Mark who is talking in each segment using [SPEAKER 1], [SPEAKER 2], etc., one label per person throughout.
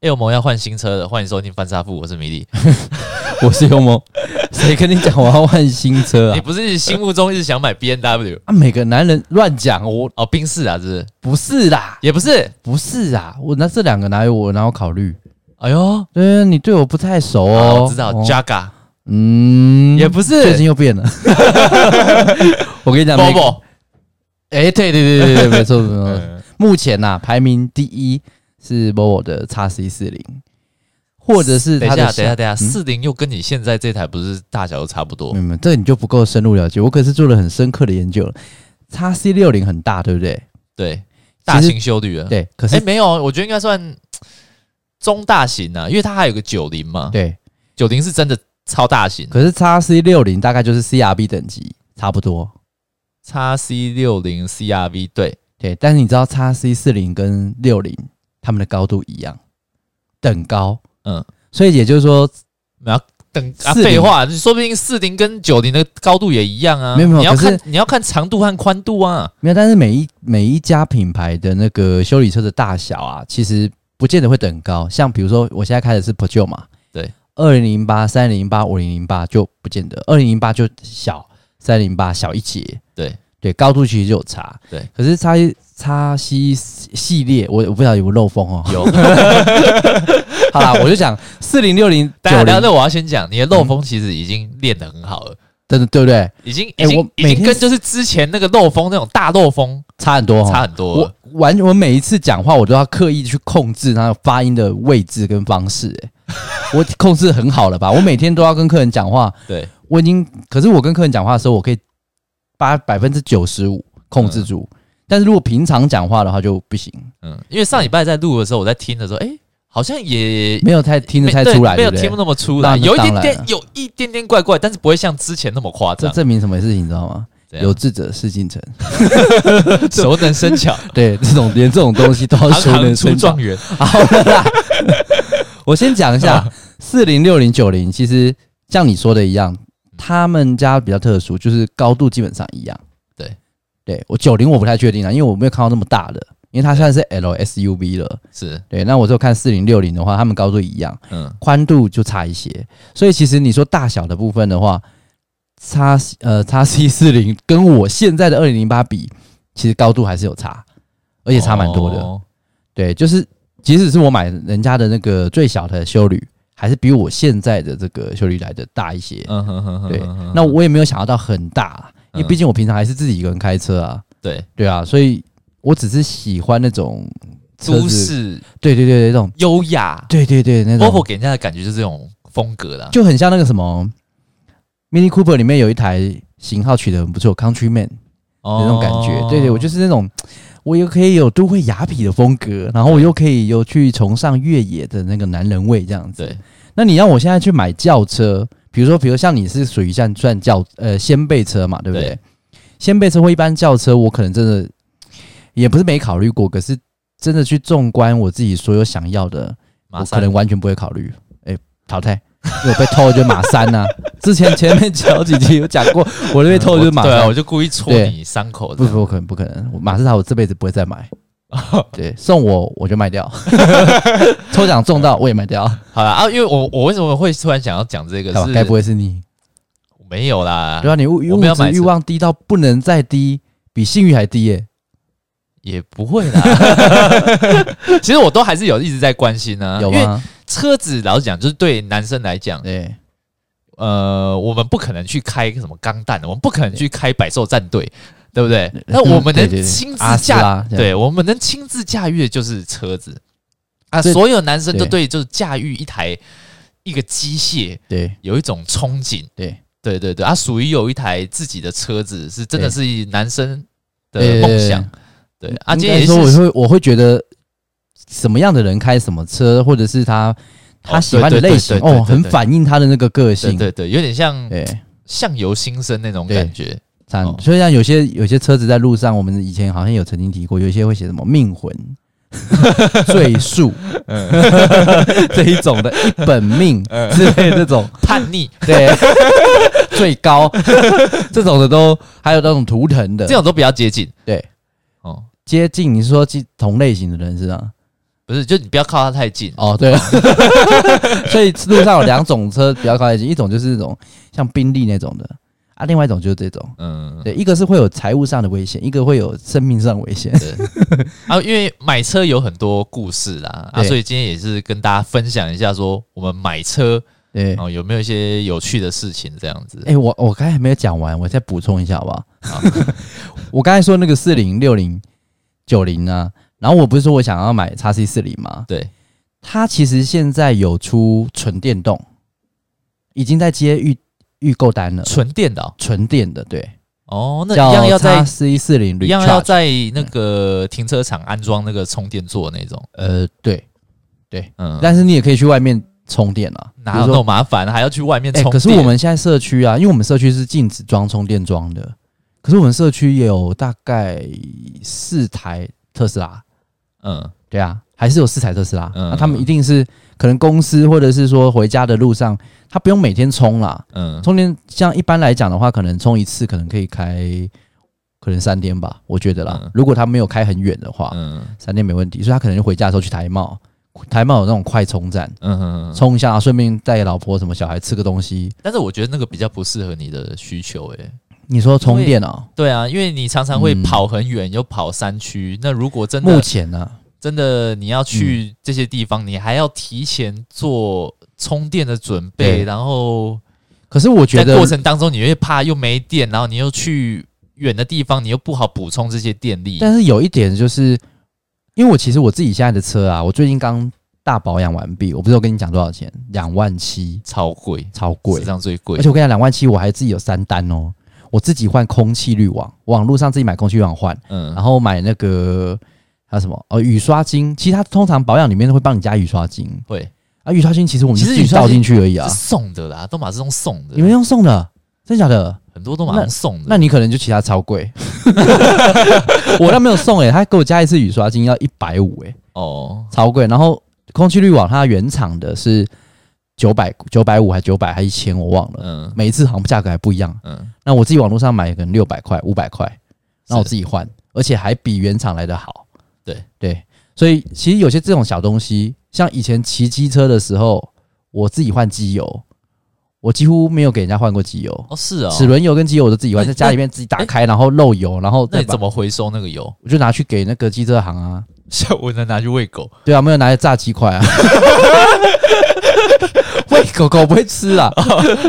[SPEAKER 1] 哎，我们要换新车了，欢迎收听翻沙布，我是米粒。
[SPEAKER 2] 我是幽默，谁跟你讲我要换新车
[SPEAKER 1] 你
[SPEAKER 2] 啊？
[SPEAKER 1] 不是心目中一直想买 B N W
[SPEAKER 2] 啊，每个男人乱讲，我
[SPEAKER 1] 哦，宾士啊，是不是？
[SPEAKER 2] 不是啦，
[SPEAKER 1] 也不是。
[SPEAKER 2] 不是啊，我那这两个哪有我哪有考虑？
[SPEAKER 1] 哎呦，哦，
[SPEAKER 2] 对，啊你对我不太熟哦。
[SPEAKER 1] 我知道
[SPEAKER 2] 哦
[SPEAKER 1] Jaga
[SPEAKER 2] 嗯，
[SPEAKER 1] 也不
[SPEAKER 2] 最近
[SPEAKER 1] 是
[SPEAKER 2] 又 变了。我跟你讲，每个
[SPEAKER 1] Bobo，
[SPEAKER 2] 哎，对对对对对，没错没错。
[SPEAKER 1] 嗯
[SPEAKER 2] 目前呐、排名第一是 Volvo 的 x C 四零，或者是
[SPEAKER 1] 等一
[SPEAKER 2] 它
[SPEAKER 1] 下，
[SPEAKER 2] 的
[SPEAKER 1] 等一下，等一下，
[SPEAKER 2] 嗯
[SPEAKER 1] 四零又跟你现在这台不是大小都差不多
[SPEAKER 2] 没有没有，这你就不够深入了解，我可是做了很深刻的研究了。x C 六零很大，对不对？
[SPEAKER 1] 对，大型修旅了。
[SPEAKER 2] 对，可是、
[SPEAKER 1] 哎，没有，我觉得应该算中大型啊，因为它还有个九零嘛，
[SPEAKER 2] 对，
[SPEAKER 1] 九零是真的超大型。
[SPEAKER 2] 可是 x C 六零大概就是 CRB 等级，差不多。
[SPEAKER 1] x C 六零 C R V 对，
[SPEAKER 2] 对，但是你知道 x C 四零跟六零它们的高度一样，等高。
[SPEAKER 1] 嗯，
[SPEAKER 2] 所以也就是说，
[SPEAKER 1] 然后等啊，
[SPEAKER 2] 40
[SPEAKER 1] 废话，说不定四零跟九零的高度也一样啊。
[SPEAKER 2] 没有没有
[SPEAKER 1] 你要
[SPEAKER 2] 可是
[SPEAKER 1] 看你要看长度和宽度啊。
[SPEAKER 2] 没有，但是每一每一家品牌的那个修理车的大小啊，其实不见得会等高。像比如说，我现在开的是 p r o 嘛，
[SPEAKER 1] 对，
[SPEAKER 2] 二零零八、三零零八、五零零八就不见得，二零零八就小，三零八小一截，
[SPEAKER 1] 对
[SPEAKER 2] 对，高度其实就有差。
[SPEAKER 1] 对，
[SPEAKER 2] 可是叉叉西系列，我我不晓得有没有漏风哦。
[SPEAKER 1] 有，
[SPEAKER 2] 好啦，我就讲四零六零
[SPEAKER 1] 大家
[SPEAKER 2] 九
[SPEAKER 1] 聊
[SPEAKER 2] 零，
[SPEAKER 1] 那我要先讲，你的漏风其实已经练得很好了，
[SPEAKER 2] 真的对不对？
[SPEAKER 1] 已经已
[SPEAKER 2] 哎
[SPEAKER 1] 经、
[SPEAKER 2] 我
[SPEAKER 1] 已
[SPEAKER 2] 每
[SPEAKER 1] 经
[SPEAKER 2] 天
[SPEAKER 1] 跟就是之前那个漏风那种大漏风
[SPEAKER 2] 差很多哦。
[SPEAKER 1] 差很多
[SPEAKER 2] 我
[SPEAKER 1] 了。
[SPEAKER 2] 完，我每一次讲话，我都要刻意去控制那个发音的位置跟方式、欸。 我控制很好了吧？我每天都要跟客人讲话，
[SPEAKER 1] 对，
[SPEAKER 2] 我已经，可是我跟客人讲话的时候，我可以把百分之九十五控制住。但是如果平常讲话的话就不行，
[SPEAKER 1] 嗯，因为上礼拜在录的时候，我在听的时候，哎、好像也
[SPEAKER 2] 没有太听得
[SPEAKER 1] 没
[SPEAKER 2] 太
[SPEAKER 1] 对
[SPEAKER 2] 出来，
[SPEAKER 1] 没有
[SPEAKER 2] 对不
[SPEAKER 1] 听不
[SPEAKER 2] 对？
[SPEAKER 1] 那么出来，
[SPEAKER 2] 那
[SPEAKER 1] 有一点
[SPEAKER 2] 当然
[SPEAKER 1] 点
[SPEAKER 2] 了，
[SPEAKER 1] 有一点点怪怪，但是不会像之前那么夸
[SPEAKER 2] 这
[SPEAKER 1] 张。
[SPEAKER 2] 证明什么事情，你知道吗？
[SPEAKER 1] 怎样
[SPEAKER 2] 有志者事竟成。
[SPEAKER 1] 熟能生巧，
[SPEAKER 2] 对，这种连这种东西 都要
[SPEAKER 1] 行
[SPEAKER 2] 熟
[SPEAKER 1] 行
[SPEAKER 2] 能
[SPEAKER 1] 出
[SPEAKER 2] 生巧
[SPEAKER 1] 状。元。
[SPEAKER 2] 好了啦，我先讲一下四零六零九零，其实像你说的一样，他们家比较特殊，就是高度基本上一样。
[SPEAKER 1] 对，
[SPEAKER 2] 对我九零我不太确定啊，因为我没有看到那么大的，因为它现在是 L S U V 了。
[SPEAKER 1] 是，
[SPEAKER 2] 对，那我就看四零六零的话，他们高度一样，
[SPEAKER 1] 嗯，
[SPEAKER 2] 宽度就差一些，所以其实你说大小的部分的话，叉呃叉 C 四零跟我现在的二零零八比，其实高度还是有差，而
[SPEAKER 1] 而
[SPEAKER 2] 且差蛮多
[SPEAKER 1] 哦
[SPEAKER 2] 的。对，就是即使是我买人家的那个最小的修旅，还是比我现在的这个修旅来的大一些。
[SPEAKER 1] 嗯哼哼哼，
[SPEAKER 2] 对
[SPEAKER 1] 哼哼，
[SPEAKER 2] 那我也没有想要到很大啦，因
[SPEAKER 1] 嗯
[SPEAKER 2] 为毕竟我平常还是自己一个人开车啊，
[SPEAKER 1] 对
[SPEAKER 2] 对啊，所以我只是喜欢那种车
[SPEAKER 1] 都
[SPEAKER 2] 子，
[SPEAKER 1] 市
[SPEAKER 2] 对对对，那种，
[SPEAKER 1] 优雅
[SPEAKER 2] 对对对，那
[SPEAKER 1] ，OPPO
[SPEAKER 2] 种
[SPEAKER 1] 给人家的感觉就是这种风格啦。
[SPEAKER 2] 就很像那个什么 Mini Cooper 里面有一台型号取得很不错，Countryman
[SPEAKER 1] 哦
[SPEAKER 2] 的那种感觉，对对，我就是那种。我又可以有都会雅痞的风格，然后我又可以有去崇尚越野的那个男人味这样子。
[SPEAKER 1] 对
[SPEAKER 2] 那你让我现在去买轿车，比如说，比如像你是属于像算轿呃掀背车嘛，对不对？
[SPEAKER 1] 对
[SPEAKER 2] 掀背车或一般轿车，我可能真的也不是没考虑过，可是真的去纵观我自己所有想要的，
[SPEAKER 1] 马
[SPEAKER 2] 我可
[SPEAKER 1] 上
[SPEAKER 2] 能完全不会考虑。哎、淘汰，因为我被偷就马三 呐、之前前面小几集有讲过，我被偷就是马
[SPEAKER 1] 对啊，
[SPEAKER 2] 三。
[SPEAKER 1] 我就故意戳
[SPEAKER 2] 对
[SPEAKER 1] 你伤口这样，
[SPEAKER 2] 不不可能，不可能！我马自达我这辈子不会再 买。对，送我我就卖掉，抽奖中到我也卖掉。
[SPEAKER 1] 好啦，啊，因为我我为什么会突然想要讲这个
[SPEAKER 2] 干嘛
[SPEAKER 1] 是？
[SPEAKER 2] 该不会是你？
[SPEAKER 1] 没有啦
[SPEAKER 2] 对，啊，你物
[SPEAKER 1] 我
[SPEAKER 2] 物
[SPEAKER 1] 没有买
[SPEAKER 2] 质欲望低到不能再低，比性欲还低耶、
[SPEAKER 1] 也不会 啦。其实我都还是有一直在关心啊，
[SPEAKER 2] 有
[SPEAKER 1] 因为
[SPEAKER 2] 吗？
[SPEAKER 1] 车子老实讲，就是对男生来讲，
[SPEAKER 2] 对，
[SPEAKER 1] 呃，我们不可能去开什么钢弹，我们不可能去开百兽战队，对不对？那
[SPEAKER 2] 嗯
[SPEAKER 1] 我们
[SPEAKER 2] 对
[SPEAKER 1] 能
[SPEAKER 2] 对对
[SPEAKER 1] 亲自
[SPEAKER 2] 阿斯
[SPEAKER 1] 驾
[SPEAKER 2] 拉这样
[SPEAKER 1] 对，我们能亲自驾驭的就是车子啊，
[SPEAKER 2] 所以
[SPEAKER 1] 所有男生都
[SPEAKER 2] 对
[SPEAKER 1] 对就是驾驭一台一个机械
[SPEAKER 2] 对
[SPEAKER 1] 有一种憧憬，
[SPEAKER 2] 对
[SPEAKER 1] 对对对，啊，属于有一台自己的车子是真的是男生的
[SPEAKER 2] 对
[SPEAKER 1] 梦想，对啊，今天也
[SPEAKER 2] 应该说我
[SPEAKER 1] 是
[SPEAKER 2] 会我会觉得什么样的人开什么车，或者是他他喜欢的类型
[SPEAKER 1] 对对对对
[SPEAKER 2] 哦，
[SPEAKER 1] 对对
[SPEAKER 2] 很反映他的那个个
[SPEAKER 1] 对
[SPEAKER 2] 性。
[SPEAKER 1] 对对，有点像
[SPEAKER 2] 对，
[SPEAKER 1] 相由心生那种
[SPEAKER 2] 对
[SPEAKER 1] 感觉，
[SPEAKER 2] 这样
[SPEAKER 1] 哦
[SPEAKER 2] 所以像有些有些车子在路上，我们以前好像有曾经提过，有一些会写什么命魂。 赘述 这一种的一本命
[SPEAKER 1] 嗯
[SPEAKER 2] 之类的这种，
[SPEAKER 1] 叛 逆
[SPEAKER 2] 对，最高这种的都还有那种图腾的
[SPEAKER 1] 这，种都比较接近
[SPEAKER 2] 对，
[SPEAKER 1] 哦。
[SPEAKER 2] 接近你是说接同类型的人是吧？
[SPEAKER 1] 不是，就你不要靠它太近。
[SPEAKER 2] 哦，对 了，所以路上有两种车比较靠得近，一种就是那种像宾利那种的啊，另外一种就是这种。
[SPEAKER 1] 嗯，
[SPEAKER 2] 对，一个是会有财务上的危险，一个会有生命上的危险。
[SPEAKER 1] 啊，因为买车有很多故事啦，啊，
[SPEAKER 2] 对
[SPEAKER 1] 所以今天也是跟大家分享一下，说我们买车
[SPEAKER 2] 对，
[SPEAKER 1] 哦有没有一些有趣的事情这样子。
[SPEAKER 2] 哎、我我刚才还没有讲完，我再补充一下好不好？
[SPEAKER 1] 好
[SPEAKER 2] 我刚才说那个四零、六零、九零呢，然后我不是说我想要买叉 C 四零吗？
[SPEAKER 1] 对，
[SPEAKER 2] 它其实现在有出纯电动，已经在接预预购单了，
[SPEAKER 1] 纯电的哦
[SPEAKER 2] 纯电的，对，
[SPEAKER 1] 哦，那一样
[SPEAKER 2] 叫嗯
[SPEAKER 1] 要在
[SPEAKER 2] 叉 C 四零，
[SPEAKER 1] 一样要在那个停车场安装那个充电座那种。
[SPEAKER 2] 呃，对，
[SPEAKER 1] 嗯，
[SPEAKER 2] 但是你也可以去外面充电啊，
[SPEAKER 1] 哪
[SPEAKER 2] 比
[SPEAKER 1] 有
[SPEAKER 2] 如
[SPEAKER 1] 那
[SPEAKER 2] 说
[SPEAKER 1] 么麻烦，还要去外面
[SPEAKER 2] 哎、
[SPEAKER 1] 充电？
[SPEAKER 2] 可是我们现在社区啊，因为我们社区是禁止装充电桩的，可是我们社区也有大概四台特斯拉，
[SPEAKER 1] 嗯
[SPEAKER 2] 对啊，还是有四台特斯拉，那、
[SPEAKER 1] 嗯
[SPEAKER 2] 他们一定是可能公司或者是说回家的路上，他不用每天充啦，
[SPEAKER 1] 嗯
[SPEAKER 2] 充电像一般来讲的话，可能充一次可能可以开。可能三天吧，我觉得啦。
[SPEAKER 1] 嗯
[SPEAKER 2] 如果他没有开很远的话，
[SPEAKER 1] 嗯
[SPEAKER 2] 三天没问题。所以他可能就回家的时候去台茂，台茂有那种快充站，
[SPEAKER 1] 嗯嗯，
[SPEAKER 2] 充一下，顺便带老婆什么小孩吃个东西。
[SPEAKER 1] 但是我觉得那个比较不适合你的需求、欸，诶。
[SPEAKER 2] 你说充电哦、
[SPEAKER 1] 对啊，因为你常常会
[SPEAKER 2] 嗯
[SPEAKER 1] 跑很远，又跑山区。那如果真
[SPEAKER 2] 目
[SPEAKER 1] 的
[SPEAKER 2] 前啊嗯呢、
[SPEAKER 1] 真的你要去这些地方，你还要提前做充电的准备，
[SPEAKER 2] 对
[SPEAKER 1] 然后
[SPEAKER 2] 可是
[SPEAKER 1] 在
[SPEAKER 2] 我觉得
[SPEAKER 1] 过程当中你会怕又没电，然后你又去远的地方，你又不好补充这些电力。
[SPEAKER 2] 但是有一点就是，因为我其实我自己现在的车啊，我最近刚大保养完毕，我不是有跟你讲多少钱，两万七，
[SPEAKER 1] 超贵，
[SPEAKER 2] 超贵
[SPEAKER 1] 史。上最贵
[SPEAKER 2] 而且。我跟你讲，两万七我还自己有三单哦，我自己换空气滤网，网络上自己买空气滤网换，
[SPEAKER 1] 嗯
[SPEAKER 2] 然后买那个还有什么哦雨刷巾，其实它通常保养里面都会帮你加雨刷巾
[SPEAKER 1] 会
[SPEAKER 2] 啊，雨刷巾其实我们
[SPEAKER 1] 其
[SPEAKER 2] 就
[SPEAKER 1] 实
[SPEAKER 2] 自己
[SPEAKER 1] 雨刷巾
[SPEAKER 2] 倒进去而已啊
[SPEAKER 1] 是，送的啦，都马是用送的，
[SPEAKER 2] 你们用送的，真假的？
[SPEAKER 1] 很多都马上送的。
[SPEAKER 2] 那你可能就其他超贵。 我那没有送诶、欸他给我加一次雨刷巾要一百五诶，
[SPEAKER 1] 哦，
[SPEAKER 2] 超贵。然后空气滤网它原厂的是九百九百五还九百还一千，我忘了。
[SPEAKER 1] 嗯
[SPEAKER 2] 每一次好像价格还不一样。
[SPEAKER 1] 嗯，
[SPEAKER 2] 那我自己网络上买可能六百块、五百块，那我自
[SPEAKER 1] 己
[SPEAKER 2] 己换，而且还比原厂来的好。
[SPEAKER 1] 对
[SPEAKER 2] 对，所以其实有些这种小东西，像以前骑机车的时候，我自己换机油，我几乎没有给人家换过机油。
[SPEAKER 1] 哦是哦，哎
[SPEAKER 2] 齿轮油跟机油我都自己换，
[SPEAKER 1] 那
[SPEAKER 2] 在家里面自己打开，然后漏油，然后
[SPEAKER 1] 那
[SPEAKER 2] 再
[SPEAKER 1] 你
[SPEAKER 2] 把
[SPEAKER 1] 怎么回收那个油？
[SPEAKER 2] 我就拿去给那个机车行啊，
[SPEAKER 1] 我能拿去喂狗？
[SPEAKER 2] 对啊，没有拿来炸鸡块啊， 喂狗狗不会吃啊，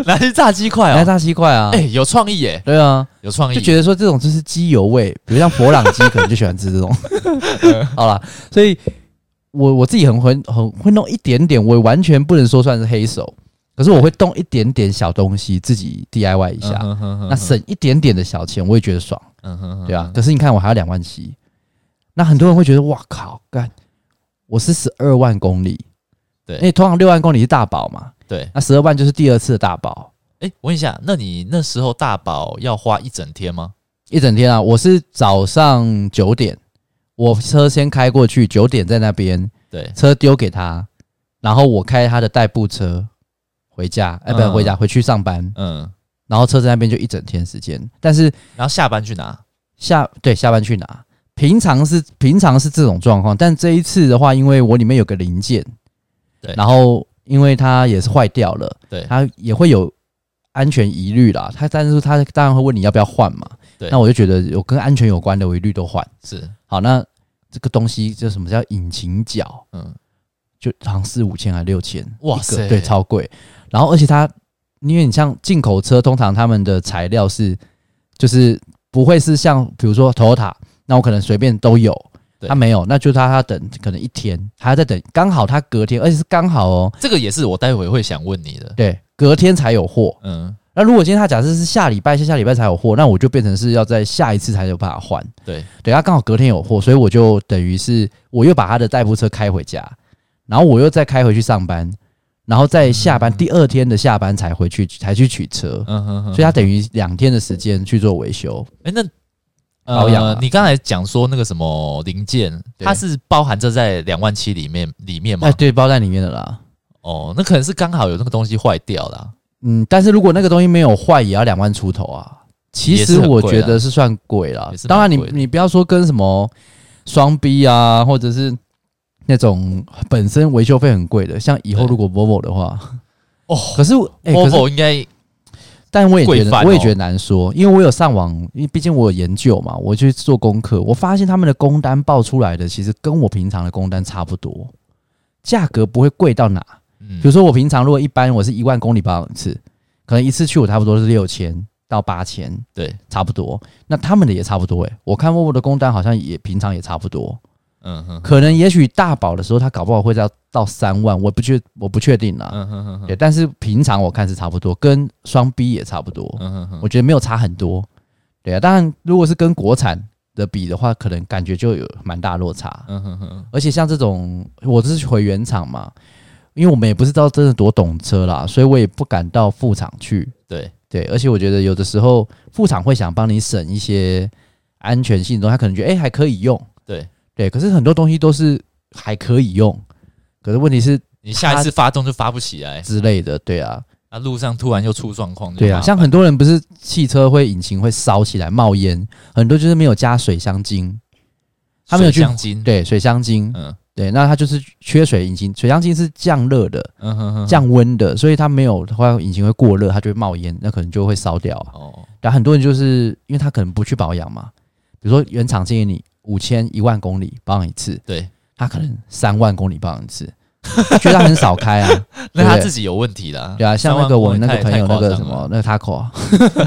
[SPEAKER 1] 拿去炸鸡块
[SPEAKER 2] 拿来
[SPEAKER 1] 哦。
[SPEAKER 2] 炸鸡块啊
[SPEAKER 1] 哎、，有创意耶，
[SPEAKER 2] 对啊，
[SPEAKER 1] 有创意，
[SPEAKER 2] 就觉得说这种就是机油味，比如像佛朗机可能就喜欢 吃这种，好啦，所以我我自己很会很会弄一点点，我完全不能说算是黑手，可是我会动一点点小东西，自己 DIY 一下，
[SPEAKER 1] 嗯哼哼哼
[SPEAKER 2] 那省一点点的小钱，我也觉得爽。
[SPEAKER 1] 嗯哼哼
[SPEAKER 2] 对啊，，可是你看我还要两万七，那很多人会觉得哇靠，干，我是十二万公里，
[SPEAKER 1] 对
[SPEAKER 2] 因为通常六万公里是大保嘛，
[SPEAKER 1] 对。
[SPEAKER 2] 那十二万就是第二次的大保，
[SPEAKER 1] 哎、我问一下，那你那时候大宝要花一整天吗？
[SPEAKER 2] 一整天啊，我是早上九点，我车先开过去，九点在那边，
[SPEAKER 1] 对，
[SPEAKER 2] 车丢给他，然后我开他的代步车回家，哎、
[SPEAKER 1] 嗯
[SPEAKER 2] 不回家回去上班，
[SPEAKER 1] 嗯，
[SPEAKER 2] 然后车在那边就一整天时间，但是
[SPEAKER 1] 然后下班去拿，
[SPEAKER 2] 下对下班去拿。平常是平常是这种状况，但这一次的话，因为我里面有个零件，
[SPEAKER 1] 对
[SPEAKER 2] 然后因为它也是坏掉了，
[SPEAKER 1] 对，
[SPEAKER 2] 它也会有安全疑虑啦。它但是它当然会问你要不要换嘛，
[SPEAKER 1] 对
[SPEAKER 2] 那我就觉得有跟安全有关的，我一律都换。
[SPEAKER 1] 是，
[SPEAKER 2] 好，那这个东西叫什么叫引擎角，
[SPEAKER 1] 嗯，
[SPEAKER 2] 就好像四五千还六千，
[SPEAKER 1] 哇
[SPEAKER 2] 一个
[SPEAKER 1] 塞
[SPEAKER 2] 对，超贵。然后而且它，因为你像进口车，通常他们的材料是就是不会是像比如说 Toyota，那我可能随便都有，
[SPEAKER 1] 对
[SPEAKER 2] 它没有，那就它它等可能一天，还要再等，刚好它隔天，而且是刚好哦，
[SPEAKER 1] 这个也是我待会会想问你的，
[SPEAKER 2] 对，隔天才有货。
[SPEAKER 1] 嗯，
[SPEAKER 2] 那如果今天他假设是下礼拜、下下礼拜才有货，那我就变成是要在下一次才有办法换。
[SPEAKER 1] 对，
[SPEAKER 2] 对，他刚好隔天有货，所以我就等于是我又把他的代步车开回家，然后我又再开回去上班，然后再下班、第二天的下班才回去才去取车，
[SPEAKER 1] 嗯哼哼
[SPEAKER 2] 所以他等于两天的时间去做维修。
[SPEAKER 1] 哎、那
[SPEAKER 2] 保养
[SPEAKER 1] 呃
[SPEAKER 2] 啊，
[SPEAKER 1] 你刚才讲说那个什么零件，
[SPEAKER 2] 对
[SPEAKER 1] 它是包含这在两万七里面里面吗
[SPEAKER 2] 哎，？对，包在里面的啦。
[SPEAKER 1] 哦，那可能是刚好有那个东西坏掉啦。
[SPEAKER 2] 嗯，但是如果那个东西没有坏，也要两万出头啊。其
[SPEAKER 1] 也是
[SPEAKER 2] 实
[SPEAKER 1] 很
[SPEAKER 2] 我
[SPEAKER 1] 贵
[SPEAKER 2] 觉
[SPEAKER 1] 啦
[SPEAKER 2] 得是算贵啦
[SPEAKER 1] 也是。蛮
[SPEAKER 2] 当然你，
[SPEAKER 1] 贵的
[SPEAKER 2] 你不要说跟什么双 B 啊，或者是那种本身维修费很贵的，像以后如果 Volvo 的话，
[SPEAKER 1] 哦
[SPEAKER 2] 可是哎、可是
[SPEAKER 1] Volvo 应该
[SPEAKER 2] 但我也觉
[SPEAKER 1] 贵
[SPEAKER 2] 得，
[SPEAKER 1] 翻哦
[SPEAKER 2] 我也觉得难说，因为我有上网，因为毕竟我有研究嘛，我去做功课，我发现他们的工单报出来的其实跟我平常的工单差不多，价格不会贵到哪。
[SPEAKER 1] 嗯
[SPEAKER 2] 比如说我平常如果一般我是一万公里保养一次，可能一次去我差不多是六千到八千，
[SPEAKER 1] 对，
[SPEAKER 2] 差不多。那他们的也差不多诶、欸我看沃沃的工单好像也平常也差不多，
[SPEAKER 1] 嗯哼
[SPEAKER 2] 可能也许大保的时候他搞不好会到到三万，我不确我不确定啦。
[SPEAKER 1] 嗯哼哼哼
[SPEAKER 2] 对，但是平常我看是差不多，跟双 B 也差不多。
[SPEAKER 1] 嗯哼哼，
[SPEAKER 2] 我觉得没有差很多。对啊，当然如果是跟国产的比的话，可能感觉就有蛮大落差。
[SPEAKER 1] 嗯哼哼，
[SPEAKER 2] 而且像这种，我这是回原厂嘛，因为我们也不知道真的多懂车啦，所以我也不敢到副厂去。
[SPEAKER 1] 对，
[SPEAKER 2] 对，而且我觉得有的时候副厂会想帮你省一些安全性的东西，他可能觉得哎、诶还可以用。
[SPEAKER 1] 对
[SPEAKER 2] 对，可是很多东西都是还可以用，可是问题是
[SPEAKER 1] 你下一次发动就发不起来，
[SPEAKER 2] 之类的，对啊，
[SPEAKER 1] 那路上突然又出状况，
[SPEAKER 2] 对啊，像很多人不是汽车会引擎会烧起来冒烟，很多就是没有加水箱精，他们有去
[SPEAKER 1] 香精，
[SPEAKER 2] 对，水箱精，
[SPEAKER 1] 嗯
[SPEAKER 2] 对，那它就是缺水引擎，水箱精是降热的、
[SPEAKER 1] 嗯哼哼，
[SPEAKER 2] 降温的，所以它没有的话，引擎会过热，它就会冒烟，那可能就会烧掉啊。
[SPEAKER 1] 哦，
[SPEAKER 2] 然后很多人就是因为他可能不去保养嘛，比如说原厂建议你五千一万公里保养一次，
[SPEAKER 1] 对，
[SPEAKER 2] 他可能三万公里保养一次，觉得他很少开 啊，
[SPEAKER 1] 那他
[SPEAKER 2] 对
[SPEAKER 1] 自己有问题啦，
[SPEAKER 2] 对啊，像那个我那个朋友那个什
[SPEAKER 1] 三万
[SPEAKER 2] 么
[SPEAKER 1] 公里
[SPEAKER 2] 那个 Taco，啊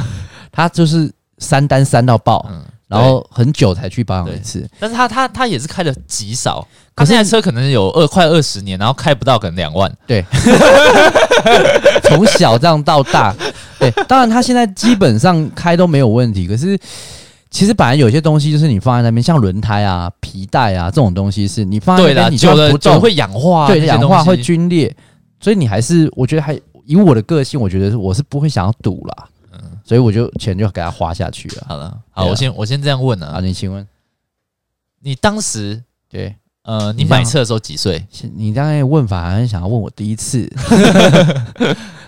[SPEAKER 2] 他就是三单三到爆
[SPEAKER 1] 太，夸张了，嗯，
[SPEAKER 2] 哦然后很久才去保养
[SPEAKER 1] 对
[SPEAKER 2] 一次，
[SPEAKER 1] 但是他他他也是开的极少，
[SPEAKER 2] 可
[SPEAKER 1] 他
[SPEAKER 2] 是
[SPEAKER 1] 现在车可能有二快二十年，然后开不到可能两万，
[SPEAKER 2] 从小这样到大，对，当然他现在基本上开都没有问题，可是其实本来有些东西就是你放在那边，像轮胎啊、皮带啊这种东西，是你放在那
[SPEAKER 1] 对啦，
[SPEAKER 2] 边你就
[SPEAKER 1] 久了
[SPEAKER 2] 不
[SPEAKER 1] 久了
[SPEAKER 2] 动，
[SPEAKER 1] 会氧化啊，
[SPEAKER 2] 对
[SPEAKER 1] 那些
[SPEAKER 2] 氧化
[SPEAKER 1] 东西
[SPEAKER 2] 会皲裂，所以你还是我觉得还以我的个性，我觉得我是不会想要赌啦，
[SPEAKER 1] 嗯
[SPEAKER 2] 所以我就钱就给他花下去了。
[SPEAKER 1] 好了，好，
[SPEAKER 2] 对啊
[SPEAKER 1] 我先我先这样问
[SPEAKER 2] 啊，
[SPEAKER 1] 啊，
[SPEAKER 2] 你请问，
[SPEAKER 1] 你当时
[SPEAKER 2] 对
[SPEAKER 1] 呃，你
[SPEAKER 2] 你这样
[SPEAKER 1] 买车的时候几岁？
[SPEAKER 2] 你刚才的问法好像想要问我第 一次，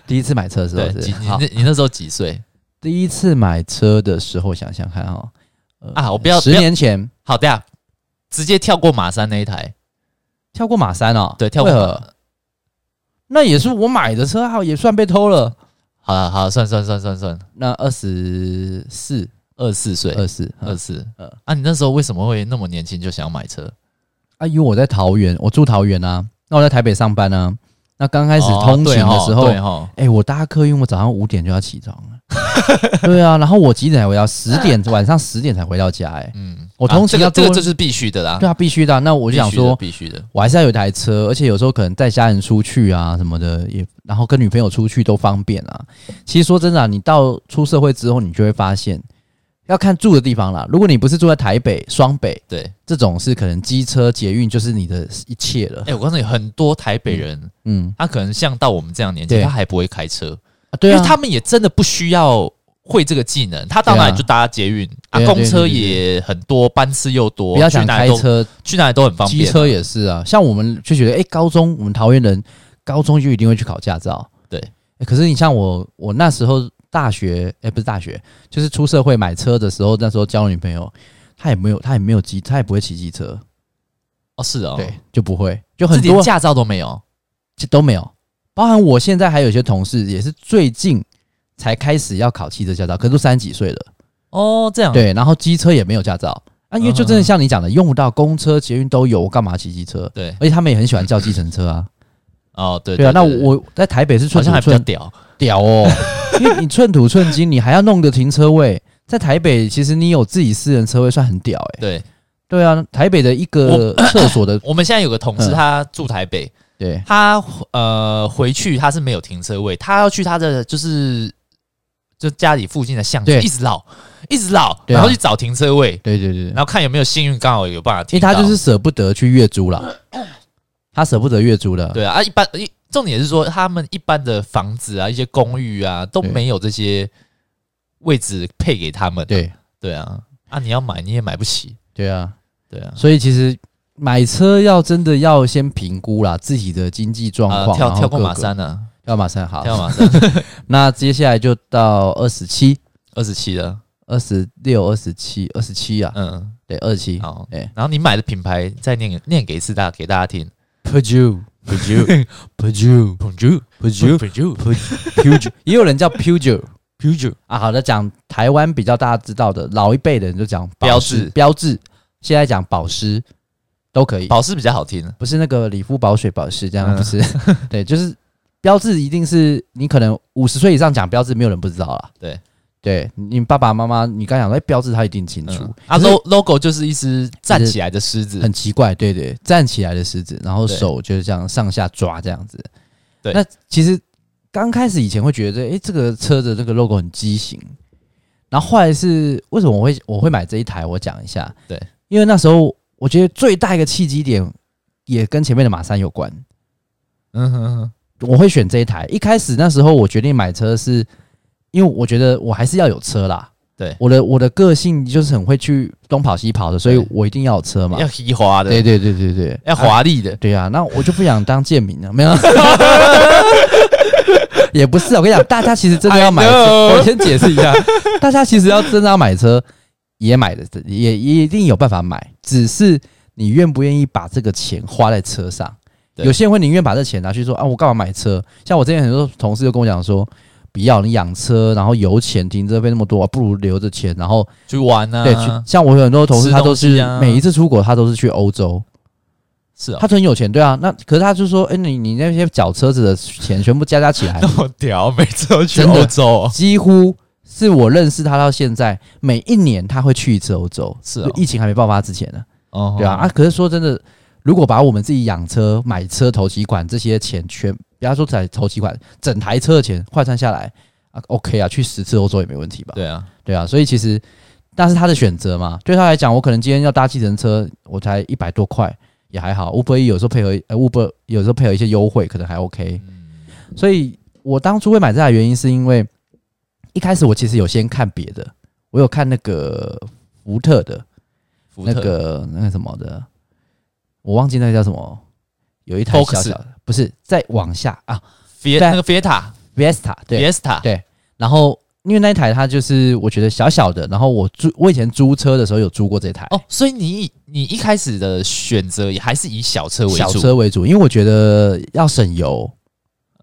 [SPEAKER 2] 第一次买车的时候
[SPEAKER 1] 对，
[SPEAKER 2] 是不
[SPEAKER 1] 几
[SPEAKER 2] 是
[SPEAKER 1] 你
[SPEAKER 2] 好
[SPEAKER 1] 那，你那时候几岁？
[SPEAKER 2] 第一次买车的时候想想看哈、呃
[SPEAKER 1] 啊我不要
[SPEAKER 2] 十
[SPEAKER 1] 不要
[SPEAKER 2] 年前。
[SPEAKER 1] 好，等一下直接跳过马三那一台，
[SPEAKER 2] 跳过马三哦，
[SPEAKER 1] 对，跳过
[SPEAKER 2] 为
[SPEAKER 1] 马
[SPEAKER 2] 何。那也是我买的车号，啊也算被偷了。
[SPEAKER 1] 好了，好了，算算算算算，
[SPEAKER 2] 那二十四、
[SPEAKER 1] 二十四岁，
[SPEAKER 2] 二四、
[SPEAKER 1] 二四
[SPEAKER 2] 嗯，
[SPEAKER 1] 啊，你那时候为什么会那么年轻就想要买车？
[SPEAKER 2] 啊，因为我在桃园，我住桃园啊，那我在台北上班啊。那刚开始通勤的时候，
[SPEAKER 1] 哦
[SPEAKER 2] 哎、
[SPEAKER 1] 对哈，
[SPEAKER 2] 我搭客运，我早上五点就要起床了。 对啊，然后我几点才回到？十点，晚上十点才回到家、哎，
[SPEAKER 1] 嗯，
[SPEAKER 2] 我
[SPEAKER 1] 啊
[SPEAKER 2] 通
[SPEAKER 1] 这
[SPEAKER 2] 勤
[SPEAKER 1] 个
[SPEAKER 2] 要
[SPEAKER 1] 这
[SPEAKER 2] 多
[SPEAKER 1] 个就是必须的啦
[SPEAKER 2] 对，啊，必须的啊、那我
[SPEAKER 1] 我
[SPEAKER 2] 就想说，
[SPEAKER 1] 必须的，
[SPEAKER 2] 我还是要有一台车，而且有时候可能带家人出去啊什么的，也然后跟女朋友出去都方便啊。其实说真的、啊，你到出社会之后，你就会发现要看住的地方啦。如果你不是住在台北、双北
[SPEAKER 1] 对。
[SPEAKER 2] 这种，是可能机车、捷运就是你的一切了
[SPEAKER 1] 哎、。我告诉你，很多台北人，
[SPEAKER 2] 嗯
[SPEAKER 1] 他可能像到我们这样年纪，
[SPEAKER 2] 对
[SPEAKER 1] 他还不会开车，
[SPEAKER 2] 啊，对
[SPEAKER 1] 因
[SPEAKER 2] 啊，
[SPEAKER 1] 为他们也真的不需要会这个技能，他到哪里就搭捷运，啊，
[SPEAKER 2] 对啊
[SPEAKER 1] 公车
[SPEAKER 2] 对对对
[SPEAKER 1] 也很多，班次又多，
[SPEAKER 2] 比较
[SPEAKER 1] 去
[SPEAKER 2] 想
[SPEAKER 1] 哪里
[SPEAKER 2] 开
[SPEAKER 1] 都
[SPEAKER 2] 车，
[SPEAKER 1] 去哪里都很方
[SPEAKER 2] 机
[SPEAKER 1] 便、
[SPEAKER 2] 车也是啊。像我们就觉得，哎、高中我们桃园人高中就一定会去考驾照，
[SPEAKER 1] 对
[SPEAKER 2] 诶可是你像我，我那时候大学，哎、不是大学，就是出社会买车的时候，那时候交女朋友，她也没有，她也没有机，她也不会骑机车，
[SPEAKER 1] 哦，是哦，
[SPEAKER 2] 对，，就不会，就
[SPEAKER 1] 这
[SPEAKER 2] 很
[SPEAKER 1] 连
[SPEAKER 2] 多
[SPEAKER 1] 驾照都没有，
[SPEAKER 2] 都没有。包含我现在还有一些同事，也是最近才开始要考汽车驾照，可是都三十几岁了。
[SPEAKER 1] 哦，这样，
[SPEAKER 2] 对，然后机车也没有驾照啊，因为
[SPEAKER 1] 嗯
[SPEAKER 2] 就真的像你讲的，用不到公车、捷运都有，我干嘛骑机车？
[SPEAKER 1] 对，
[SPEAKER 2] 而且他们也很喜欢叫计程车啊，
[SPEAKER 1] 哦，对，
[SPEAKER 2] 对啊。那
[SPEAKER 1] 对
[SPEAKER 2] 我在台北是
[SPEAKER 1] 好
[SPEAKER 2] 寸
[SPEAKER 1] 像
[SPEAKER 2] 土
[SPEAKER 1] 还比较
[SPEAKER 2] 寸
[SPEAKER 1] 屌，
[SPEAKER 2] 屌哦， 因为你寸土寸金，你还要弄个停车位，在台北其实你有自己私人车位算很屌哎、
[SPEAKER 1] 对，
[SPEAKER 2] 对啊，台北的一个厕 所的
[SPEAKER 1] 我们现在有个同事，
[SPEAKER 2] 嗯
[SPEAKER 1] 他住台北，
[SPEAKER 2] 对
[SPEAKER 1] 他呃回去他是没有停车位，他要去他的就是就家里附近的巷子，
[SPEAKER 2] 对
[SPEAKER 1] 一直绕，一直绕，
[SPEAKER 2] 对啊
[SPEAKER 1] 然后去找停车位，
[SPEAKER 2] 对对对，对
[SPEAKER 1] 然后看有没有幸运刚好有办法
[SPEAKER 2] 因为
[SPEAKER 1] 停到。
[SPEAKER 2] 他就是舍不得去月租啦，他舍不得月租了，
[SPEAKER 1] 对啊，啊一般一重点是说他们一般的房子啊，一些公寓啊都
[SPEAKER 2] 对
[SPEAKER 1] 没有这些位置配给他们。
[SPEAKER 2] 对
[SPEAKER 1] 对啊，啊你要买你也买不起。
[SPEAKER 2] 对啊，
[SPEAKER 1] 对啊，
[SPEAKER 2] 所以其实买车要真的要先评估啦自己的经济状
[SPEAKER 1] 啊
[SPEAKER 2] 况，
[SPEAKER 1] 跳
[SPEAKER 2] 然后
[SPEAKER 1] 跳过
[SPEAKER 2] 各
[SPEAKER 1] 马
[SPEAKER 2] 个，
[SPEAKER 1] 三呢，
[SPEAKER 2] 跳马三好
[SPEAKER 1] 跳。马 三
[SPEAKER 2] 那接下来就到二十七、
[SPEAKER 1] 二十七了，
[SPEAKER 2] 二十六、二十七、二十七啊，
[SPEAKER 1] 嗯，
[SPEAKER 2] 对，二十七。
[SPEAKER 1] 好，
[SPEAKER 2] 哎
[SPEAKER 1] 然后你买的品牌再念念给一次大给大家听。
[SPEAKER 2] ，Purdue，Purdue，Purdue，Purdue，
[SPEAKER 1] Purdue Purdue
[SPEAKER 2] Purdue，也有人叫 Purdue。
[SPEAKER 1] Purdue
[SPEAKER 2] 啊，好的，讲台湾比较大家知道的，老一辈的人就讲
[SPEAKER 1] 标
[SPEAKER 2] 宝石
[SPEAKER 1] 志
[SPEAKER 2] 标志现在讲保湿都可以，
[SPEAKER 1] 保湿比较好听，啊
[SPEAKER 2] 不是那个理肤保水保湿这样，
[SPEAKER 1] 嗯
[SPEAKER 2] 不是，对，就是标志一定是你可能五十岁以上讲标志，没有人不知道啦。
[SPEAKER 1] 对，
[SPEAKER 2] 对你爸爸妈妈，你刚讲说哎标志他一定清楚，
[SPEAKER 1] 嗯啊
[SPEAKER 2] 可是
[SPEAKER 1] ，lo logo 就是一只站起来的狮子
[SPEAKER 2] 很，奇怪，对对，站起来的狮子，然后
[SPEAKER 1] 对
[SPEAKER 2] 手就是这样上下抓这样子。
[SPEAKER 1] 对
[SPEAKER 2] 那其实刚开始以前会觉得，诶，这个车的这个 logo 很畸形。然后后来是为什么我会我会买这一台？我讲一下，
[SPEAKER 1] 对，
[SPEAKER 2] 因为那时候我觉得最大一个契机点也跟前面的马三有关。
[SPEAKER 1] 嗯哼哼，
[SPEAKER 2] 我会选这一台。一开始那时候我决定买车是，因为我觉得我还是要有车啦。
[SPEAKER 1] 对
[SPEAKER 2] 我的我的个性就是很会去东跑西跑的，所以
[SPEAKER 1] 对
[SPEAKER 2] 我一定要有车嘛。
[SPEAKER 1] 要移滑的，
[SPEAKER 2] 对对对对对，
[SPEAKER 1] 要华丽的，
[SPEAKER 2] 对啊，那我就不想当贱民了，没 有。也不是啊，我跟你讲，大家其实真的要买
[SPEAKER 1] I
[SPEAKER 2] 车，
[SPEAKER 1] know
[SPEAKER 2] 我先解释一下，大家其实要真的要买车，也买的也也一定有办法买，只是你愿不愿意把这个钱花在车上。
[SPEAKER 1] 对
[SPEAKER 2] 有些人会宁愿把这钱拿去说啊，我干嘛买车？像我之前很多同事就跟我讲说，不要你养车，然后油钱、停车费那么多，啊不如留着钱，然后
[SPEAKER 1] 去玩啊，
[SPEAKER 2] 对，去像我有很多同事，
[SPEAKER 1] 吃
[SPEAKER 2] 他都
[SPEAKER 1] 东西
[SPEAKER 2] 是
[SPEAKER 1] 啊
[SPEAKER 2] 每一次出国，他都是去欧洲，
[SPEAKER 1] 是啊，
[SPEAKER 2] 他很有钱，对啊，那可是他就说，哎、你你那些缴车子的钱全部加加 起来
[SPEAKER 1] 那，么屌，每次都去
[SPEAKER 2] 真的
[SPEAKER 1] 欧洲哦，
[SPEAKER 2] 几乎是我认识他到现在，每一年他会去一次欧洲，
[SPEAKER 1] 是哦
[SPEAKER 2] 就疫情还没爆发之前呢，
[SPEAKER 1] 哦
[SPEAKER 2] 对啊，啊，，可是说真的，如果把我们自己养车、买车、头期款这些钱全，不要说才头期款，整台车的钱换算下来啊，OK 啊，去十次欧洲也没问题吧？
[SPEAKER 1] 对啊，
[SPEAKER 2] 对啊，所以其实那是他的选择嘛。对他来讲，我可能今天要搭计程车，我才一百多块，也还好。Uber E 有时候配合呃 Uber 有时候配合一些优惠，可能还 OK。所
[SPEAKER 1] 嗯
[SPEAKER 2] 以我当初会买这台的原因是因为一开始我其实有先看别的，我有看那个福特的
[SPEAKER 1] 福
[SPEAKER 2] 那
[SPEAKER 1] 特
[SPEAKER 2] 个那个什么的，我忘记那个叫什么，有一台小
[SPEAKER 1] Focus
[SPEAKER 2] 小的，不是再往下啊
[SPEAKER 1] Fiat
[SPEAKER 2] 对啊
[SPEAKER 1] 那个 Fiesta
[SPEAKER 2] ，Vesta 对
[SPEAKER 1] Fiesta，
[SPEAKER 2] 对然后因为那一台它就是我觉得小小的，然后我租我以前租车的时候有租过这台
[SPEAKER 1] 哦，所以你你一开始的选择也还是以小车为主，
[SPEAKER 2] 小车为主，因为我觉得要省油，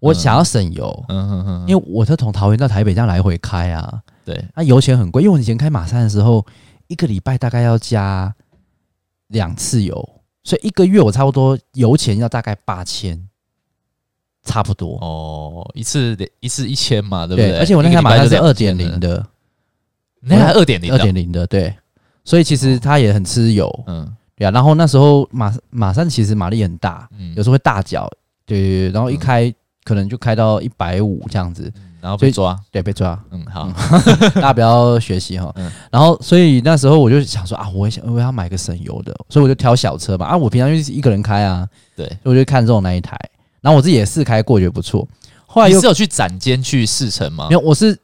[SPEAKER 2] 我想要省油，
[SPEAKER 1] 嗯哼哼，
[SPEAKER 2] 因
[SPEAKER 1] 为
[SPEAKER 2] 为我是从桃园到台北这样来回开啊，
[SPEAKER 1] 对
[SPEAKER 2] 那、油钱很贵，因为我以前开马三的时候，一个礼拜大概要加两次油，所以一个月我差不多油钱要大概八千，差不多。
[SPEAKER 1] 哦，一次一次一千嘛，对不
[SPEAKER 2] 而且我那台马三是二点零，的，
[SPEAKER 1] 一个礼拜就2000了那台二点零，
[SPEAKER 2] 二点，零的，对，所以其实它也很吃油。
[SPEAKER 1] 嗯
[SPEAKER 2] 对啊，然后那时候马马三其实马力很大，
[SPEAKER 1] 嗯
[SPEAKER 2] 有时候会大脚，对对对，然后一开、可能就开到一百五这样子，
[SPEAKER 1] 然后被抓，
[SPEAKER 2] 对，被抓，
[SPEAKER 1] 嗯，好，
[SPEAKER 2] 大家不要学习哈。
[SPEAKER 1] 嗯
[SPEAKER 2] 然后所以那时候我就想说啊，我也想我要买个省油的，所以我就挑小车嘛，啊，我平常就是一个人开啊，
[SPEAKER 1] 对。
[SPEAKER 2] 所以我就看中那一台，然后我自己也试开过，觉得不错，后来
[SPEAKER 1] 你
[SPEAKER 2] 又
[SPEAKER 1] 是有去展间去试乘吗
[SPEAKER 2] 没？有，我是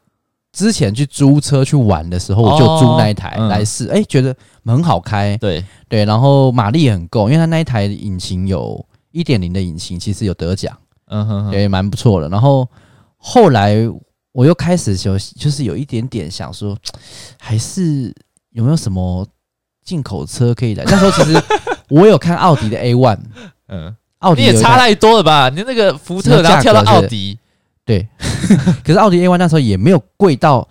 [SPEAKER 2] 之前去租车去玩的时候，我就租那一台
[SPEAKER 1] 哦嗯
[SPEAKER 2] 来试，哎、觉得很好开，
[SPEAKER 1] 对，
[SPEAKER 2] 对，然后马力也很够，因为它那一台引擎有一点零的引擎，其实有得奖，
[SPEAKER 1] 嗯哼哼，
[SPEAKER 2] 对，蛮不错的。然后后来我又开始有，就是有一点点想说，还是有没有什么进口车可以来？那时候其 实我有看奥迪的 A One，
[SPEAKER 1] 嗯，
[SPEAKER 2] 奥
[SPEAKER 1] 你
[SPEAKER 2] 迪
[SPEAKER 1] 也
[SPEAKER 2] 有一
[SPEAKER 1] 差
[SPEAKER 2] 台，
[SPEAKER 1] 太多了吧？你那个福
[SPEAKER 2] 什么
[SPEAKER 1] 特，然后
[SPEAKER 2] 价
[SPEAKER 1] 跳
[SPEAKER 2] 格
[SPEAKER 1] 到奥
[SPEAKER 2] 是
[SPEAKER 1] 迪，
[SPEAKER 2] 对， 可是奥迪 A One 那时候也没有贵到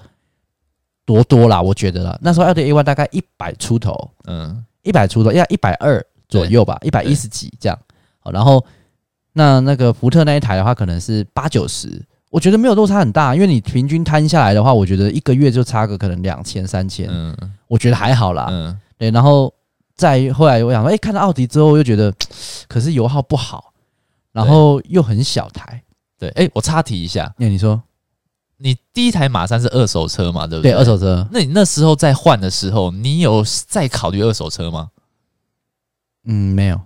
[SPEAKER 2] 多多啦，我觉得啦，那时候奥迪 A One 大概一百出头，
[SPEAKER 1] 嗯，
[SPEAKER 2] 一百出头，要一百二左右吧，一百一十几这样。好，然后那那个福特那一台的话，可能是八九十，我觉得没有落差很大，因为你平均摊下来的话，我觉得一个月就差个可能两千三千，
[SPEAKER 1] 嗯
[SPEAKER 2] 我觉得还好啦。
[SPEAKER 1] 嗯，
[SPEAKER 2] 对，然后再后来我想说，哎、看到奥迪之后，我又觉得，可是油耗不好，然后又很小台。
[SPEAKER 1] 对，哎，我插题一下，
[SPEAKER 2] 那你说，
[SPEAKER 1] 你第一台马三是二手车嘛，对不
[SPEAKER 2] 对，
[SPEAKER 1] 对
[SPEAKER 2] 二手车，
[SPEAKER 1] 那你那时候在换的时候，你有再考虑二手车吗？
[SPEAKER 2] 嗯，没有，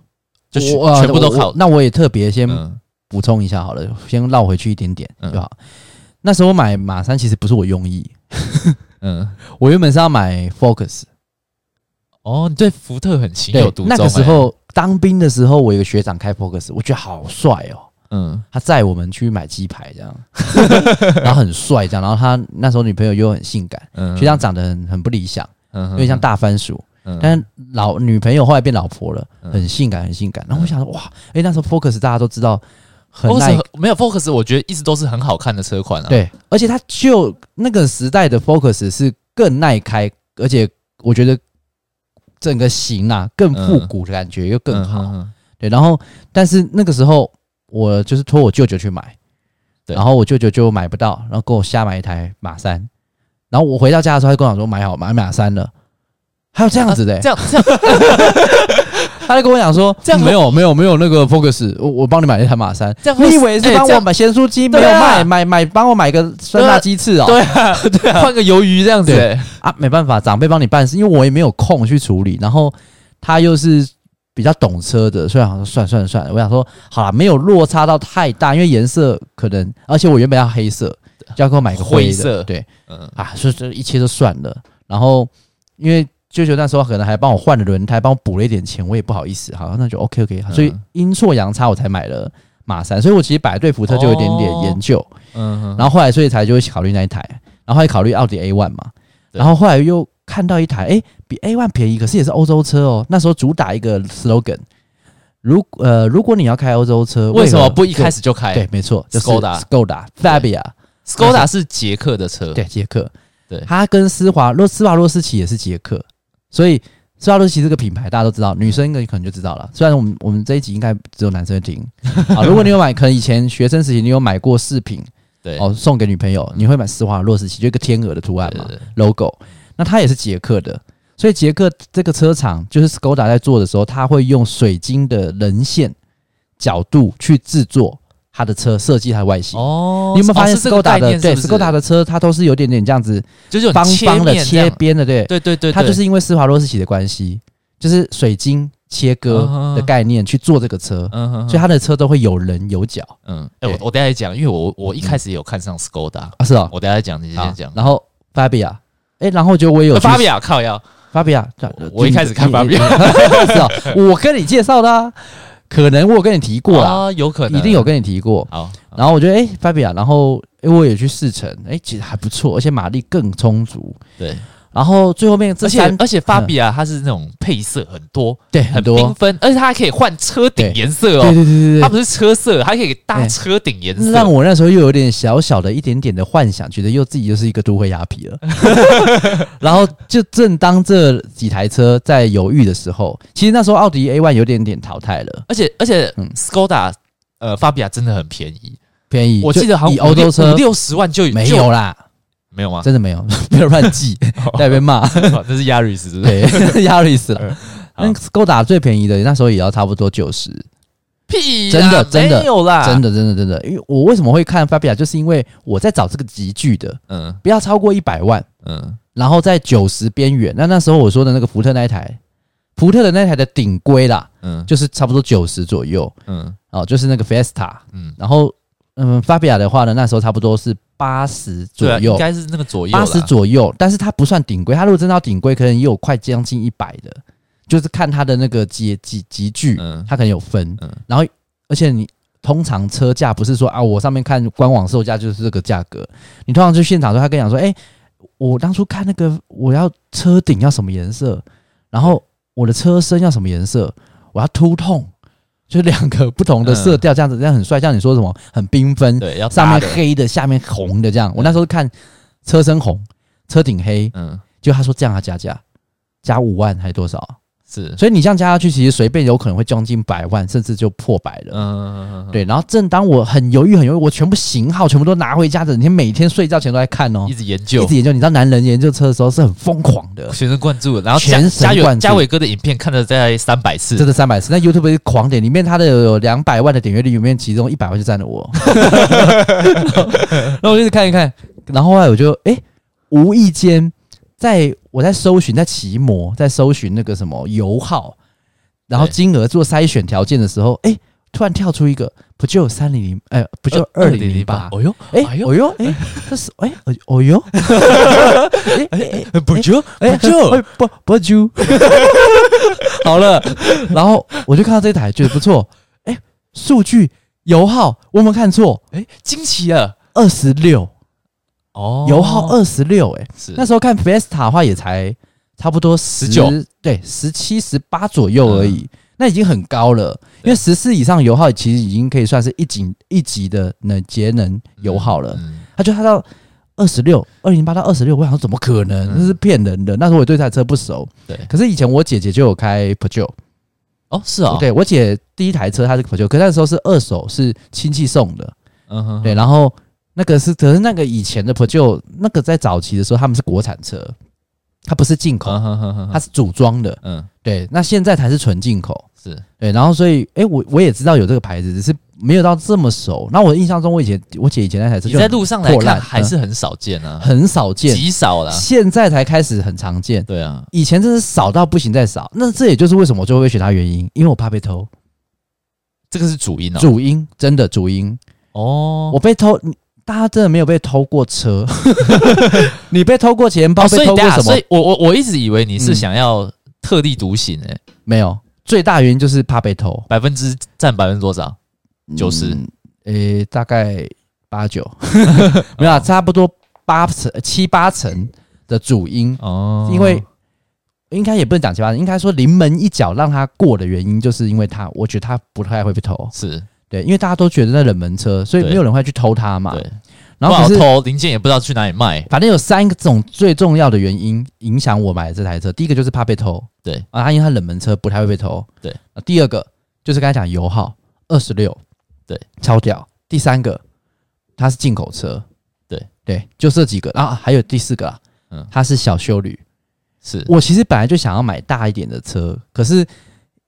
[SPEAKER 1] 就全
[SPEAKER 2] 我呃
[SPEAKER 1] 全部都
[SPEAKER 2] 我
[SPEAKER 1] 考，
[SPEAKER 2] 那我也特别先
[SPEAKER 1] 嗯
[SPEAKER 2] 补充一下好了，先绕回去一点点
[SPEAKER 1] 嗯
[SPEAKER 2] 就好。那时候买马三其实不是我用意，
[SPEAKER 1] 嗯，
[SPEAKER 2] 我原本是要买 Focus，
[SPEAKER 1] 哦，你对福特很情有独钟、
[SPEAKER 2] 那
[SPEAKER 1] 欸。
[SPEAKER 2] 个时，候当兵的时候，我有个学长开 Focus，我觉得好帅哦，
[SPEAKER 1] 嗯，
[SPEAKER 2] 他载我们去买鸡排这样， 然后很帅这样，然后他那时候女朋友又很性感，
[SPEAKER 1] 嗯
[SPEAKER 2] 学长长得很很不理想，
[SPEAKER 1] 嗯
[SPEAKER 2] 有点像大番薯，
[SPEAKER 1] 嗯
[SPEAKER 2] 但老女朋友后来变老婆了，
[SPEAKER 1] 嗯
[SPEAKER 2] 很性感，很性感。然后我想说，哇，哎、那时候 Focus 大家都知道很耐
[SPEAKER 1] Focus 很没有 Focus，我觉得一直都是很好看的车款啊。，
[SPEAKER 2] 对，而且它就那个时代的 Focus 是更耐开，而且我觉得整个型啊更复古的感觉又更好。
[SPEAKER 1] 嗯嗯
[SPEAKER 2] 对，然后但是那个时候我就是托我舅舅去买，
[SPEAKER 1] 对
[SPEAKER 2] 然后我舅舅就买不到，然后给我瞎买一台马三，然后我回到家的时候，他就跟我讲说买好买马三了。还有这样子的、
[SPEAKER 1] 啊
[SPEAKER 2] 欸
[SPEAKER 1] 这样这 样，
[SPEAKER 2] 他就跟我讲说，
[SPEAKER 1] 这样
[SPEAKER 2] 没有没有没有那个 Focus，我我帮你买了一台马三，
[SPEAKER 1] 这样会
[SPEAKER 2] 你以为
[SPEAKER 1] 哎
[SPEAKER 2] 是帮
[SPEAKER 1] 这
[SPEAKER 2] 我
[SPEAKER 1] 样
[SPEAKER 2] 买咸酥鸡没有
[SPEAKER 1] 对啊
[SPEAKER 2] 卖，买买帮我买个酸辣鸡翅哦、
[SPEAKER 1] 对啊对啊，换个鱿鱼这样子
[SPEAKER 2] 对
[SPEAKER 1] 欸，
[SPEAKER 2] 啊，没办法，长辈帮你办事，因为我也没有空去处理。然后他又是比较懂车的，所以想说算了算了算了，我想说好了，没有落差到太大，因为颜色可能，而且我原本要黑色，就要给我买个
[SPEAKER 1] 灰
[SPEAKER 2] 的
[SPEAKER 1] 色
[SPEAKER 2] 对
[SPEAKER 1] 嗯
[SPEAKER 2] 啊，所以这一切都算了。然后因为舅舅那时候可能还帮我换了轮胎，帮我补了一点钱，我也不好意思，好，那就 OK OK，所以
[SPEAKER 1] 嗯
[SPEAKER 2] 阴错阳差我才买了马三，所以我其实本来对福特就有一点点
[SPEAKER 1] 哦
[SPEAKER 2] 研究。
[SPEAKER 1] 嗯，
[SPEAKER 2] 然后后来所以才就会考虑那一台，然后还考虑奥迪 A one 嘛，
[SPEAKER 1] 对
[SPEAKER 2] 然后后来又看到一台，诶，比 A one 便宜，可是也是欧洲车哦。那时候主打一个 slogan，如呃，如果你要开欧洲车，
[SPEAKER 1] 为什么不一开
[SPEAKER 2] 始？
[SPEAKER 1] 始就开？
[SPEAKER 2] 对，没错，就是
[SPEAKER 1] Skoda
[SPEAKER 2] Skoda Fabia，
[SPEAKER 1] ，Skoda 是捷克的车，
[SPEAKER 2] 对，捷克，
[SPEAKER 1] 对
[SPEAKER 2] 它跟施华洛施华洛世奇也是捷克，所以施华洛世奇这个品牌大家都知道，女生应该可能就知道了。虽然我们我们这一集应该只有男生 听啊，如果你有买，可能以前学生时期你有买过饰品，
[SPEAKER 1] 对
[SPEAKER 2] 哦，送给女朋友，你会买施华洛世奇，就一个天鹅的图案嘛
[SPEAKER 1] 对对对
[SPEAKER 2] logo。那它也是捷克的，所以捷克这个车厂就是 Skoda 在做的时候，它会用水晶的棱线角度去制作它的车，设计它的外形。
[SPEAKER 1] 哦
[SPEAKER 2] 你有没有发现
[SPEAKER 1] 哦是这个
[SPEAKER 2] Skoda
[SPEAKER 1] 概
[SPEAKER 2] 的
[SPEAKER 1] 念
[SPEAKER 2] 对
[SPEAKER 1] 是不是
[SPEAKER 2] Skoda 的车，它都是有点点这样子
[SPEAKER 1] 就是有
[SPEAKER 2] 方
[SPEAKER 1] 切
[SPEAKER 2] 方的
[SPEAKER 1] 面这
[SPEAKER 2] 切
[SPEAKER 1] 样，
[SPEAKER 2] 边的，对，
[SPEAKER 1] 对对对，
[SPEAKER 2] 它
[SPEAKER 1] 对
[SPEAKER 2] 就是因为施华洛世奇的关系，就是水晶切割的概念去做这个车，
[SPEAKER 1] 嗯哼哼
[SPEAKER 2] 所以它的车都会有棱有角
[SPEAKER 1] 嗯，哎，
[SPEAKER 2] 对
[SPEAKER 1] 我我等一下再讲，因为我我一开始也有看上 Skoda，
[SPEAKER 2] 啊，是哦，
[SPEAKER 1] 我等一下再讲，你
[SPEAKER 2] 好
[SPEAKER 1] 先讲。
[SPEAKER 2] 然后 Fabia，哎、然后就我也有
[SPEAKER 1] 呃
[SPEAKER 2] 去
[SPEAKER 1] 发表靠要，
[SPEAKER 2] Fabia，
[SPEAKER 1] 我我一开始看 Fabia
[SPEAKER 2] 是啊，我跟你介绍的、啊，可能我有跟你提过啦，
[SPEAKER 1] 啊，有可能
[SPEAKER 2] 一定有。跟你提过。
[SPEAKER 1] 好，好
[SPEAKER 2] 然后我觉得哎、f a b i a 然后哎、诶我也去试乘，哎、其实还不错，而且马力更充足。
[SPEAKER 1] 对，
[SPEAKER 2] 然后最后面这
[SPEAKER 1] 而且
[SPEAKER 2] 三
[SPEAKER 1] 而且发比亚它是那种配色很多，
[SPEAKER 2] 对
[SPEAKER 1] 嗯很
[SPEAKER 2] 很多，
[SPEAKER 1] 缤纷，而且它还可以换车顶
[SPEAKER 2] 对
[SPEAKER 1] 颜色
[SPEAKER 2] 对
[SPEAKER 1] 哦，
[SPEAKER 2] 对对
[SPEAKER 1] 它
[SPEAKER 2] 对
[SPEAKER 1] 不是车色，还可以搭
[SPEAKER 2] 对
[SPEAKER 1] 车顶颜
[SPEAKER 2] 对，
[SPEAKER 1] 色，
[SPEAKER 2] 让我那时候又有点小小的一点点的幻想，觉得又自己就是一个都会雅 痞了。然后就正当这几台车在犹豫的时候，其实那时候奥迪 A one 有点点淘汰了，
[SPEAKER 1] 而且而且
[SPEAKER 2] 嗯
[SPEAKER 1] Skoda 呃发比亚真的很便宜，
[SPEAKER 2] 便宜，
[SPEAKER 1] 我
[SPEAKER 2] 就
[SPEAKER 1] 记得好
[SPEAKER 2] 以
[SPEAKER 1] 像
[SPEAKER 2] 欧洲车
[SPEAKER 1] 五六十万就啊
[SPEAKER 2] 没
[SPEAKER 1] 就
[SPEAKER 2] 有啦，
[SPEAKER 1] 没有吗？
[SPEAKER 2] 真的没有， 不要乱记，
[SPEAKER 1] 哦
[SPEAKER 2] 在 被骂。
[SPEAKER 1] 这是 Yaris 是不是？
[SPEAKER 2] 对， 压力死
[SPEAKER 1] 嗯
[SPEAKER 2] 了。那 Skoda 最便宜的那时候也要差不多九十，
[SPEAKER 1] 屁啦，
[SPEAKER 2] 真的真的
[SPEAKER 1] 没有啦，
[SPEAKER 2] 真的真的真的。因为我为什么会看 Fabia，就是因为我在找这个集聚的，
[SPEAKER 1] 嗯
[SPEAKER 2] 不要超过一百万，
[SPEAKER 1] 嗯
[SPEAKER 2] 然后在九十边缘。那那时候我说的那个福特那一台，福特的那台的顶规啦，
[SPEAKER 1] 嗯
[SPEAKER 2] 就是差不多九十左右
[SPEAKER 1] 嗯
[SPEAKER 2] 哦，就是那个 Fiesta。
[SPEAKER 1] 嗯，
[SPEAKER 2] 然后嗯，Fabia 的话呢，那时候差不多是八十
[SPEAKER 1] 对
[SPEAKER 2] 左
[SPEAKER 1] 啊，
[SPEAKER 2] 右
[SPEAKER 1] 应，该是那个左右啦
[SPEAKER 2] 八十左右，但是它不算顶规，它如果真到顶规，可能也有快将近一百的，就是看它的那个集集集聚，
[SPEAKER 1] 嗯
[SPEAKER 2] 它可能有分。
[SPEAKER 1] 嗯
[SPEAKER 2] 然后，而且你通常车价不是说啊，我上面看官网售价就是这个价格，你通常去现场的时候，他跟你讲说，哎、我当初看那个我要车顶要什么颜色，然后我的车身要什么颜色，我要凸痛，就是两个不同的色
[SPEAKER 1] 嗯
[SPEAKER 2] 调，这样子这样很帅，像你说什么很缤纷，
[SPEAKER 1] 对，要
[SPEAKER 2] 上
[SPEAKER 1] 搭
[SPEAKER 2] 面
[SPEAKER 1] 啊的
[SPEAKER 2] 黑的，下面红的这样。我那时候看车身红，车顶黑，
[SPEAKER 1] 嗯
[SPEAKER 2] 就他说这样他加价，加五万还多少啊？
[SPEAKER 1] 是
[SPEAKER 2] 所以你这样加下去，其实随便有可能会将近百万，甚至就破百了。
[SPEAKER 1] 嗯
[SPEAKER 2] 对，然后正当我很犹豫、很犹豫，我全部型号全部都拿回家，整天每天睡觉前都在看哦
[SPEAKER 1] 一，直研
[SPEAKER 2] 一
[SPEAKER 1] 究
[SPEAKER 2] 直。研究。你知道男人研究车的时候是很疯狂的，
[SPEAKER 1] 全神贯注，然后嘉
[SPEAKER 2] 全神
[SPEAKER 1] 嘉伟
[SPEAKER 2] 贯注
[SPEAKER 1] 嘉伟哥的影片看了在三百次
[SPEAKER 2] 真，的三百次。那 YouTube 是狂点，里面他的有两百万的点阅率，里面其中一百万就占了我。 然后我就一直看一看，然后后来我就哎、诶无意间在我在搜寻，在骑摩，在搜寻那个什么油耗，然后
[SPEAKER 1] 对
[SPEAKER 2] 金额做筛选条件的时候，哎、突然跳出一个不就三零零，哎，不就二零零八。
[SPEAKER 1] 哦哟，
[SPEAKER 2] 哎，
[SPEAKER 1] 哎
[SPEAKER 2] 哎
[SPEAKER 1] 呦
[SPEAKER 2] 呦，哎，这是哎，哎哦哟， 哎哎哎，
[SPEAKER 1] 不就
[SPEAKER 2] 哎，
[SPEAKER 1] 不就
[SPEAKER 2] 哎不不就， 好了，然后我就看到这一台觉得不错，哎，数据油耗我有没有看错？
[SPEAKER 1] 哎，惊奇了
[SPEAKER 2] 二十六
[SPEAKER 1] 哦
[SPEAKER 2] 油耗二十六，哎，
[SPEAKER 1] 是
[SPEAKER 2] 那时候看 Fiesta 的话也才差不多十嗯
[SPEAKER 1] 19
[SPEAKER 2] 对十七十八左右而已，那已经很高了。因为十四以上油耗其实已经可以算是一级一级的那节能油耗了，
[SPEAKER 1] 嗯
[SPEAKER 2] 它就它到二十六二零八到二十六，我想说怎么可能？
[SPEAKER 1] 嗯
[SPEAKER 2] 那是骗人的。那时候我对这台车不熟，
[SPEAKER 1] 对
[SPEAKER 2] 可是以前我姐姐就有开 Peugeot，
[SPEAKER 1] 哦，是啊、哦，，
[SPEAKER 2] 对我姐第一台车她是 Peugeot，可是那时候是二手，是亲戚送的。
[SPEAKER 1] 嗯哼，
[SPEAKER 2] 对，然后那个是，可是那个以前的 Peugeot，那个在早期的时候他们是国产车，它不是进口，
[SPEAKER 1] 嗯哼哼哼，
[SPEAKER 2] 它是组装的。
[SPEAKER 1] 嗯
[SPEAKER 2] 对，那现在才是纯进口。
[SPEAKER 1] 是，
[SPEAKER 2] 对，然后所以，哎、我我也知道有这个牌子，只是没有到这么熟。那我印象中，我以前我姐以前那台车
[SPEAKER 1] 你
[SPEAKER 2] 就
[SPEAKER 1] 在
[SPEAKER 2] 很
[SPEAKER 1] 路上来
[SPEAKER 2] 破烂嗯
[SPEAKER 1] 看还是很少见啊，
[SPEAKER 2] 很少见，
[SPEAKER 1] 极少啦。
[SPEAKER 2] 现在才开始很常见。
[SPEAKER 1] 对啊，
[SPEAKER 2] 以前真是少到不行再少，那这也就是为什么我最后会选它的原因，因为我怕被偷。
[SPEAKER 1] 这个是主因哦。
[SPEAKER 2] 主因真的主因，
[SPEAKER 1] 哦，
[SPEAKER 2] 我被偷，你大家真的没有被偷过车， 你被偷过钱包，
[SPEAKER 1] 哦，所
[SPEAKER 2] 被
[SPEAKER 1] 以
[SPEAKER 2] 偷
[SPEAKER 1] 等
[SPEAKER 2] 过
[SPEAKER 1] 下
[SPEAKER 2] 什
[SPEAKER 1] 所
[SPEAKER 2] 么？
[SPEAKER 1] 以我我我一直以为你是
[SPEAKER 2] 嗯
[SPEAKER 1] 想要特立独行诶、
[SPEAKER 2] 没有，最大原因就是怕被偷，
[SPEAKER 1] 百分之占百分之多少？90
[SPEAKER 2] 嗯诶，大概八九， 没有
[SPEAKER 1] 哦
[SPEAKER 2] 啊，差不多八成七八成的主因，
[SPEAKER 1] 哦，
[SPEAKER 2] 因为应该也不能讲七八成，应该说临门一脚让他过的原因，就是因为他，我觉得他不太会被偷，
[SPEAKER 1] 是
[SPEAKER 2] 对，因为大家都觉得那冷门车，所以
[SPEAKER 1] 对
[SPEAKER 2] 没有人会去偷它嘛，
[SPEAKER 1] 对，
[SPEAKER 2] 然后
[SPEAKER 1] 不好
[SPEAKER 2] 可是
[SPEAKER 1] 偷零件也不知道去哪里卖，
[SPEAKER 2] 反正有三个种最重要的原因影响我买这台车。第一个就是怕被偷，
[SPEAKER 1] 对
[SPEAKER 2] 啊，因为它冷门车不太会被偷，
[SPEAKER 1] 对
[SPEAKER 2] 啊第二个就是刚才讲油耗二十六，
[SPEAKER 1] 对，
[SPEAKER 2] 超屌。第三个它是进口车，
[SPEAKER 1] 对
[SPEAKER 2] 对，就这几个。啊，还有第四个啊，
[SPEAKER 1] 嗯
[SPEAKER 2] 它是小修旅。
[SPEAKER 1] 是
[SPEAKER 2] 我其实本来就想要买大一点的车，可是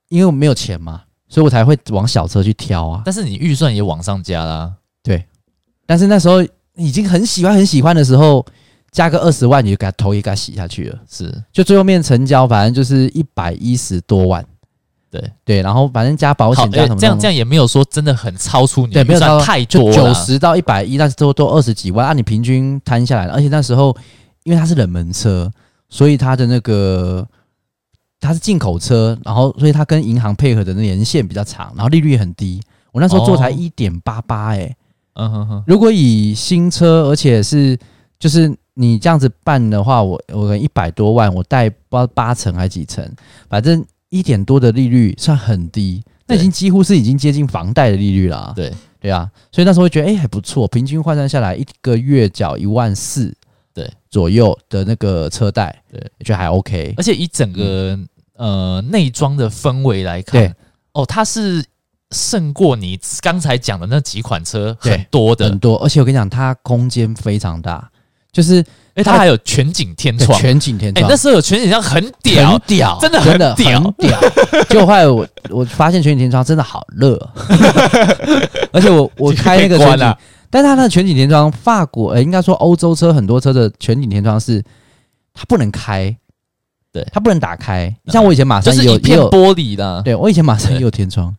[SPEAKER 2] 因为我没有钱嘛，所以我才会往小车去挑啊。
[SPEAKER 1] 但是你预算也往上加啦，
[SPEAKER 2] 但是那时候已经很喜欢很喜欢的时候，加个二十万你就给它头也给它洗下去了。
[SPEAKER 1] 是
[SPEAKER 2] 就最后面成交，反正就是一百一十多万。
[SPEAKER 1] 对
[SPEAKER 2] 对，然后反正加保
[SPEAKER 1] 好，
[SPEAKER 2] 险加
[SPEAKER 1] 诶
[SPEAKER 2] 什么
[SPEAKER 1] 这样这样也没有说真的很超出你的
[SPEAKER 2] 对
[SPEAKER 1] 预
[SPEAKER 2] 没有
[SPEAKER 1] 算
[SPEAKER 2] 到
[SPEAKER 1] 太
[SPEAKER 2] 就
[SPEAKER 1] 多
[SPEAKER 2] 九
[SPEAKER 1] 了，
[SPEAKER 2] 十到一百一，那都都二十几万，按、你平均摊下来，而且那时候因为它是冷门车，所以它的那个它是进口车，然后所以它跟银行配合的那年限比较长，然后利率也很低。我那时候做才
[SPEAKER 1] 哦
[SPEAKER 2] 一点八八，哎，
[SPEAKER 1] 嗯哼哼，
[SPEAKER 2] 如果以新车，而且是就是你这样子办的话，我我可能一百多万，我贷不知道八成还几成，反正一点多的利率算很低，那
[SPEAKER 1] 对
[SPEAKER 2] 已经几乎是已经接近房贷的利率啦、
[SPEAKER 1] 对，
[SPEAKER 2] 对啊，所以那时候会觉得哎、诶还不错，平均换算下来一个月缴一万四
[SPEAKER 1] 对
[SPEAKER 2] 左右的那个车贷，
[SPEAKER 1] 对，
[SPEAKER 2] 觉得还 OK。
[SPEAKER 1] 而且以整个、呃内装的氛围来看
[SPEAKER 2] 对，
[SPEAKER 1] 哦，它是胜过你刚才讲的那几款车
[SPEAKER 2] 对
[SPEAKER 1] 很多的
[SPEAKER 2] 很，多，而且我跟你讲，它空间非常大，就是
[SPEAKER 1] 哎、它还有全景天
[SPEAKER 2] 对
[SPEAKER 1] 窗，
[SPEAKER 2] 全景天
[SPEAKER 1] 哎、
[SPEAKER 2] 窗，
[SPEAKER 1] 那时候有全景天窗很
[SPEAKER 2] 很
[SPEAKER 1] 屌，
[SPEAKER 2] 屌，
[SPEAKER 1] 真的很
[SPEAKER 2] 真的
[SPEAKER 1] 屌
[SPEAKER 2] 很 屌。结果后来我我发现全景天窗真的好热， 而且我我开那个全
[SPEAKER 1] 关啊
[SPEAKER 2] 景
[SPEAKER 1] 了，
[SPEAKER 2] 但是它的全景天窗，法国呃、应该说欧洲车很多车的全景天窗是它不能开，
[SPEAKER 1] 对嗯
[SPEAKER 2] 它不能打开。像我以前马
[SPEAKER 1] 就
[SPEAKER 2] 上
[SPEAKER 1] 是
[SPEAKER 2] 有
[SPEAKER 1] 一
[SPEAKER 2] 也
[SPEAKER 1] 片
[SPEAKER 2] 有，
[SPEAKER 1] 玻璃啦，
[SPEAKER 2] 对我以前马上
[SPEAKER 1] 对
[SPEAKER 2] 也有天窗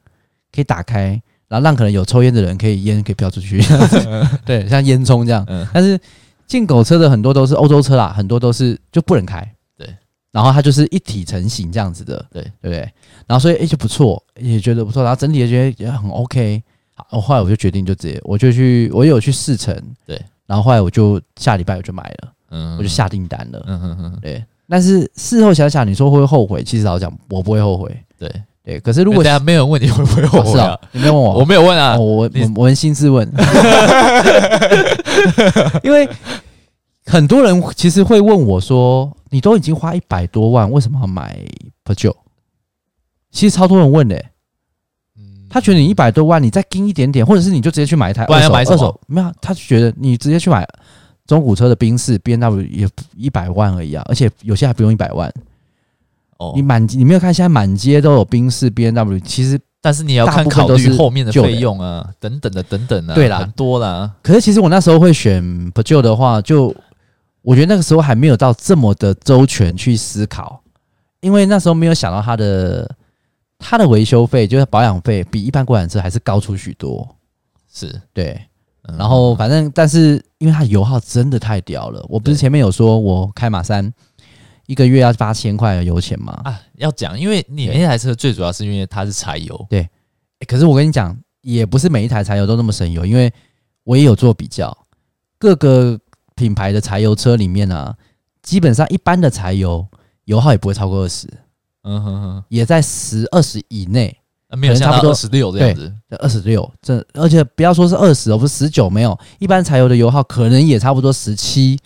[SPEAKER 2] 可以打开，然后让可能有抽烟的人可以烟可以飘 出去，对，像烟囱这样。
[SPEAKER 1] 嗯
[SPEAKER 2] 但是进口车的很多都是欧洲车啦，很多都是就不能开。
[SPEAKER 1] 对，
[SPEAKER 2] 然后它就是一体成型这样子的，
[SPEAKER 1] 对
[SPEAKER 2] 对不对？然后所以诶、就不错，也觉得不错，然后整体也觉得也很 OK。好，我后来我就决定就直接我就去，我有去试乘，
[SPEAKER 1] 对，
[SPEAKER 2] 然后后来我就下礼拜我就买了，
[SPEAKER 1] 嗯
[SPEAKER 2] 我就，下订单了，
[SPEAKER 1] 嗯哼哼，
[SPEAKER 2] 对。但是事后想想，你说会不会后悔？其实老实讲，我不会后悔，
[SPEAKER 1] 对。
[SPEAKER 2] 对。可是如
[SPEAKER 1] 如果
[SPEAKER 2] 果
[SPEAKER 1] 大家没有人问你会不会 后
[SPEAKER 2] 哦
[SPEAKER 1] 悔
[SPEAKER 2] 是
[SPEAKER 1] 啊
[SPEAKER 2] 啊，，你没有问我，
[SPEAKER 1] 我没有问啊
[SPEAKER 2] 哦，，我
[SPEAKER 1] 你
[SPEAKER 2] 我我扪心自 问，因为很多人其实会问我说：“你都已经花一百多万，为什么要买 Peugeot？” 其实超多人问的、
[SPEAKER 1] 嗯
[SPEAKER 2] 他觉得你一百多万，你再盯一点点，或者是你就直接去买一台
[SPEAKER 1] 不然
[SPEAKER 2] 二
[SPEAKER 1] 要
[SPEAKER 2] 手，
[SPEAKER 1] 买什么
[SPEAKER 2] 二手没有啊，他就觉得你直接去买中古车的宾士 B N W 也一百万而已啊，而且有些还不用一百万。
[SPEAKER 1] 哦
[SPEAKER 2] 你，满你没有看现在满街都有宾士 B N W，其实
[SPEAKER 1] 但是你也要
[SPEAKER 2] 大
[SPEAKER 1] 看
[SPEAKER 2] 部分
[SPEAKER 1] 考
[SPEAKER 2] 都
[SPEAKER 1] 虑
[SPEAKER 2] 是
[SPEAKER 1] 后面的
[SPEAKER 2] 旧的
[SPEAKER 1] 费用啊，等等的等等啊，
[SPEAKER 2] 对啦
[SPEAKER 1] 很多啦，
[SPEAKER 2] 可是其实我那时候会选不救的话，就我觉得那个时候还没有到这么的周全去思考，因为那时候没有想到它的它的维修费就是保养费比一般国产车还是高出许多。
[SPEAKER 1] 是。
[SPEAKER 2] 对，
[SPEAKER 1] 嗯
[SPEAKER 2] 然后反正但是因为它油耗真的太屌了，我不是
[SPEAKER 1] 对
[SPEAKER 2] 前面有说我开马三一个月要八千块的油钱吗？
[SPEAKER 1] 啊，要讲，因为你
[SPEAKER 2] 对
[SPEAKER 1] 那台车最主要是因为它是柴油，
[SPEAKER 2] 欸可是我跟你讲，也不是每一台柴油都那么省油，因为我也有做比较，各个品牌的柴油车里面啊，基本上一般的柴油油耗也不会超过二十，
[SPEAKER 1] 嗯哼哼，
[SPEAKER 2] 也在十二十以内，
[SPEAKER 1] 啊没有
[SPEAKER 2] 可能
[SPEAKER 1] 像
[SPEAKER 2] 差不
[SPEAKER 1] 到
[SPEAKER 2] 多
[SPEAKER 1] 二十六这样子，
[SPEAKER 2] 二十六，这而且不要说是二十哦，不是十九没有，一般柴油的油耗可能也差不多十七、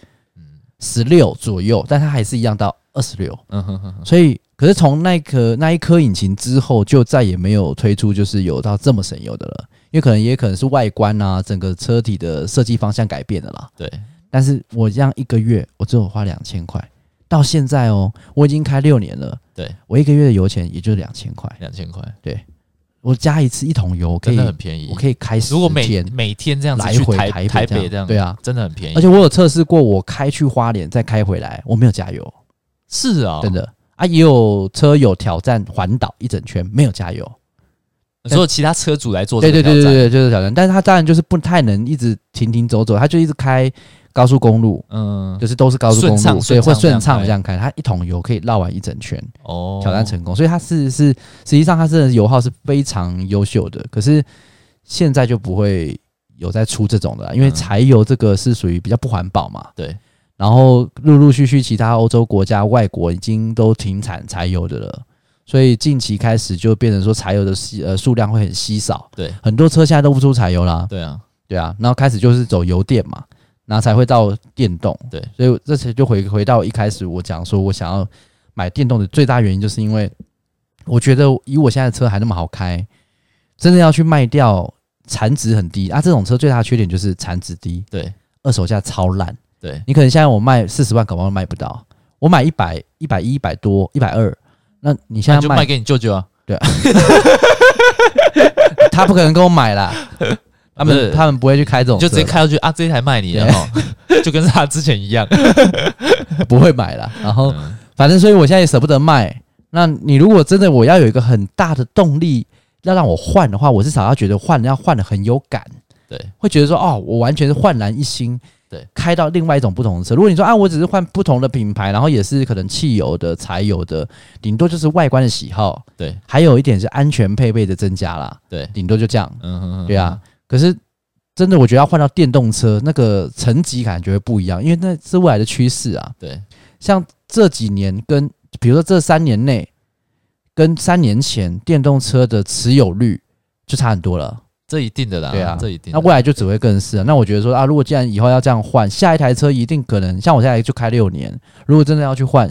[SPEAKER 2] 十六左右，但它还是一样到二十六。
[SPEAKER 1] 嗯哼哼哼，
[SPEAKER 2] 所以，可是从那一颗那一颗引擎之后，就再也没有推出就是有到这么省油的了，因为可能也可能是外观啊，整个车体的设计方向改变了啦。
[SPEAKER 1] 对，
[SPEAKER 2] 但是我这样一个月，我只有花两千块，到现在哦，我已经开六年了，
[SPEAKER 1] 对
[SPEAKER 2] 我一个月的油钱也就两千块，
[SPEAKER 1] 两千块
[SPEAKER 2] 我加一次一桶油可
[SPEAKER 1] 真
[SPEAKER 2] 以
[SPEAKER 1] 的，很便宜。
[SPEAKER 2] 我可以开十
[SPEAKER 1] 如果每
[SPEAKER 2] 天，
[SPEAKER 1] 每天这样子
[SPEAKER 2] 来
[SPEAKER 1] 去
[SPEAKER 2] 回
[SPEAKER 1] 台
[SPEAKER 2] 台北
[SPEAKER 1] 台
[SPEAKER 2] 这样
[SPEAKER 1] 北这样，
[SPEAKER 2] 对啊，
[SPEAKER 1] 真的很便宜。
[SPEAKER 2] 而且我有测试过，我开去花莲再开回来，我没有加油，
[SPEAKER 1] 是啊，
[SPEAKER 2] 真的。啊，也有车友挑战环岛一整圈没有加油，
[SPEAKER 1] 你说其他车主来做
[SPEAKER 2] 对
[SPEAKER 1] 这
[SPEAKER 2] 对
[SPEAKER 1] 个挑
[SPEAKER 2] 对对
[SPEAKER 1] 战，
[SPEAKER 2] 对，就是挑战。但是他当然就是不太能一直停停走走，他就一直开高速公路，
[SPEAKER 1] 嗯，
[SPEAKER 2] 就是都是高速公
[SPEAKER 1] 顺畅
[SPEAKER 2] 路，对，
[SPEAKER 1] 顺畅
[SPEAKER 2] 会顺畅
[SPEAKER 1] 这
[SPEAKER 2] 这
[SPEAKER 1] 样
[SPEAKER 2] 样开。他一桶油可以绕完一整圈，
[SPEAKER 1] 哦，
[SPEAKER 2] 挑战成功，所以他是是实际上他真的油耗是非常优秀的，可是现在就不会有再出这种的啦，因为
[SPEAKER 1] 嗯
[SPEAKER 2] 柴油这个是属于比较不环保嘛。
[SPEAKER 1] 对，
[SPEAKER 2] 然后陆陆续续其他欧洲国家、外国已经都停产柴油的了，所以近期开始就变成说柴油的稀呃数量会很稀少，
[SPEAKER 1] 对
[SPEAKER 2] 很多车现在都不出柴油啦，
[SPEAKER 1] 对啊，
[SPEAKER 2] 对啊，然后开始就是走油电嘛，然后才会到电动。
[SPEAKER 1] 对，
[SPEAKER 2] 所以这次就回回到一开始我讲说，我想要买电动的最大原因，就是因为我觉得以我现在的车还那么好开，真的要去卖掉，残值很低啊。这种车最大的缺点就是残值低，
[SPEAKER 1] 对
[SPEAKER 2] 二手价超烂。
[SPEAKER 1] 对，
[SPEAKER 2] 你可能现在我卖四十万，搞不好卖不到。我买一百、一百一、一百多、一百二，那你现
[SPEAKER 1] 那
[SPEAKER 2] 在
[SPEAKER 1] 就
[SPEAKER 2] 卖
[SPEAKER 1] 卖给你舅舅啊，
[SPEAKER 2] 他不可能跟我买啦， 他
[SPEAKER 1] 不是
[SPEAKER 2] 们他们不会去开这种
[SPEAKER 1] 你就
[SPEAKER 2] 车
[SPEAKER 1] 直
[SPEAKER 2] 啦，
[SPEAKER 1] 接开出去啊，这一台卖你了
[SPEAKER 2] 对
[SPEAKER 1] 哦，就跟他之前一 样，
[SPEAKER 2] 不会买啦。然后
[SPEAKER 1] 嗯
[SPEAKER 2] 反正，所以我现在也舍不得卖。那你如果真的我要有一个很大的动力要让我换的话，我至少要觉得换要换的很有感，
[SPEAKER 1] 对
[SPEAKER 2] 会觉得说哦，我完全是焕然一新。
[SPEAKER 1] 对，
[SPEAKER 2] 开到另外一种不同的车。如果你说啊，我只是换不同的品牌，然后也是可能汽油的、柴油的，顶多就是外观的喜好，
[SPEAKER 1] 对
[SPEAKER 2] 还有一点是安全配备的增加啦，
[SPEAKER 1] 对，
[SPEAKER 2] 顶多就这样。
[SPEAKER 1] 嗯哼哼，
[SPEAKER 2] 对啊，可是真的，我觉得要换到电动车，那个层级感觉会不一样，因为那是未来的趋势啊。
[SPEAKER 1] 对
[SPEAKER 2] 像这几年跟比如说这三年内跟三年前电动车的持有率就差很多了。
[SPEAKER 1] 这一定的啦，
[SPEAKER 2] 对啊
[SPEAKER 1] 这一定的。
[SPEAKER 2] 那未来就只会更是啊、那我觉得说啊，如果既然以后要这样换，下一台车一定可能像我现在就开六年，如果真的要去换。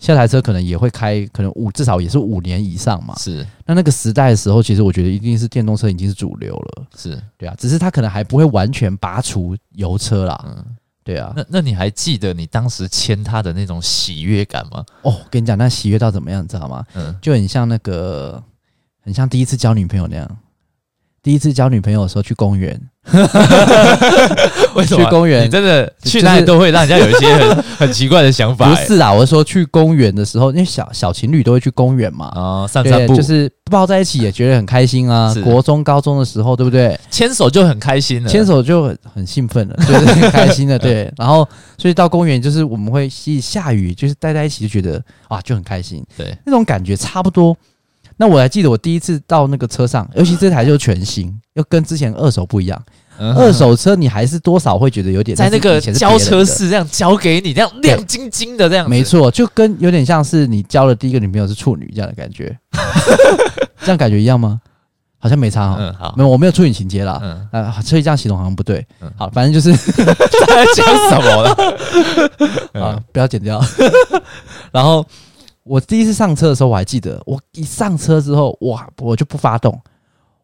[SPEAKER 2] 下台车可能也会开，可能五至少也是五年以上嘛。
[SPEAKER 1] 是
[SPEAKER 2] 那那个时代的时候，其实我觉得一定是电动车已经是主流了，
[SPEAKER 1] 是，
[SPEAKER 2] 对啊。只是它可能还不会完全拔除油车啦，
[SPEAKER 1] 嗯，
[SPEAKER 2] 对啊。
[SPEAKER 1] 那那你还记得你当时签他的那种喜悦感吗？
[SPEAKER 2] 哦，跟你讲，那喜悦到怎么样，你知道吗？
[SPEAKER 1] 嗯，
[SPEAKER 2] 就很像那个，很像第一次交女朋友那样。第一次交女朋友的时候去公园，
[SPEAKER 1] 为什么
[SPEAKER 2] 去公园
[SPEAKER 1] 你真的
[SPEAKER 2] 就是
[SPEAKER 1] 去哪里都会让人家有一些很 很奇怪的想法、
[SPEAKER 2] 不
[SPEAKER 1] 欸？
[SPEAKER 2] 是啦，我是说去公园的时候，因为小小情侣都会去公园嘛，
[SPEAKER 1] 啊、散散
[SPEAKER 2] 对，
[SPEAKER 1] 步
[SPEAKER 2] 就是抱在一起也觉得很开心啊
[SPEAKER 1] 是。
[SPEAKER 2] 国中、高中的时候，对不对？
[SPEAKER 1] 牵手就很开心了。
[SPEAKER 2] 牵手就很很兴奋了，就是 很开心的，
[SPEAKER 1] 嗯
[SPEAKER 2] 对。然后所以到公园，就是我们会一下雨，就是待在一起就觉得啊，就很开心，
[SPEAKER 1] 对
[SPEAKER 2] 那种感觉差不多。那我还记得我第一次到那个 车上，尤其这台就是全新，又跟之前二手不一样。
[SPEAKER 1] 嗯
[SPEAKER 2] 二手车你还是多少会觉得有点
[SPEAKER 1] 在那个
[SPEAKER 2] 是以前是别
[SPEAKER 1] 交
[SPEAKER 2] 人
[SPEAKER 1] 车
[SPEAKER 2] 的，
[SPEAKER 1] 室这样交给你，这样亮晶晶的这样子，
[SPEAKER 2] 没错，就跟有点像是你交了第一个女朋友是处女这样的 感觉，这样感觉一样吗？好像没差哈、
[SPEAKER 1] 嗯，好，
[SPEAKER 2] 没有我没有处女情节啦，
[SPEAKER 1] 嗯，
[SPEAKER 2] 啊，所以这样形容好像不对
[SPEAKER 1] 嗯。
[SPEAKER 2] 好，反正就是
[SPEAKER 1] 他在讲什么了？
[SPEAKER 2] 啊
[SPEAKER 1] 嗯，
[SPEAKER 2] 不要剪掉。 然后我第一次上车的时候，我还记得，我一上车之后，哇，我就不发动。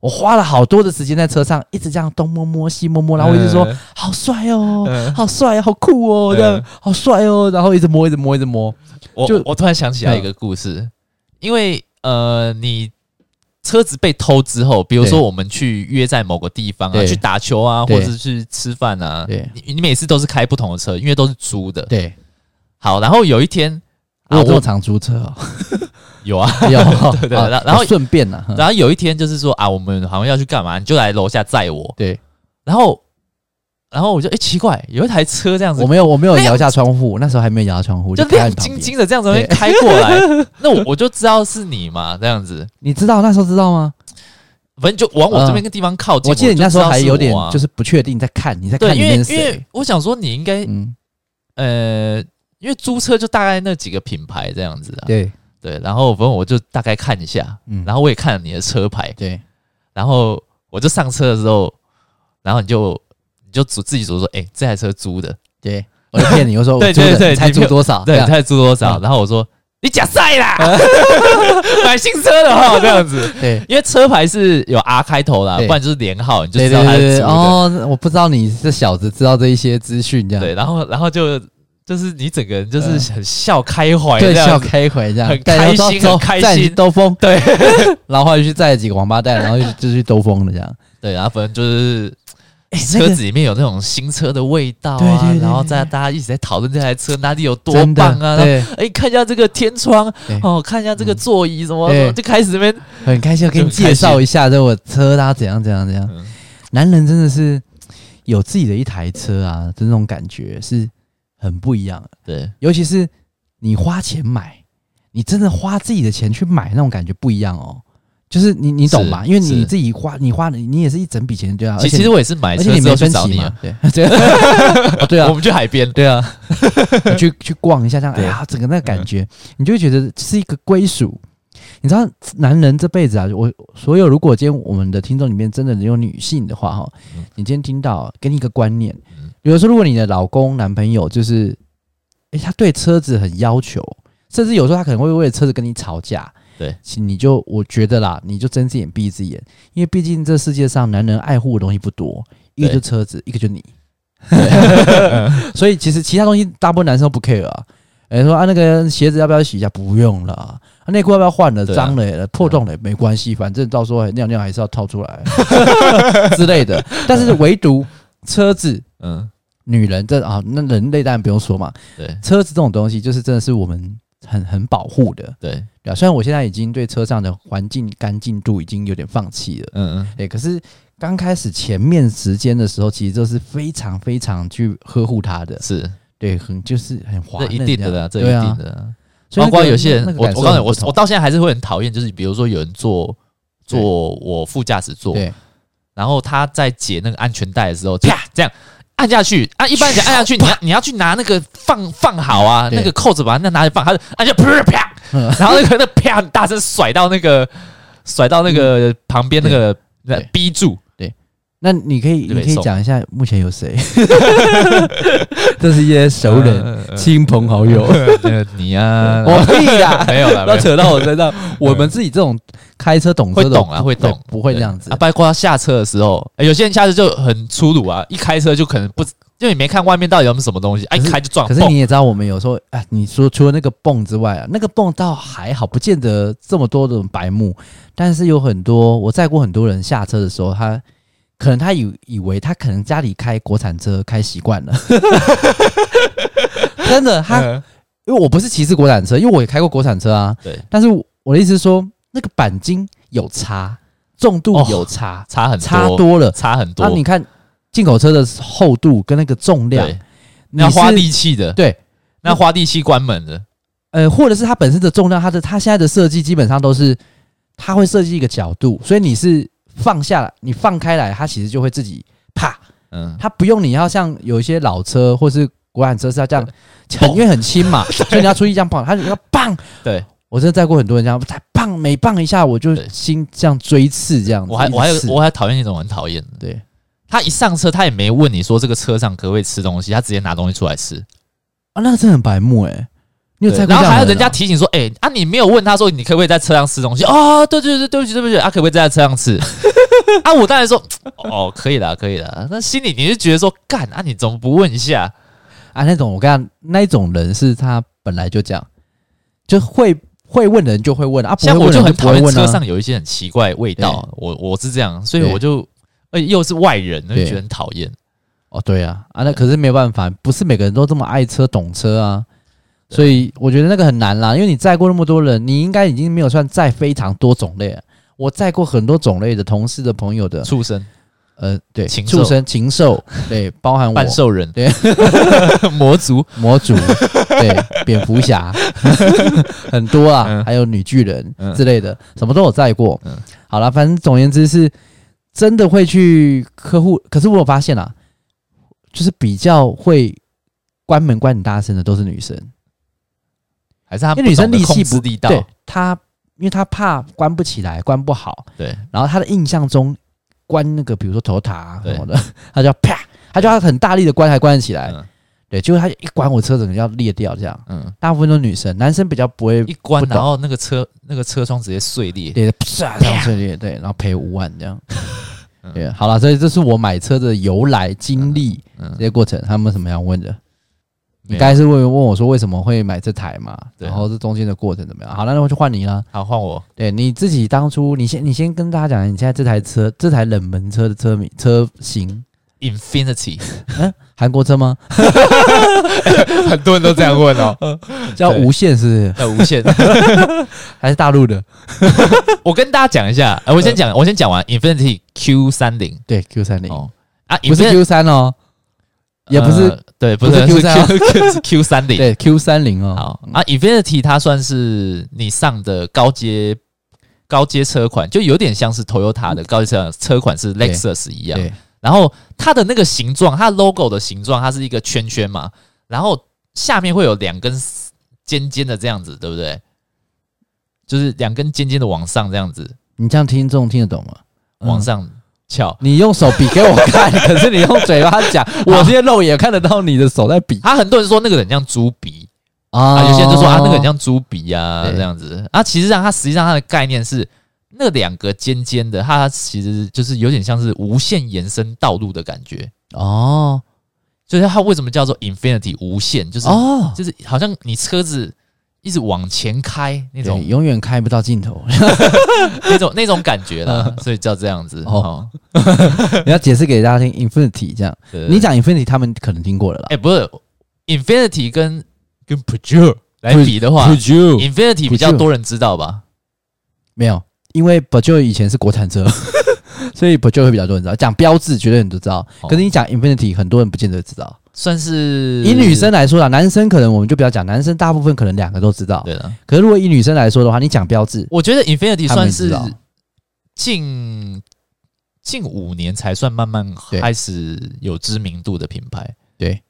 [SPEAKER 2] 我花了好多的时间在车上，一直这样东摸摸西摸摸，然后我一直说、
[SPEAKER 1] 嗯
[SPEAKER 2] 好帅哦，
[SPEAKER 1] 嗯
[SPEAKER 2] 好帅，好酷哦，
[SPEAKER 1] 嗯
[SPEAKER 2] 这样、好帅哦，然后一直摸，一直摸，一直摸。
[SPEAKER 1] 我
[SPEAKER 2] 就
[SPEAKER 1] 我突然想起来一个故事，因为呃，你车子被偷之后，比如说
[SPEAKER 2] 对
[SPEAKER 1] 我们去约在某个地方啊，
[SPEAKER 2] 对
[SPEAKER 1] 去打球啊，
[SPEAKER 2] 对
[SPEAKER 1] 或者是去吃饭啊，
[SPEAKER 2] 对
[SPEAKER 1] 你你每次都是开不同的车，因为都是租的。
[SPEAKER 2] 对，
[SPEAKER 1] 好，然后有一天
[SPEAKER 2] 我
[SPEAKER 1] 啊，
[SPEAKER 2] 有这么
[SPEAKER 1] 我
[SPEAKER 2] 常租车、哦，
[SPEAKER 1] 有啊，
[SPEAKER 2] 有，
[SPEAKER 1] 对对
[SPEAKER 2] 啊
[SPEAKER 1] 然后然后
[SPEAKER 2] 顺便呢、啊，
[SPEAKER 1] 然后有一天就是说啊，我们好像要去干嘛，你就来楼下载我。
[SPEAKER 2] 对
[SPEAKER 1] 然后，然后我就哎、诶奇怪，有一台车这样子
[SPEAKER 2] 我，没有我没有
[SPEAKER 1] 亮
[SPEAKER 2] 摇下窗户，那时候还没有摇下窗户，
[SPEAKER 1] 就
[SPEAKER 2] 开在
[SPEAKER 1] 亮
[SPEAKER 2] 你旁
[SPEAKER 1] 晶
[SPEAKER 2] 边。
[SPEAKER 1] 晶的这样子开过 来， 那我我就知道是你嘛，这样子，
[SPEAKER 2] 你知道那时候知道吗？
[SPEAKER 1] 反正就往我这边个地方靠近。
[SPEAKER 2] 我记得你那时候还有点
[SPEAKER 1] 啊
[SPEAKER 2] 就是是不确定，在看你在
[SPEAKER 1] 我
[SPEAKER 2] 嗯
[SPEAKER 1] 就
[SPEAKER 2] 看
[SPEAKER 1] 知道是我啊对，
[SPEAKER 2] 里
[SPEAKER 1] 因为
[SPEAKER 2] 面是
[SPEAKER 1] 因为
[SPEAKER 2] 谁。
[SPEAKER 1] 我想说你应该
[SPEAKER 2] 嗯，
[SPEAKER 1] 呃，因因为租车就大概那几个品牌这样子啊。
[SPEAKER 2] 对
[SPEAKER 1] 对，然后反正我就大概看一下，
[SPEAKER 2] 嗯
[SPEAKER 1] 然后我也看了你的车牌，
[SPEAKER 2] 对，
[SPEAKER 1] 然后我就上车的时候，然后你就你就主自己主说，哎、这台车租的，
[SPEAKER 2] 对，我就骗你，我说我
[SPEAKER 1] 对
[SPEAKER 2] 租
[SPEAKER 1] 对对
[SPEAKER 2] 的，你猜
[SPEAKER 1] 你
[SPEAKER 2] 租
[SPEAKER 1] 骗
[SPEAKER 2] 多少？
[SPEAKER 1] 对，
[SPEAKER 2] 哦这
[SPEAKER 1] 你
[SPEAKER 2] 样
[SPEAKER 1] 猜租多少？
[SPEAKER 2] 嗯
[SPEAKER 1] 然后我说你假赛啦， 买新车的话这样子，
[SPEAKER 2] 对
[SPEAKER 1] 因为车牌是有 R 开头啦，
[SPEAKER 2] 对
[SPEAKER 1] 不然就是连号，你就
[SPEAKER 2] 对
[SPEAKER 1] 知
[SPEAKER 2] 对
[SPEAKER 1] 道它
[SPEAKER 2] 对
[SPEAKER 1] 是
[SPEAKER 2] 对，
[SPEAKER 1] 租的。
[SPEAKER 2] 哦，我不知道你这小子知道这一些资讯，这样
[SPEAKER 1] 对，然后然后就就是你整个人就是
[SPEAKER 2] 嗯
[SPEAKER 1] 很笑开怀这
[SPEAKER 2] 对，
[SPEAKER 1] 样
[SPEAKER 2] 笑
[SPEAKER 1] 子，
[SPEAKER 2] 开怀这样，
[SPEAKER 1] 很
[SPEAKER 2] 大家
[SPEAKER 1] 开
[SPEAKER 2] 都
[SPEAKER 1] 心
[SPEAKER 2] 走
[SPEAKER 1] 很开
[SPEAKER 2] 带你去
[SPEAKER 1] 心
[SPEAKER 2] 兜风，
[SPEAKER 1] 对
[SPEAKER 2] 然后后来就去载了几个王八蛋，然后就就去兜风了这样。
[SPEAKER 1] 对，然后反正就是。
[SPEAKER 2] 哎
[SPEAKER 1] 车子里面有那种新车的味道啊，
[SPEAKER 2] 对对对
[SPEAKER 1] 然后
[SPEAKER 2] 对
[SPEAKER 1] 在大家一直在讨论这台车哪里有多
[SPEAKER 2] 真的
[SPEAKER 1] 棒啊，然后
[SPEAKER 2] 对，
[SPEAKER 1] 哎，看一下这个天窗
[SPEAKER 2] 对，嗯
[SPEAKER 1] 哦，看一下这个座椅什么，
[SPEAKER 2] 对
[SPEAKER 1] 什么就开始那边
[SPEAKER 2] 很开心，要给你介绍一下，这我车它怎样怎样怎样。
[SPEAKER 1] 嗯
[SPEAKER 2] 男人真的是有自己的一台车啊，这种感觉是很不一样的。
[SPEAKER 1] 对
[SPEAKER 2] 尤其是你花钱买，你真的花自己的钱去买，那种感觉不一样哦。就是你你懂吗？
[SPEAKER 1] 是
[SPEAKER 2] 因为你
[SPEAKER 1] 是
[SPEAKER 2] 自己花，你花你也是一整笔钱对啊。
[SPEAKER 1] 其
[SPEAKER 2] 而且
[SPEAKER 1] 其实我也是买
[SPEAKER 2] 而
[SPEAKER 1] 车
[SPEAKER 2] 且你
[SPEAKER 1] 之
[SPEAKER 2] 没
[SPEAKER 1] 后去
[SPEAKER 2] 分
[SPEAKER 1] 找
[SPEAKER 2] 期
[SPEAKER 1] 你
[SPEAKER 2] 嘛
[SPEAKER 1] 啊，，
[SPEAKER 2] 对对 哦对啊
[SPEAKER 1] 我，们去海边，
[SPEAKER 2] 对啊，去去逛一下，这样哎
[SPEAKER 1] 对
[SPEAKER 2] 呀，整个那个感觉，你就会觉得是一个归属。你知道，男人这辈子啊，我所有如果今天我们的听众里面真的有女性的话，哈
[SPEAKER 1] 嗯，
[SPEAKER 2] 你今天听到给你一个观念
[SPEAKER 1] 嗯，
[SPEAKER 2] 比如说，如果你的老公、男朋友就是，哎，他对车子很要求，甚至有时候他可能会为了车子跟你吵架，
[SPEAKER 1] 对，
[SPEAKER 2] 请你就我觉得啦，你就睁一只眼闭一只眼，因为毕竟这世界上男人爱护的东西不多，一个
[SPEAKER 1] 对
[SPEAKER 2] 就车子，一个就你。 所以其实其他东西大部分男生都不 care 啊。哎、说啊那个鞋子要不要洗一下？不用了啊。啊内裤要不要换了？
[SPEAKER 1] 对啊
[SPEAKER 2] 脏了、破洞了、没关系，反正到时候哎尿尿还是要掏出来 之类的。但是唯独车子、
[SPEAKER 1] 嗯，
[SPEAKER 2] 女人这啊，那人类当然不用说嘛。
[SPEAKER 1] 对
[SPEAKER 2] 车子这种东西，就是真的是我们很很保护的，
[SPEAKER 1] 对，
[SPEAKER 2] 对啊。虽然我现在已经对车上的环境干净度已经有点放弃了。
[SPEAKER 1] 嗯嗯，
[SPEAKER 2] 哎、可是刚开始前面时间的时候，其实都是非常非常去呵护它的，
[SPEAKER 1] 是
[SPEAKER 2] 对，很就是很滑
[SPEAKER 1] 这
[SPEAKER 2] 嫩
[SPEAKER 1] 一定的啦，这
[SPEAKER 2] 这
[SPEAKER 1] 一
[SPEAKER 2] 样对
[SPEAKER 1] 定
[SPEAKER 2] 啊。
[SPEAKER 1] 的啦。
[SPEAKER 2] 所以
[SPEAKER 1] 包
[SPEAKER 2] 那个
[SPEAKER 1] 括有些
[SPEAKER 2] 那
[SPEAKER 1] 人，
[SPEAKER 2] 个
[SPEAKER 1] 我
[SPEAKER 2] 感受
[SPEAKER 1] 我告诉你，
[SPEAKER 2] 很不
[SPEAKER 1] 我
[SPEAKER 2] 同
[SPEAKER 1] 我到现在还是会很讨厌，就是比如说有人坐坐我副驾驶座，
[SPEAKER 2] 对
[SPEAKER 1] 然后他在解那个安全带的时候，啪这样按下去啊，一般人讲按下去，你要你要去拿那个放放好啊，
[SPEAKER 2] 对
[SPEAKER 1] 那个扣子把它那拿来放，他就按下去啪啪，
[SPEAKER 2] 嗯
[SPEAKER 1] 然后那个那啪很大声甩到那个甩到那个旁边那个那
[SPEAKER 2] 嗯对
[SPEAKER 1] 逼住，
[SPEAKER 2] 那你可以
[SPEAKER 1] 就
[SPEAKER 2] 你
[SPEAKER 1] 被
[SPEAKER 2] 可以
[SPEAKER 1] 送
[SPEAKER 2] 讲一下目前有谁？ 这是一些熟人、
[SPEAKER 1] 嗯，嗯
[SPEAKER 2] 亲朋好友。
[SPEAKER 1] 嗯呃你啊，
[SPEAKER 2] 我屁啦，
[SPEAKER 1] 没有啦，
[SPEAKER 2] 不
[SPEAKER 1] 没有
[SPEAKER 2] 要扯到我 身上。我们自己这种开车懂车
[SPEAKER 1] 会
[SPEAKER 2] 的
[SPEAKER 1] 懂啊，
[SPEAKER 2] 不
[SPEAKER 1] 会懂，
[SPEAKER 2] 不会这
[SPEAKER 1] 对
[SPEAKER 2] 样子
[SPEAKER 1] 啊。。包括下车的时候，哎诶有些人下车就很粗鲁啊，一开车就可能不，因为你没看外面到底有没有什么东西，哎、
[SPEAKER 2] 可
[SPEAKER 1] 一
[SPEAKER 2] 是
[SPEAKER 1] 开就撞。
[SPEAKER 2] 可是
[SPEAKER 1] 砰
[SPEAKER 2] 你也知道，我们有时候啊，你说除了那个泵之外啊，那个泵倒还好，不见得这么多的白目，但是有很多我载过很多人下车的时候，他可能他以以为他可能家里开国产车开习惯了， 真的，他
[SPEAKER 1] 嗯
[SPEAKER 2] 因为我不是歧视国产车，因为我也开过国产车啊，
[SPEAKER 1] 对，
[SPEAKER 2] 但是我的意思是说，那个钣金有差，重度
[SPEAKER 1] 哦
[SPEAKER 2] 有差，
[SPEAKER 1] 差很
[SPEAKER 2] 差
[SPEAKER 1] 多，
[SPEAKER 2] 多了。啊
[SPEAKER 1] 差很多。
[SPEAKER 2] 那你看进口车的厚度跟那个重量，
[SPEAKER 1] 对，那
[SPEAKER 2] 你是
[SPEAKER 1] 花力气的，
[SPEAKER 2] 对。
[SPEAKER 1] 那花力气关门的，
[SPEAKER 2] 呃，或者是它本身的重量，它的它现在的设计基本上都是，它会设计一个角度，所以你是放下来，你放开来，它其实就会自己啪，
[SPEAKER 1] 嗯，
[SPEAKER 2] 它不用你要像有一些老车或是国产车是要这样，很因为很轻 嘛，所以你要出去这样碰，它就要棒。
[SPEAKER 1] 对
[SPEAKER 2] 我真的载过很多人这样，才棒每棒一下我就
[SPEAKER 1] 对
[SPEAKER 2] 心这样追刺这样子，
[SPEAKER 1] 我还
[SPEAKER 2] 一直
[SPEAKER 1] 我还有
[SPEAKER 2] 刺
[SPEAKER 1] 我还讨厌那种很讨厌的，
[SPEAKER 2] 对
[SPEAKER 1] 他一上车他也没问你说这个车上可不可以吃东西，他直接拿东西出来吃。
[SPEAKER 2] 啊，那个真的很白目哎、你有
[SPEAKER 1] 对
[SPEAKER 2] 载过这
[SPEAKER 1] 然后
[SPEAKER 2] 样的
[SPEAKER 1] 还有
[SPEAKER 2] 人
[SPEAKER 1] 人家
[SPEAKER 2] 啊
[SPEAKER 1] 提醒说，哎、啊，你没有问他说你可不可以在车上吃东西？哦，对对对，对不起对不起，啊，可不可以在车上吃？啊，我当然说，哦，可以啦，可以啦。那心里你就觉得说，干啊，你怎么不问一下？
[SPEAKER 2] 啊，那种我跟你讲，那一种人是他本来就这样，就会会问人就会问啊，不会
[SPEAKER 1] 像我
[SPEAKER 2] 问
[SPEAKER 1] 就
[SPEAKER 2] 人
[SPEAKER 1] 很
[SPEAKER 2] 不
[SPEAKER 1] 讨
[SPEAKER 2] 会
[SPEAKER 1] 厌
[SPEAKER 2] 问
[SPEAKER 1] 车
[SPEAKER 2] 啊。
[SPEAKER 1] 上有一些很奇怪的味道，我我是这样，所以
[SPEAKER 2] 对
[SPEAKER 1] 我就，而且又是外人，我就
[SPEAKER 2] 对
[SPEAKER 1] 觉得很讨厌。
[SPEAKER 2] 哦，对啊，啊，那可是没有办法，不是每个人都这么爱车懂车啊，
[SPEAKER 1] 对
[SPEAKER 2] 所以我觉得那个很难啦，因为你载过那么多人，你应该已经没有算载非常多种类了。我载过很多种类的同事的朋友的，
[SPEAKER 1] 畜生、
[SPEAKER 2] 呃，对，
[SPEAKER 1] 禽
[SPEAKER 2] 畜
[SPEAKER 1] 兽
[SPEAKER 2] 生、禽兽，对，包含我
[SPEAKER 1] 半兽人、
[SPEAKER 2] 对
[SPEAKER 1] 魔族，
[SPEAKER 2] 魔族，对，蝙蝠侠， 很多啊，
[SPEAKER 1] 嗯
[SPEAKER 2] 还有女巨人
[SPEAKER 1] 嗯
[SPEAKER 2] 之类的，什么都有载过。
[SPEAKER 1] 嗯
[SPEAKER 2] 好了，反正总而言之是真的会去客户，可是我有发现啊，就是比较会关门关很大声的都是女生，
[SPEAKER 1] 还是他
[SPEAKER 2] 因为女生
[SPEAKER 1] 懂得
[SPEAKER 2] 力气
[SPEAKER 1] 控制
[SPEAKER 2] 不
[SPEAKER 1] 力道？
[SPEAKER 2] 对她，因为她怕关不起来，关不好，
[SPEAKER 1] 对
[SPEAKER 2] 然后她的印象中关那个比如说头塔啊
[SPEAKER 1] 对
[SPEAKER 2] 什么的，她就要啪，她就要很大力的关才关得起来，
[SPEAKER 1] 嗯
[SPEAKER 2] 对，结果她一关我车整个要裂掉这样，
[SPEAKER 1] 嗯，
[SPEAKER 2] 大部分都是女生，男生比较不会
[SPEAKER 1] 一关
[SPEAKER 2] 不懂
[SPEAKER 1] 然后那个车那个车窗直接碎裂，
[SPEAKER 2] 对，啪上去裂，对，然后赔五万 这样
[SPEAKER 1] 嗯。
[SPEAKER 2] 对，啊好了，所以这是我买车的由来、经历
[SPEAKER 1] 嗯
[SPEAKER 2] 这，些过程，他们有什么想问的？
[SPEAKER 1] 没
[SPEAKER 2] 你
[SPEAKER 1] 有
[SPEAKER 2] 刚才是问问我说为什么会买这台嘛，
[SPEAKER 1] 对啊
[SPEAKER 2] 然后这中间的过程怎么样？好，那那我就换你啦。
[SPEAKER 1] 好换我，
[SPEAKER 2] 对你自己当初，你先你先跟大家讲，你现在这台车，这台冷门车的车名车型，
[SPEAKER 1] Infinity，
[SPEAKER 2] 韩国车吗？
[SPEAKER 1] 很多人都这样问哦。
[SPEAKER 2] 叫
[SPEAKER 1] 对
[SPEAKER 2] 无限是不是？
[SPEAKER 1] 那无限，
[SPEAKER 2] 还是大陆的？
[SPEAKER 1] 我跟大家讲一下，呃我先讲，我先讲完 Infinity Q 三零
[SPEAKER 2] 对，Q 三零，
[SPEAKER 1] 哦啊，
[SPEAKER 2] 不是
[SPEAKER 1] Infinity-
[SPEAKER 2] Q 三哦，也不是
[SPEAKER 1] 呃对，不
[SPEAKER 2] 不
[SPEAKER 1] 是
[SPEAKER 2] 是 Q3 啊
[SPEAKER 1] Q Q 三零。
[SPEAKER 2] 对 Q 三零哦。
[SPEAKER 1] 好啊，Infinity 它算是你上的高阶高阶车款，就有点像是 Toyota 的高阶车款车款是 Lexus 一样。
[SPEAKER 2] 对，
[SPEAKER 1] 然后它的那个形状，它的 logo 的形状，它是一个圈圈嘛，然后下面会有两根尖尖的这样子，对不对？就是两根尖尖的往上这样子，
[SPEAKER 2] 你这样听众听得懂吗？
[SPEAKER 1] 往
[SPEAKER 2] 嗯
[SPEAKER 1] 上翘。
[SPEAKER 2] 你用手比给我看，可是你用嘴巴 讲，
[SPEAKER 1] 啊
[SPEAKER 2] 我这些肉眼看得到你的手在比
[SPEAKER 1] 他很多人说那个很像猪鼻
[SPEAKER 2] 啊
[SPEAKER 1] 啊，有些人就说啊那个很像猪鼻啊
[SPEAKER 2] 对
[SPEAKER 1] 这样子啊，其实上它实际上它的概念是那两个尖尖的，它其实就是有点像是无限延伸道路的感觉，
[SPEAKER 2] 哦
[SPEAKER 1] 就是它为什么叫做 infinity 无限，就是、
[SPEAKER 2] 哦，
[SPEAKER 1] 就是好像你车子一直往前开那
[SPEAKER 2] 对
[SPEAKER 1] 种
[SPEAKER 2] 永远开不到尽头。
[SPEAKER 1] 那种那种感觉啦，所以叫这样子哦
[SPEAKER 2] 嗯哦。你要解释给大家听，Infinity 这样，
[SPEAKER 1] 对
[SPEAKER 2] 你讲 Infinity 他们可能听过了啦。
[SPEAKER 1] 哎、不是 infinity 跟跟 Peugeot 来比的话
[SPEAKER 2] Peugeot
[SPEAKER 1] ，infinity 比较多人知道吧？
[SPEAKER 2] 没有，因为 Peugeot 以前是国 产车，所以 Peugeot 会比较多人知道。讲标志，绝对很多人知道。
[SPEAKER 1] 哦
[SPEAKER 2] 可是你讲 Infinity，很多人不见得知道。
[SPEAKER 1] 算是
[SPEAKER 2] 以女生来说啦，男生可能我们就不要讲，男生大部分可能两个都知道。
[SPEAKER 1] 对了。
[SPEAKER 2] 可是如果以女生来说的话，你讲标志，
[SPEAKER 1] 我觉得 Infinity
[SPEAKER 2] 他们
[SPEAKER 1] 算
[SPEAKER 2] 也
[SPEAKER 1] 是
[SPEAKER 2] 知道
[SPEAKER 1] 近近五年才算慢慢
[SPEAKER 2] 对
[SPEAKER 1] 开始有知名度的品牌，
[SPEAKER 2] 对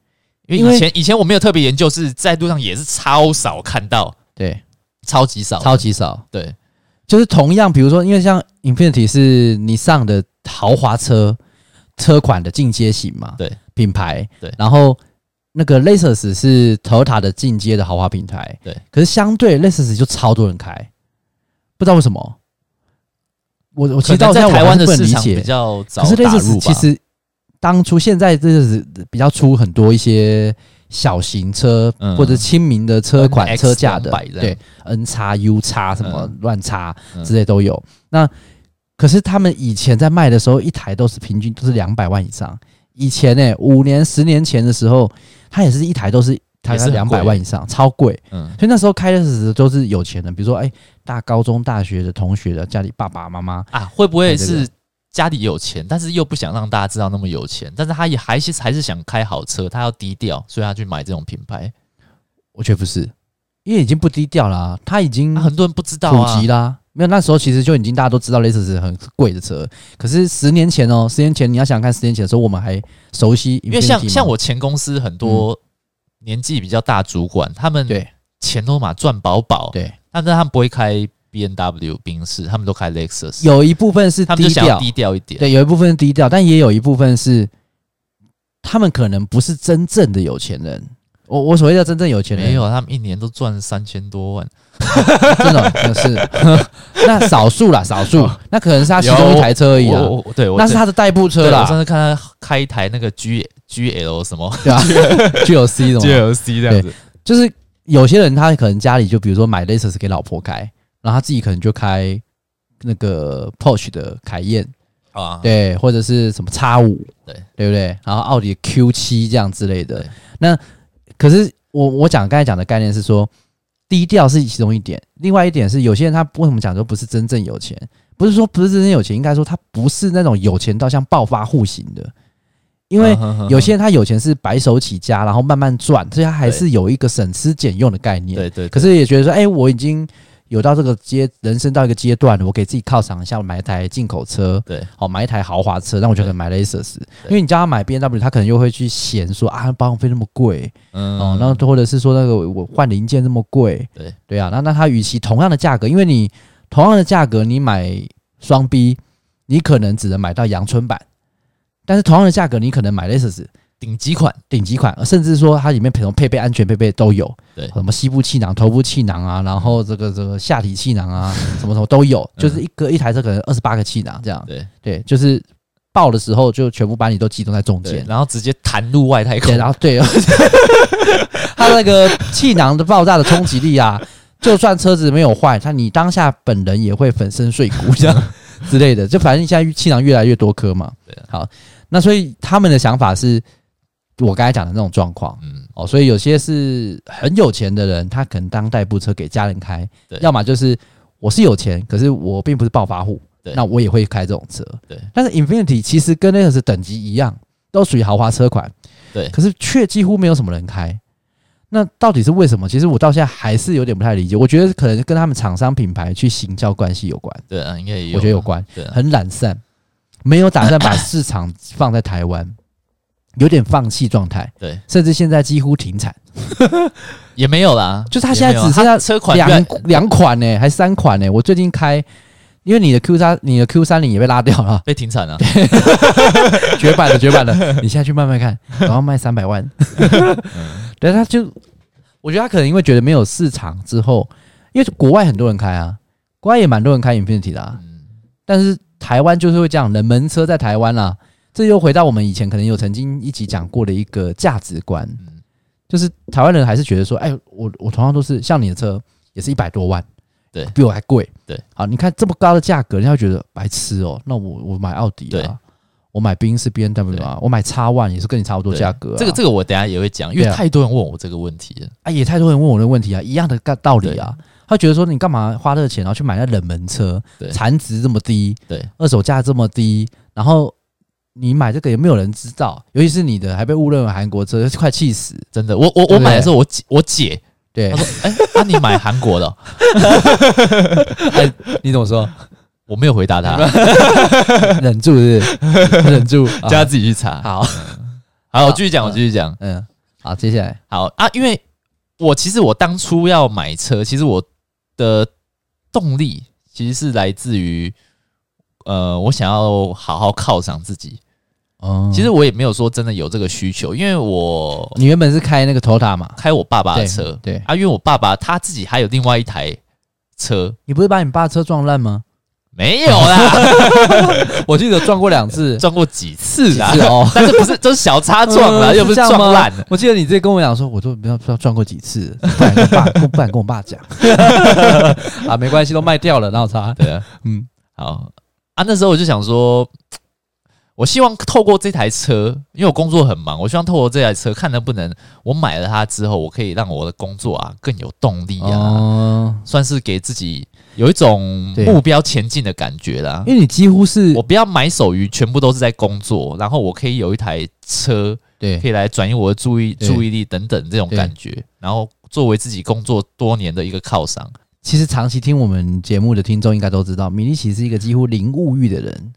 [SPEAKER 1] 因
[SPEAKER 2] 因
[SPEAKER 1] 为
[SPEAKER 2] 为
[SPEAKER 1] 以前以前我没有特别研究，是在路上也是超少看到，
[SPEAKER 2] 对，
[SPEAKER 1] 超级少，
[SPEAKER 2] 超级少。
[SPEAKER 1] 对
[SPEAKER 2] 就是同样，比如说，因为像 Infinity 是你上的豪华车车款的进阶型嘛，
[SPEAKER 1] 对，
[SPEAKER 2] 品牌，
[SPEAKER 1] 对
[SPEAKER 2] 然后那个 Lexus 是 Toyota 的进阶的豪华品牌，
[SPEAKER 1] 对，
[SPEAKER 2] 可是相对 Lexus 就超多人开，不知道为什么。我我其实
[SPEAKER 1] 可
[SPEAKER 2] 到
[SPEAKER 1] 能在
[SPEAKER 2] 现
[SPEAKER 1] 台
[SPEAKER 2] 我还
[SPEAKER 1] 湾的
[SPEAKER 2] 是不能
[SPEAKER 1] 市
[SPEAKER 2] 理
[SPEAKER 1] 场比
[SPEAKER 2] 解，
[SPEAKER 1] 较早
[SPEAKER 2] 可是
[SPEAKER 1] 打入
[SPEAKER 2] Lexus
[SPEAKER 1] 吧
[SPEAKER 2] 其。实当初现在 Lexus 比较出很多一些小型车、
[SPEAKER 1] 嗯
[SPEAKER 2] 或者亲民的车款
[SPEAKER 1] NX
[SPEAKER 2] 车架的，
[SPEAKER 1] 200这样
[SPEAKER 2] 对 N 叉 U 叉什么
[SPEAKER 1] 嗯
[SPEAKER 2] 乱叉
[SPEAKER 1] 嗯
[SPEAKER 2] 之类都有。那可是他们以前在卖的时候，一台都是平均都是两百万以上。以前呢、欸五年、十年前的时候，它也是一台都是台
[SPEAKER 1] 也是
[SPEAKER 2] 湾
[SPEAKER 1] 很
[SPEAKER 2] 两
[SPEAKER 1] 贵
[SPEAKER 2] 百万以上，超贵。
[SPEAKER 1] 嗯，
[SPEAKER 2] 所以那时候开的时候都是有钱人，比如说哎、大高中、大学的同学的家里爸爸妈妈，
[SPEAKER 1] 啊，会不会
[SPEAKER 2] 对对
[SPEAKER 1] 是家里有钱，但是又不想让大家知道那么有钱，但是他也还是还是想开好车，他要低调，所以他去买这种品牌。
[SPEAKER 2] 我觉得不是，因为已经不低调啦、他已经
[SPEAKER 1] 啊很多人不知道
[SPEAKER 2] 普
[SPEAKER 1] 啊
[SPEAKER 2] 及，啦。没有，那时候其实就已经大家都知道雷 e 是很贵的车，可是十年前哦，十年前你要想想看，十年前的时候我们还熟悉，
[SPEAKER 1] 因
[SPEAKER 2] 因
[SPEAKER 1] 为像像我前公司很多年纪比较大主管，他们
[SPEAKER 2] 对
[SPEAKER 1] 钱都嘛赚饱饱，
[SPEAKER 2] 对，
[SPEAKER 1] 但是他们不会开 B N W 宾士，他们都开 Lexus，
[SPEAKER 2] 有一部分是
[SPEAKER 1] 他们
[SPEAKER 2] 低
[SPEAKER 1] 就想要
[SPEAKER 2] 调，
[SPEAKER 1] 低调一点。
[SPEAKER 2] 对，有一部分是低调，但也有一部分是他们可能不是真正的有钱人。我我所谓的真正有钱人，
[SPEAKER 1] 没有，他们一年都赚三千多万。
[SPEAKER 2] 真的真的 是那少数啦，少数，那可能是他其中一台车而已
[SPEAKER 1] 我
[SPEAKER 2] 啦，
[SPEAKER 1] 哦我我对，我啊
[SPEAKER 2] 那是他的代步
[SPEAKER 1] 对
[SPEAKER 2] 车
[SPEAKER 1] 我上
[SPEAKER 2] 啦，
[SPEAKER 1] 次看他开一台那个 G G L 什么
[SPEAKER 2] 对吧？G C 什么，
[SPEAKER 1] L C 这
[SPEAKER 2] 样
[SPEAKER 1] 子，
[SPEAKER 2] 就是有些人他可能家里就比如说买 Lexus 给老婆开，然后他自己可能就开那个 Porsche 的凯宴，
[SPEAKER 1] 啊，
[SPEAKER 2] 对，或者是什么叉五，
[SPEAKER 1] 对
[SPEAKER 2] 对不对？然后奥迪 Q 七这样之类的
[SPEAKER 1] 对。
[SPEAKER 2] 那可是我我讲刚才讲的概念是说，低调是其中一点，另外一点是有些人他为什么讲说不是真正有钱，不是说不是真正有钱，应该说他不是那种有钱到像暴发户型的，因为
[SPEAKER 1] 嗯哼哼
[SPEAKER 2] 有些人他有钱是白手起家，然后慢慢赚，所以他还
[SPEAKER 1] 对
[SPEAKER 2] 是有一个省吃俭用的概念。
[SPEAKER 1] 对对，
[SPEAKER 2] 可
[SPEAKER 1] 是
[SPEAKER 2] 是也觉得说，哎、我已经有到这个阶人生到一个阶段了，我给自己犒赏一下，我买一台进口车，
[SPEAKER 1] 对，
[SPEAKER 2] 好买一台豪华车，那我就可以买 Lexus。
[SPEAKER 1] 对
[SPEAKER 2] 因为你叫他买 B N W，他可能又会去嫌说啊，保养费那么贵，
[SPEAKER 1] 嗯，
[SPEAKER 2] 哦，那或者是说那个我换零件那么贵，
[SPEAKER 1] 对
[SPEAKER 2] 对啊，那那他与其同样的价格，因为你同样的价格你买双 B，你可能只能买到阳春版，但是同样的价格你可能买 Lexus
[SPEAKER 1] 顶级款，
[SPEAKER 2] 顶级款，甚至说它里面可能配备安全配备都有，
[SPEAKER 1] 对
[SPEAKER 2] 什么膝部气囊、头部气囊啊，然后这个这个下体气囊啊， 什么什么都有，就是一个一台车可能二十八个气囊这样，
[SPEAKER 1] 嗯对
[SPEAKER 2] 对，就是爆的时候就全部把你都集中在中
[SPEAKER 1] 对
[SPEAKER 2] 间，，
[SPEAKER 1] 然后直接弹入外太空
[SPEAKER 2] 对，，然后对， 它那个气囊的爆炸的冲击力啊，就算车子没有坏，它你当下本人也会粉身碎骨 这样之类的。就反正现在气囊越来越多颗嘛。
[SPEAKER 1] 对啊
[SPEAKER 2] 好，那所以他们的想法是我刚才讲的那种状况
[SPEAKER 1] 嗯，
[SPEAKER 2] 哦，所以有些是很有钱的人，他可能当代步车给家人开
[SPEAKER 1] 对，
[SPEAKER 2] 要么就是我是有钱，可是我并不是暴发户，
[SPEAKER 1] 对
[SPEAKER 2] 那我也会开这种车。
[SPEAKER 1] 对，
[SPEAKER 2] 但是 Infinity 其实跟那个是等级一样，都属于豪华车款。
[SPEAKER 1] 对
[SPEAKER 2] 可是却几乎没有什么人开。那到底是为什么？其实我到现在还是有点不太理解。我觉得可能跟他们厂商品牌去行销关系有关，
[SPEAKER 1] 对啊，应该也有，
[SPEAKER 2] 我觉得有，关，
[SPEAKER 1] 对啊，
[SPEAKER 2] 很懒散，没有打算把市场放在台湾，有点放弃状态，
[SPEAKER 1] 对，
[SPEAKER 2] 甚至现在几乎停产。
[SPEAKER 1] 也没有啦，
[SPEAKER 2] 就是它现在
[SPEAKER 1] 也没有
[SPEAKER 2] 只剩下
[SPEAKER 1] 它车款越来
[SPEAKER 2] 两两款呢、还三款呢、我最近开，因为你的 Q 三，你的 Q 三零也被拉掉了，
[SPEAKER 1] 被停产了，
[SPEAKER 2] 绝版了，绝版了。你现在去慢慢看，然后卖三百万。 对，他就我觉得他可能因为觉得没有市场之后，因为国外很多人开啊，国外也蛮多人开 Infinity 的、啊，
[SPEAKER 1] 嗯，
[SPEAKER 2] 但是台湾就是会这样，冷门车在台湾啦、这又回到我们以前可能有曾经一起讲过的一个价值观，
[SPEAKER 1] 嗯
[SPEAKER 2] 就是台湾人还是觉得说，哎，我我同样都是像你的车也是一百多万，
[SPEAKER 1] 对
[SPEAKER 2] 比我还贵，
[SPEAKER 1] 对，
[SPEAKER 2] 好，你看这么高的价格，人家会觉得白痴哦，那我我买奥迪
[SPEAKER 1] 对
[SPEAKER 2] 啊，我买宾士 B N W 啊，我买叉 One 也是跟你差不多
[SPEAKER 1] 对
[SPEAKER 2] 价格啊、
[SPEAKER 1] 这个这个我等一下也会讲，因为
[SPEAKER 2] 对啊
[SPEAKER 1] 太多人问我这个问题了，
[SPEAKER 2] 啊，也太多人问我的问题啊，一样的干道理啊。他觉得说你干嘛花这个钱，然后去买那冷门车
[SPEAKER 1] 对，
[SPEAKER 2] 残值这么低，
[SPEAKER 1] 对，
[SPEAKER 2] 二手价这么低，然后你买这个也没有人知道，尤其是你的还被误认为韩国车，快气死。
[SPEAKER 1] 真的，我我
[SPEAKER 2] 对
[SPEAKER 1] 我
[SPEAKER 2] 不对
[SPEAKER 1] 买的时候，我姐我姐
[SPEAKER 2] 对
[SPEAKER 1] 她，说，哎，那你买韩国的哦？
[SPEAKER 2] 你怎么说？
[SPEAKER 1] 我没有回答 她，
[SPEAKER 2] 忍住是不 是？忍住。啊
[SPEAKER 1] 叫她自己去查。
[SPEAKER 2] 好，
[SPEAKER 1] 好，我继续讲，我继续讲。
[SPEAKER 2] 嗯，好，接下来，
[SPEAKER 1] 好啊，因为我其实我当初要买车，其实我的动力其实是来自于，呃，我想要好好犒赏自己。
[SPEAKER 2] 哦，
[SPEAKER 1] 其实我也没有说真的有这个需求，因为我
[SPEAKER 2] 你原本是开那个 Toyota 嘛，
[SPEAKER 1] 开我爸爸的
[SPEAKER 2] 对
[SPEAKER 1] 车
[SPEAKER 2] 对，
[SPEAKER 1] 啊，因为我爸爸他自己还有另外一台车，
[SPEAKER 2] 你不是把你爸车撞烂吗？
[SPEAKER 1] 没有啦，
[SPEAKER 2] 我记得 撞过两次，
[SPEAKER 1] 撞过几次啦
[SPEAKER 2] 几，次 哦
[SPEAKER 1] 但是不是都是小擦撞啦，
[SPEAKER 2] 嗯
[SPEAKER 1] 又不是
[SPEAKER 2] 这样吗
[SPEAKER 1] 撞烂了。
[SPEAKER 2] 我记得你之前跟我讲说，我都不知道不知道撞过几 次，不敢跟爸，不不敢跟我爸讲。 啊，没关系，都卖掉了，哪有差？
[SPEAKER 1] 对啊，
[SPEAKER 2] 嗯，
[SPEAKER 1] 好啊，那时候我就想说，我希望透过这台车，因为我工作很忙，我希望透过这台车，看能不能我买了它之后，我可以让我的工作啊更有动力啊，
[SPEAKER 2] 哦，
[SPEAKER 1] 算是给自己有一种
[SPEAKER 2] 对
[SPEAKER 1] 目标前进的感觉啦。
[SPEAKER 2] 因为你几乎是
[SPEAKER 1] 我不要埋首于全部都是在工作，然后我可以有一台车
[SPEAKER 2] 对
[SPEAKER 1] 可以来转移我的注意
[SPEAKER 2] 对
[SPEAKER 1] 注意力等等这种
[SPEAKER 2] 对
[SPEAKER 1] 感觉，然后作为自己工作多年的一个犒赏。
[SPEAKER 2] 其实长期听我们节目的听众应该都知道，米利奇是一个几乎零物欲的人，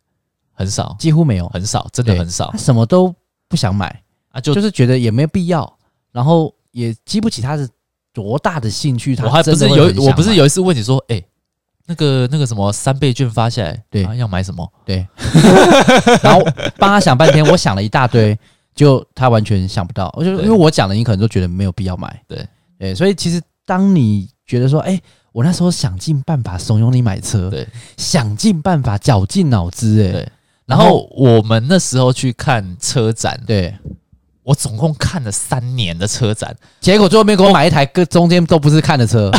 [SPEAKER 1] 很少，
[SPEAKER 2] 几乎没有，
[SPEAKER 1] 很少，真的
[SPEAKER 2] 对
[SPEAKER 1] 很少
[SPEAKER 2] 他什么都不想买，
[SPEAKER 1] 啊！就
[SPEAKER 2] 就是觉得也没有必要，然后也激不起他的多大的兴趣。他
[SPEAKER 1] 我还不
[SPEAKER 2] 真的
[SPEAKER 1] 是
[SPEAKER 2] 会很
[SPEAKER 1] 有，
[SPEAKER 2] 想
[SPEAKER 1] 我不是
[SPEAKER 2] 买
[SPEAKER 1] 有一次问你说，哎、那个那个什么三倍券发下来，
[SPEAKER 2] 对
[SPEAKER 1] 啊、要买什么？
[SPEAKER 2] 对，然后帮他想半天，我想了一大堆，就他完全想不到。我就
[SPEAKER 1] 对
[SPEAKER 2] 因为我讲了，你可能都觉得没有必要买。
[SPEAKER 1] 对
[SPEAKER 2] 对，所以其实当你觉得说，哎、我那时候想尽办法怂恿你买车，
[SPEAKER 1] 对，
[SPEAKER 2] 想尽办法绞尽脑汁、哎，
[SPEAKER 1] 对然后我们那时候去看车展，
[SPEAKER 2] 对，
[SPEAKER 1] 我总共看了三年的车展，
[SPEAKER 2] 结果最后面给我买一台，跟中间都不是看的 车。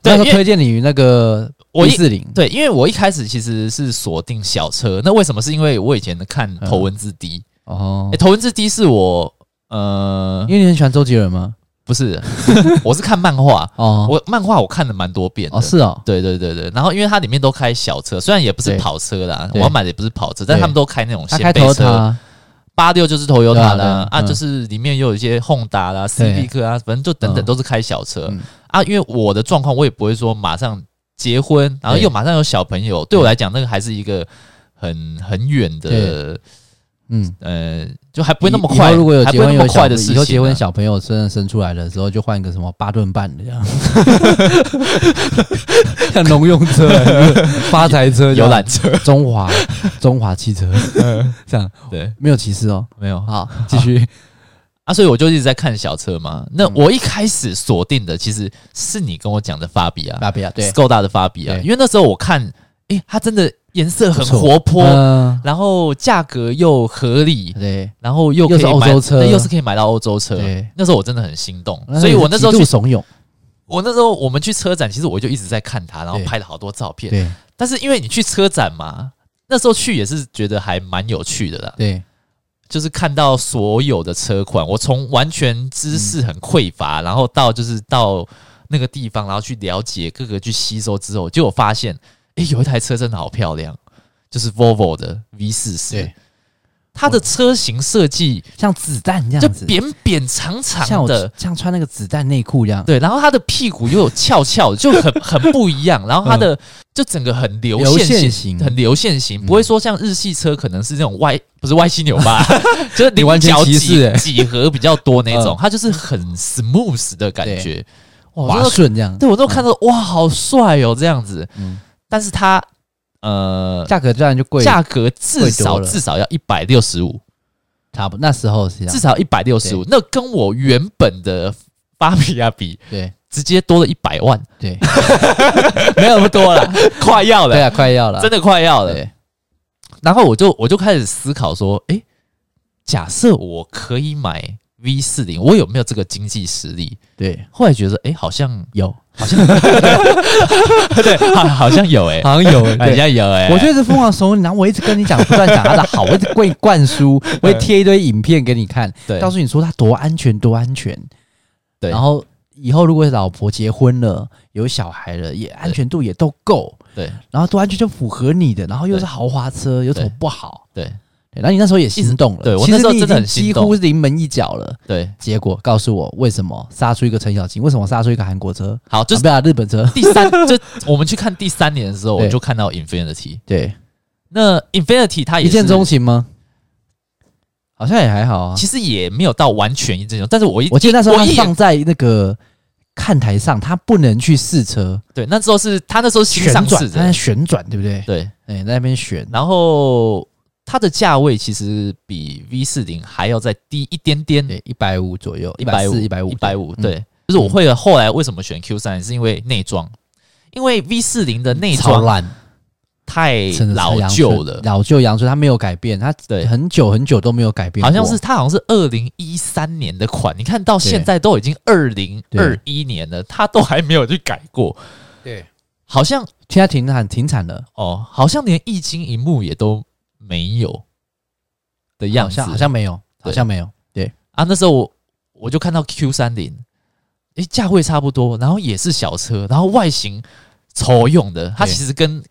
[SPEAKER 1] 对
[SPEAKER 2] 那时候
[SPEAKER 1] 因为
[SPEAKER 2] 推荐你那个
[SPEAKER 1] 我一
[SPEAKER 2] 一四零，
[SPEAKER 1] 对，因为我一开始其实是锁定小车，那为什么？是因为我以前看《头文字 D》
[SPEAKER 2] 嗯哦
[SPEAKER 1] 诶，头文字 D》是我呃，
[SPEAKER 2] 因为你很喜欢周杰伦吗？
[SPEAKER 1] 不是， 我是看漫画，
[SPEAKER 2] 哦，
[SPEAKER 1] 我漫画我看了蛮多遍的。
[SPEAKER 2] 哦是哦，
[SPEAKER 1] 对对对对，然后因为它里面都开小车，虽然也不是
[SPEAKER 2] 对
[SPEAKER 1] 跑车啦，我
[SPEAKER 2] 对
[SPEAKER 1] 要买的也不是跑车，但
[SPEAKER 2] 对
[SPEAKER 1] 他们都开那种
[SPEAKER 2] 他
[SPEAKER 1] 掀
[SPEAKER 2] 开啊
[SPEAKER 1] 背
[SPEAKER 2] 头
[SPEAKER 1] 车，
[SPEAKER 2] 他
[SPEAKER 1] 八六就是头油塔啦
[SPEAKER 2] 对啊，对
[SPEAKER 1] 啊，
[SPEAKER 2] 嗯
[SPEAKER 1] 就是里面也有一些 Honda 啦、
[SPEAKER 2] 对
[SPEAKER 1] Civic 啊，反正就等等
[SPEAKER 2] 嗯
[SPEAKER 1] 都是开小车
[SPEAKER 2] 嗯
[SPEAKER 1] 啊，因为我的状况，我也不会说马上结婚，然后又马上有小朋友，对我来讲，那个还是一个很很远的，
[SPEAKER 2] 嗯，
[SPEAKER 1] 呃，就还不会那么快。
[SPEAKER 2] 以后如果有
[SPEAKER 1] 还不
[SPEAKER 2] 结
[SPEAKER 1] 会
[SPEAKER 2] 婚
[SPEAKER 1] 那
[SPEAKER 2] 有
[SPEAKER 1] 么快的
[SPEAKER 2] 小
[SPEAKER 1] 事情啊、
[SPEAKER 2] 以后结婚小朋友真的生出来的时候，就换一个什么巴顿半的这样， 像农用车、啊发财车、
[SPEAKER 1] 游览 嗯车，
[SPEAKER 2] 中华中华汽车这样，
[SPEAKER 1] 对，
[SPEAKER 2] 没有歧视哦。
[SPEAKER 1] 没有
[SPEAKER 2] 好，继续。
[SPEAKER 1] 啊，所以我就一直在看小车嘛。
[SPEAKER 2] 嗯
[SPEAKER 1] 那我一开始锁定的其实是你跟我讲的法比啊
[SPEAKER 2] 拉比亚对，
[SPEAKER 1] ，Skoda 的法比啊，
[SPEAKER 2] 对
[SPEAKER 1] 因为那时候我看，诶、它真的颜色很
[SPEAKER 2] 不错
[SPEAKER 1] 活泼，
[SPEAKER 2] 嗯
[SPEAKER 1] 然后价格又合理，
[SPEAKER 2] 对
[SPEAKER 1] 然后又可以
[SPEAKER 2] 又是欧
[SPEAKER 1] 买
[SPEAKER 2] 洲车
[SPEAKER 1] 对又是可以买到欧洲车。
[SPEAKER 2] 对，
[SPEAKER 1] 那时候我真的很心动，所以我那时候
[SPEAKER 2] 极
[SPEAKER 1] 去
[SPEAKER 2] 度，怂恿，
[SPEAKER 1] 我那时候我们去车展，其实我就一直在看它，然后
[SPEAKER 2] 对
[SPEAKER 1] 拍了好多照片。
[SPEAKER 2] 对
[SPEAKER 1] 但是因为你去车展嘛，那时候去也是觉得还蛮有趣的啦，
[SPEAKER 2] 对
[SPEAKER 1] 就是看到所有的车款，我从完全知识很匮
[SPEAKER 2] 嗯
[SPEAKER 1] 乏，然后到就是到那个地方，然后去了解各个去吸收之后，结果发现，诶，有一台车真的好漂亮，就是 Volvo 的 V 四十
[SPEAKER 2] 对，，
[SPEAKER 1] 它的车型设计
[SPEAKER 2] 像子哦弹这
[SPEAKER 1] 就
[SPEAKER 2] 样子，
[SPEAKER 1] 扁扁长长
[SPEAKER 2] 像
[SPEAKER 1] 的
[SPEAKER 2] 我，像穿那个子弹内裤一样，
[SPEAKER 1] 对，然后它的屁股又有翘翘的，就很 很不一样。然后它的、就整个很流
[SPEAKER 2] 嗯流
[SPEAKER 1] 线
[SPEAKER 2] 线型嗯
[SPEAKER 1] 很流线型，不会说像日系车可能是那种歪，不是歪七扭 八，就是
[SPEAKER 2] 你完全
[SPEAKER 1] 角
[SPEAKER 2] 歧
[SPEAKER 1] 几
[SPEAKER 2] 视欸
[SPEAKER 1] 几何比较多那种
[SPEAKER 2] 嗯，
[SPEAKER 1] 它就是很 smooth 的感觉。哇，我
[SPEAKER 2] 滑
[SPEAKER 1] 那时候
[SPEAKER 2] 顺这样，
[SPEAKER 1] 对我都看到哇，好帅哦，这样子。
[SPEAKER 2] 嗯，
[SPEAKER 1] 但是它呃，
[SPEAKER 2] 价格当然就贵，
[SPEAKER 1] 价格至
[SPEAKER 2] 贵多
[SPEAKER 1] 少
[SPEAKER 2] 了
[SPEAKER 1] 至少要一百六十五，
[SPEAKER 2] 差不多那时候是这样
[SPEAKER 1] 至，少一百六十五，那跟我原本的巴比亚比，
[SPEAKER 2] 对
[SPEAKER 1] 直接多了一百 万。
[SPEAKER 2] 对，没有那么 多了，
[SPEAKER 1] 快要了，
[SPEAKER 2] 对啊，快要了，
[SPEAKER 1] 真的快要了。
[SPEAKER 2] 对
[SPEAKER 1] 然后我就我就开始思考说，诶，假设我可以买 V 四零，我有没有这个经济实力？
[SPEAKER 2] 对
[SPEAKER 1] 后来觉得，诶，好像
[SPEAKER 2] 有，
[SPEAKER 1] 对，好好像有诶，
[SPEAKER 2] 好像 有，
[SPEAKER 1] 好
[SPEAKER 2] 对。
[SPEAKER 1] 像有诶。
[SPEAKER 2] 我就是疯狂怂恿你，然后我一直跟你讲，不断讲他的好，我 一直灌灌输，我会贴一堆影片给你看，
[SPEAKER 1] 对
[SPEAKER 2] 告诉你说他多安全，多安全。
[SPEAKER 1] 对
[SPEAKER 2] 然后以后如果老婆结婚了，有小孩了，也安全度也都够，
[SPEAKER 1] 对
[SPEAKER 2] 然后多安全就符合你的，然后又是
[SPEAKER 1] 对
[SPEAKER 2] 豪华车，有什么
[SPEAKER 1] 对
[SPEAKER 2] 不好？
[SPEAKER 1] 对
[SPEAKER 2] 对，然后你那时候也心动了，
[SPEAKER 1] 对我
[SPEAKER 2] 其实
[SPEAKER 1] 那时候
[SPEAKER 2] 你已
[SPEAKER 1] 真的
[SPEAKER 2] 经
[SPEAKER 1] 很心
[SPEAKER 2] 几
[SPEAKER 1] 动
[SPEAKER 2] 乎临门一脚了。
[SPEAKER 1] 对，
[SPEAKER 2] 结果告诉我为什么杀出一个陈小青，为什么杀出一个韩国车，
[SPEAKER 1] 好，就
[SPEAKER 2] 啊
[SPEAKER 1] 是
[SPEAKER 2] 不要日 本车，
[SPEAKER 1] 第三，就我们去看第三年的时候，
[SPEAKER 2] 对
[SPEAKER 1] 我就看到 Infinity。
[SPEAKER 2] 对，
[SPEAKER 1] 那 Infinity 它也
[SPEAKER 2] 一
[SPEAKER 1] 是
[SPEAKER 2] 见钟，情吗？好像也还好啊。
[SPEAKER 1] 其实也没有到完全一见钟，情，但是我一
[SPEAKER 2] 我记得那时候
[SPEAKER 1] 我
[SPEAKER 2] 他
[SPEAKER 1] 一眼
[SPEAKER 2] 放在那个看台上，他不能去试车，
[SPEAKER 1] 对那时候是他那时候新
[SPEAKER 2] 旋
[SPEAKER 1] 上
[SPEAKER 2] 转，
[SPEAKER 1] 市
[SPEAKER 2] 他在
[SPEAKER 1] 的，
[SPEAKER 2] 旋转，对不对？
[SPEAKER 1] 对，
[SPEAKER 2] 哎，在那边旋，
[SPEAKER 1] 然后它的价位其实比 V 四零还要再低一点点，
[SPEAKER 2] 对，一百五左右，一百
[SPEAKER 1] 150
[SPEAKER 2] 四、一百五、
[SPEAKER 1] 一百五。
[SPEAKER 2] 嗯
[SPEAKER 1] 对，就是我会了后来为什么选 Q 三，是因为内装，因为 V 四零的内
[SPEAKER 2] 超
[SPEAKER 1] 装
[SPEAKER 2] 烂，
[SPEAKER 1] 太
[SPEAKER 2] 真的是
[SPEAKER 1] 老
[SPEAKER 2] 阳
[SPEAKER 1] 旧
[SPEAKER 2] 春
[SPEAKER 1] 了，
[SPEAKER 2] 老旧阳春，它没有改变，它
[SPEAKER 1] 对
[SPEAKER 2] 很久很久都没有改变过，
[SPEAKER 1] 好像是它好像是二零一三年的款，你看到现在都已经二零二一年了，它都还没有去改过，
[SPEAKER 2] 对，
[SPEAKER 1] 好像
[SPEAKER 2] 现在停产停产了，
[SPEAKER 1] 哦，好像连液晶荧幕也都没有的样
[SPEAKER 2] 好
[SPEAKER 1] 子，
[SPEAKER 2] 像好像没有，
[SPEAKER 1] 对
[SPEAKER 2] 好像没有，对，
[SPEAKER 1] 啊，那时候我我就看到 Q 三零，诶，价位差不多，然后也是小车，然后外形丑用的，它
[SPEAKER 2] 对
[SPEAKER 1] 其实跟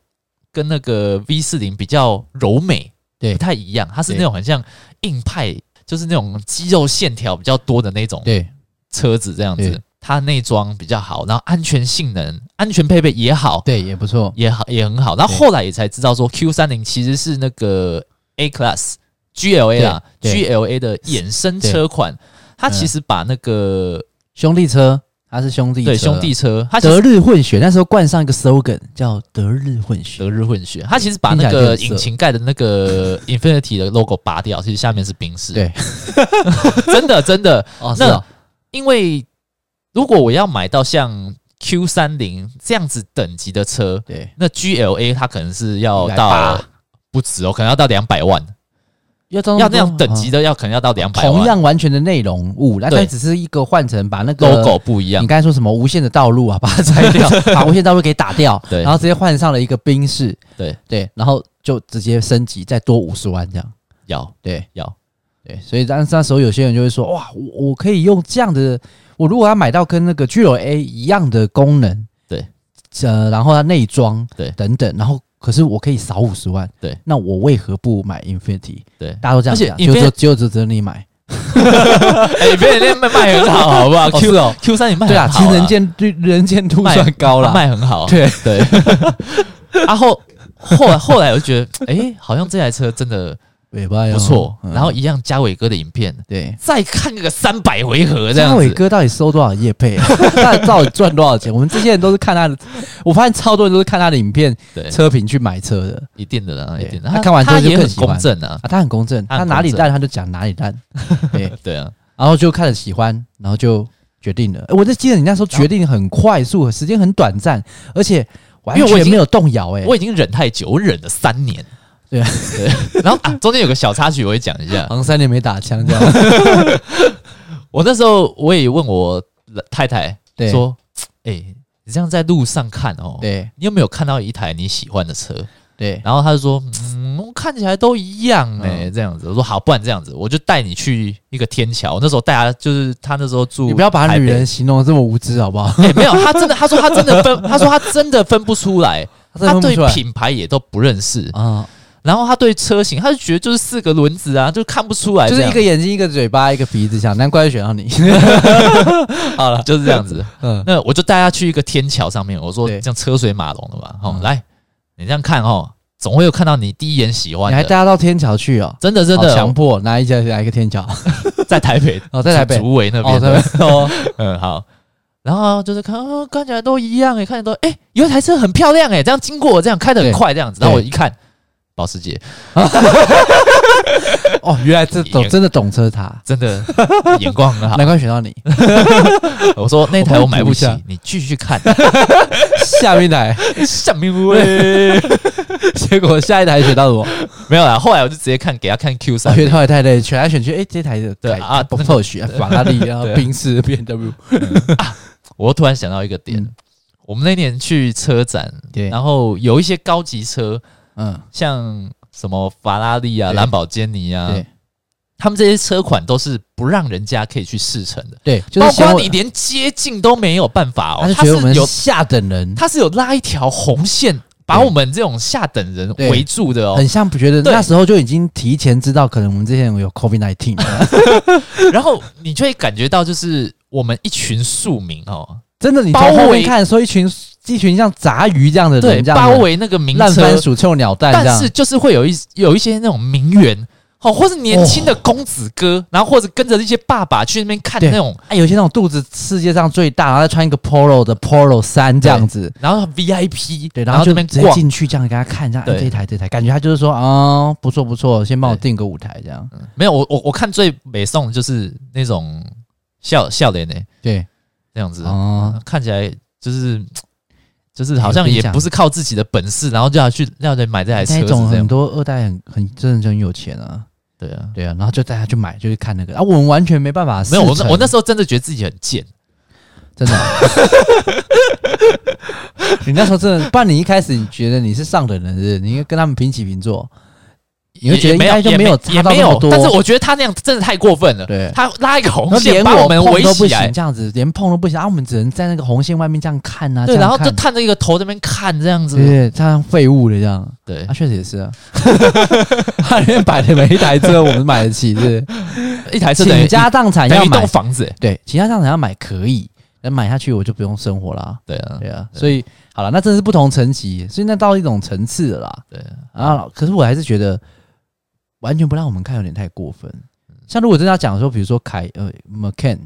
[SPEAKER 1] 跟那个 V 四零比较柔美，
[SPEAKER 2] 对
[SPEAKER 1] 不太一样，它是
[SPEAKER 2] 对
[SPEAKER 1] 那种很像硬派，就是那种肌肉线条比较多的那种
[SPEAKER 2] 对
[SPEAKER 1] 车子这样子
[SPEAKER 2] 对。
[SPEAKER 1] 它内装比较好，然后安全性能、安全配备也好，
[SPEAKER 2] 对，也不错，
[SPEAKER 1] 也好也很好。然后
[SPEAKER 2] 对
[SPEAKER 1] 后来也才知道说 Q 三零其实是那个 A Class GLA 啦
[SPEAKER 2] 对对
[SPEAKER 1] ，GLA 的衍生车款。它其实把那个
[SPEAKER 2] 兄弟车，它是兄弟车
[SPEAKER 1] 对兄弟车，它其
[SPEAKER 2] 嗯德
[SPEAKER 1] 实
[SPEAKER 2] 日混血，那时候冠上一个 slogan 叫德日混血，
[SPEAKER 1] 德日混血，它其实把那个引擎盖的那 个 Infinity 的 logo 拔掉，其实下面是宾士。
[SPEAKER 2] 对，
[SPEAKER 1] 真的真的，
[SPEAKER 2] 哦
[SPEAKER 1] 那因为如果我要买到像 Q 三零这样子等级的车，
[SPEAKER 2] 对，
[SPEAKER 1] 那 GLA 它可能是要
[SPEAKER 2] 180
[SPEAKER 1] 到不止哦，可能要到两百万。
[SPEAKER 2] 要这
[SPEAKER 1] 要那样等级
[SPEAKER 2] 的、
[SPEAKER 1] 的，要可能要到两百万。
[SPEAKER 2] 嗯同样完全的内容物，那它
[SPEAKER 1] 对
[SPEAKER 2] 只是一个换成把那个
[SPEAKER 1] logo 不一样
[SPEAKER 2] 你，刚才说什么无限的道路啊，把它 拆掉，把无限道路给打掉，
[SPEAKER 1] 对
[SPEAKER 2] 然后直接换上了一个冰室，
[SPEAKER 1] 对
[SPEAKER 2] 对，然后就直接升级再多五十万这样，
[SPEAKER 1] 要
[SPEAKER 2] 对
[SPEAKER 1] 要
[SPEAKER 2] 对，所以当那时候有些人就会说，哇，我我可以用这样的，我如果要买到跟那个 G L A 一样的功能，
[SPEAKER 1] 对，
[SPEAKER 2] 呃，然后它内装，
[SPEAKER 1] 对
[SPEAKER 2] 等等，然后可是我可以少五十万，
[SPEAKER 1] 对，
[SPEAKER 2] 那我为何不买 Infinity？
[SPEAKER 1] 对，
[SPEAKER 2] 大家都这
[SPEAKER 1] 而
[SPEAKER 2] 样
[SPEAKER 1] 且
[SPEAKER 2] 讲，就
[SPEAKER 1] Infinity-
[SPEAKER 2] 就就只有你买，
[SPEAKER 1] 哎，别人那卖很好，好不好
[SPEAKER 2] 哦是
[SPEAKER 1] ？Q
[SPEAKER 2] 哦
[SPEAKER 1] Q 三也卖
[SPEAKER 2] 对啊，
[SPEAKER 1] 哎很好
[SPEAKER 2] 其实人见率人见度
[SPEAKER 1] 卖
[SPEAKER 2] 算高了，
[SPEAKER 1] 卖很好。
[SPEAKER 2] 对
[SPEAKER 1] 对， 然后后来后来我就觉得，哎，好像这台车真的
[SPEAKER 2] 尾巴
[SPEAKER 1] 不错。然后
[SPEAKER 2] 嗯
[SPEAKER 1] 一样，嘉伟哥的影片
[SPEAKER 2] 对。
[SPEAKER 1] 再看个三百回合这
[SPEAKER 2] 嘉
[SPEAKER 1] 样
[SPEAKER 2] 伟
[SPEAKER 1] 子。
[SPEAKER 2] 哥到底收多少业配、 啊？他到底赚多少钱？我们这些人都是看他的，我发现超多人都是看他的影片、
[SPEAKER 1] 对，
[SPEAKER 2] 车评去买车的
[SPEAKER 1] 一定的啦，
[SPEAKER 2] 对
[SPEAKER 1] 一定的。
[SPEAKER 2] 他看完之后
[SPEAKER 1] 他
[SPEAKER 2] 就
[SPEAKER 1] 也
[SPEAKER 2] 更
[SPEAKER 1] 很
[SPEAKER 2] 喜欢
[SPEAKER 1] 公正啊，
[SPEAKER 2] 啊。他很公正，
[SPEAKER 1] 他
[SPEAKER 2] 他
[SPEAKER 1] 很
[SPEAKER 2] 哪里
[SPEAKER 1] 公正
[SPEAKER 2] 烂他就讲哪里烂，对。
[SPEAKER 1] 对啊，
[SPEAKER 2] 然后就看着喜欢，然后就决定了。诶我就记得你那时候决定很快速，时间很短暂，而且完
[SPEAKER 1] 因为我已
[SPEAKER 2] 全
[SPEAKER 1] 经
[SPEAKER 2] 没有动摇、诶
[SPEAKER 1] 我已经忍太久，我忍了三年。
[SPEAKER 2] 对 啊
[SPEAKER 1] 对，然后啊，中间有个小插曲，我会讲一下
[SPEAKER 2] 好。像三年没打枪这样。
[SPEAKER 1] 我那时候我也问我太太
[SPEAKER 2] 对
[SPEAKER 1] 说：“哎、你这样在路上看哦，
[SPEAKER 2] 对
[SPEAKER 1] 你有没有看到一台你喜欢的车
[SPEAKER 2] 对？”，
[SPEAKER 1] 然后她就说：“嗯，看起来都一样哎、
[SPEAKER 2] 嗯
[SPEAKER 1] 这样子。”我说：“好，不然这样子，我就带你去一个天桥。”我那时候带她，就是她那时候住，
[SPEAKER 2] 你不要把女人。形容得这么无知好不好？
[SPEAKER 1] 哎、 没有，她真的，她说她真的 分，她说她真的分不出来，
[SPEAKER 2] 真的
[SPEAKER 1] 她
[SPEAKER 2] 分不
[SPEAKER 1] 对
[SPEAKER 2] 出来
[SPEAKER 1] 品牌也都不认识，
[SPEAKER 2] 啊，
[SPEAKER 1] 然后她对车型，她就觉得就是四个轮子啊，就看不出来，
[SPEAKER 2] 就是一
[SPEAKER 1] 这
[SPEAKER 2] 个眼睛、一个嘴巴、一个鼻子，想难怪会选 到你。
[SPEAKER 1] 样好了，就是这样子。
[SPEAKER 2] 嗯，
[SPEAKER 1] 那我就带他去一个天桥上面，我说
[SPEAKER 2] 对
[SPEAKER 1] 这样车水马龙的嘛，好、
[SPEAKER 2] 嗯
[SPEAKER 1] 来，你这样看哦，总会有看到你第一眼喜欢
[SPEAKER 2] 你还带
[SPEAKER 1] 的，
[SPEAKER 2] 他到天桥去哦，
[SPEAKER 1] 真的真
[SPEAKER 2] 好强
[SPEAKER 1] 的，
[SPEAKER 2] 迫哪一家哪一个天桥？
[SPEAKER 1] 在台北
[SPEAKER 2] 哦， 在台北。
[SPEAKER 1] 竹围那
[SPEAKER 2] 哦，
[SPEAKER 1] 边
[SPEAKER 2] 台
[SPEAKER 1] 的，
[SPEAKER 2] 北哦，
[SPEAKER 1] 嗯好，然后就是看、哦、看起来都一样哎，看起来都哎、有一台车很漂亮哎，这样经过这样开的很
[SPEAKER 2] 对
[SPEAKER 1] 快这样子，
[SPEAKER 2] 对
[SPEAKER 1] 然后我一看，保时捷
[SPEAKER 2] 哦，原来这懂真的懂车塔，
[SPEAKER 1] 真 的眼光很好
[SPEAKER 2] 难，怪 选到你。
[SPEAKER 1] 我说那台我买不起
[SPEAKER 2] 我会补一下，
[SPEAKER 1] 你继续 看，
[SPEAKER 2] 下面一台，
[SPEAKER 1] 下面位
[SPEAKER 2] 结果下一台选到我，
[SPEAKER 1] 没有啦，后来我就直接看给他看 Q 三，
[SPEAKER 2] 选到一台的，选来选去，哎，这台的
[SPEAKER 1] 对啊
[SPEAKER 2] 不错选法拉利啊，
[SPEAKER 1] 对
[SPEAKER 2] 宾士 B N W，
[SPEAKER 1] 我突然想到一个点，
[SPEAKER 2] 嗯
[SPEAKER 1] 我们那年去车展，
[SPEAKER 2] 对
[SPEAKER 1] 然后有一些高级车，
[SPEAKER 2] 嗯，
[SPEAKER 1] 像什么法拉利啊、
[SPEAKER 2] 对
[SPEAKER 1] 兰博基尼啊，
[SPEAKER 2] 对
[SPEAKER 1] 他们这些车款都是不让人家可以去试乘的，
[SPEAKER 2] 对，就是
[SPEAKER 1] 包
[SPEAKER 2] 嫌
[SPEAKER 1] 括
[SPEAKER 2] 我
[SPEAKER 1] 你，连接近都没有办法
[SPEAKER 2] 他
[SPEAKER 1] 哦
[SPEAKER 2] 就，
[SPEAKER 1] 他
[SPEAKER 2] 觉得我们
[SPEAKER 1] 是有
[SPEAKER 2] 下等人，
[SPEAKER 1] 他是有拉一条红线，把我们这种下等人
[SPEAKER 2] 对
[SPEAKER 1] 围住的哦
[SPEAKER 2] 很。像不觉得
[SPEAKER 1] 对
[SPEAKER 2] 那时候就已经提前知道，可能我们这些人有 COVID nineteen，
[SPEAKER 1] 然后你就会感觉到，就是我们一群庶民哦，
[SPEAKER 2] 真的，你
[SPEAKER 1] 包
[SPEAKER 2] 从后
[SPEAKER 1] 围
[SPEAKER 2] 面看，说一群一群像杂鱼这样的
[SPEAKER 1] 对，
[SPEAKER 2] 人，这样
[SPEAKER 1] 包
[SPEAKER 2] 的
[SPEAKER 1] 围那个名
[SPEAKER 2] 烂
[SPEAKER 1] 车
[SPEAKER 2] 番薯、臭鸟蛋这
[SPEAKER 1] 但
[SPEAKER 2] 样
[SPEAKER 1] 是。就是会有一有一些那种名媛，哦，或是年轻的公子哥，然后或者跟着一些爸爸去那边看
[SPEAKER 2] 哦对
[SPEAKER 1] 那种，
[SPEAKER 2] 哎，有些那种肚子世界上最大，然后再穿一个 polo 的 polo 衫这样子，
[SPEAKER 1] 然后 VIP，
[SPEAKER 2] 对，
[SPEAKER 1] 然
[SPEAKER 2] 后
[SPEAKER 1] 后
[SPEAKER 2] 就
[SPEAKER 1] 这边
[SPEAKER 2] 直接
[SPEAKER 1] 逛，
[SPEAKER 2] 进去这样给他看，这样、哎
[SPEAKER 1] 对
[SPEAKER 2] 这一台这一台，感觉他就是说，哦，不错不错，先帮我
[SPEAKER 1] 对
[SPEAKER 2] 定个舞台这样。
[SPEAKER 1] 没有，我我我看最美颂的就是那种笑笑脸呢，
[SPEAKER 2] 对，
[SPEAKER 1] 那样子，
[SPEAKER 2] 哦，哎
[SPEAKER 1] 看起来就是。就是好像也不是靠自己的本事，然后就要去要人买这台车
[SPEAKER 2] 那
[SPEAKER 1] 子
[SPEAKER 2] 种
[SPEAKER 1] 这
[SPEAKER 2] 很
[SPEAKER 1] 样，
[SPEAKER 2] 多二代很很真的就很有钱啊，
[SPEAKER 1] 对啊，
[SPEAKER 2] 对啊，然后就带他去买，就去看那个，啊，我们完全没办法
[SPEAKER 1] 没
[SPEAKER 2] 试
[SPEAKER 1] 有
[SPEAKER 2] 乘，
[SPEAKER 1] 我那我那时候真的觉得自己很贱，
[SPEAKER 2] 真的 啊。你那时候真的，不然你一开始你觉得你是上等人，是不是你应该跟他们平起平坐，你会
[SPEAKER 1] 也
[SPEAKER 2] 觉得
[SPEAKER 1] 也
[SPEAKER 2] 应该就
[SPEAKER 1] 没
[SPEAKER 2] 没
[SPEAKER 1] 有
[SPEAKER 2] 有
[SPEAKER 1] 也也
[SPEAKER 2] 差到
[SPEAKER 1] 没
[SPEAKER 2] 那么
[SPEAKER 1] 有，
[SPEAKER 2] 多。
[SPEAKER 1] 但是我觉得他那样真的太过分了，
[SPEAKER 2] 对
[SPEAKER 1] 他拉一个
[SPEAKER 2] 然
[SPEAKER 1] 红
[SPEAKER 2] 后
[SPEAKER 1] 线
[SPEAKER 2] 连
[SPEAKER 1] 把
[SPEAKER 2] 我
[SPEAKER 1] 们
[SPEAKER 2] 碰
[SPEAKER 1] 围
[SPEAKER 2] 都不
[SPEAKER 1] 起来
[SPEAKER 2] 行，，这样子连碰都不行，啊，我们只能在那个红线外面这样看啊，
[SPEAKER 1] 对，
[SPEAKER 2] 这
[SPEAKER 1] 然后
[SPEAKER 2] 样
[SPEAKER 1] 就
[SPEAKER 2] 看
[SPEAKER 1] 探着一个头在那边看这样子
[SPEAKER 2] 对，对，他像废物的这样，
[SPEAKER 1] 对
[SPEAKER 2] 啊，，确实也是啊， 他里面摆的每一台车我们买得起，是不
[SPEAKER 1] 一台
[SPEAKER 2] 是
[SPEAKER 1] 车等于
[SPEAKER 2] 倾家荡产
[SPEAKER 1] 等
[SPEAKER 2] 要
[SPEAKER 1] 于一
[SPEAKER 2] 买
[SPEAKER 1] 栋，房子，
[SPEAKER 2] 对，倾家荡产要买可以，但买下去我就不用生活啦、
[SPEAKER 1] 对啊，
[SPEAKER 2] 对啊，所以好了，那真的是不同层级，所以那到一种层次了啦。
[SPEAKER 1] 对啊，
[SPEAKER 2] 啊，可是我还是觉得完全不让我们看有点太过分。像如果真的要讲说，比如说凯呃 McCann，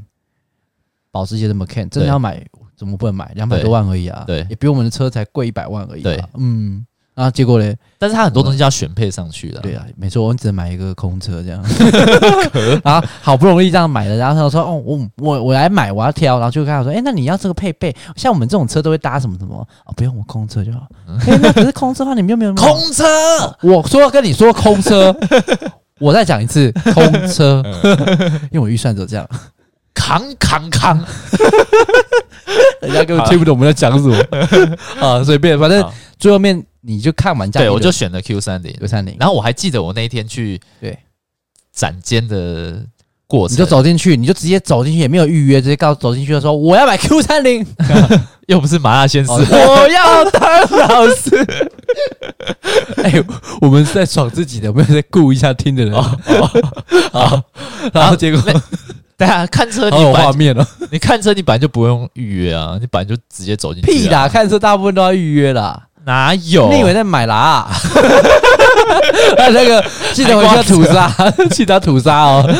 [SPEAKER 2] 保时捷的 McCann，真的要买怎么不能买？两百
[SPEAKER 1] 对
[SPEAKER 2] 多万而已啊，
[SPEAKER 1] 对
[SPEAKER 2] 也比我们的车才贵一百万而已、啊。
[SPEAKER 1] 对，
[SPEAKER 2] 嗯，然后结果嘞，
[SPEAKER 1] 但是它很多东西要选配上去的，
[SPEAKER 2] 对啊，没错，我们只能买一个空车这 样，然后好不容易这样买了，然后他说哦，我我我来买，我要挑，然后就跟他说，哎、那你要这个配备，像我们这种车都会搭什么什么，哦，不用，我空车就好。哎、那可是空车的话，你们 又没有
[SPEAKER 1] 嗯
[SPEAKER 2] 买
[SPEAKER 1] 空车，
[SPEAKER 2] 我说跟你说 空车，我再讲一次空车，
[SPEAKER 1] 嗯
[SPEAKER 2] 因为我预算就 这样，
[SPEAKER 1] 扛扛扛，
[SPEAKER 2] 人家根本听不懂我们在讲什么 啊，随便，反正
[SPEAKER 1] 好
[SPEAKER 2] 最后面你就看完价，
[SPEAKER 1] 对我就选了 Q 三零，
[SPEAKER 2] 刘三零，
[SPEAKER 1] 然后我还记得我那一天去
[SPEAKER 2] 对
[SPEAKER 1] 展间的过
[SPEAKER 2] 你
[SPEAKER 1] 程，
[SPEAKER 2] 就走进去，你就直接走进去，也没有预约，直接告走进去就说我要买 Q 三零，
[SPEAKER 1] 又不是麻辣鲜师，
[SPEAKER 2] 我要当老师。 哎、我们是在爽自己的，我们在顾一下听的人。哦
[SPEAKER 1] 哦
[SPEAKER 2] 好，然后结果
[SPEAKER 1] 那对啊，看车
[SPEAKER 2] 好
[SPEAKER 1] 你
[SPEAKER 2] 有
[SPEAKER 1] 本
[SPEAKER 2] 画
[SPEAKER 1] 来
[SPEAKER 2] 面哦。
[SPEAKER 1] 你看车你本来就不用预约啊，你本来就直接走进去、啊
[SPEAKER 2] 屁！啦，看车大部分都要预约啦。
[SPEAKER 1] 哪有？
[SPEAKER 2] 你以为在买啦、啊？哦 那个记得回去要吐沙，记得要吐沙 哦。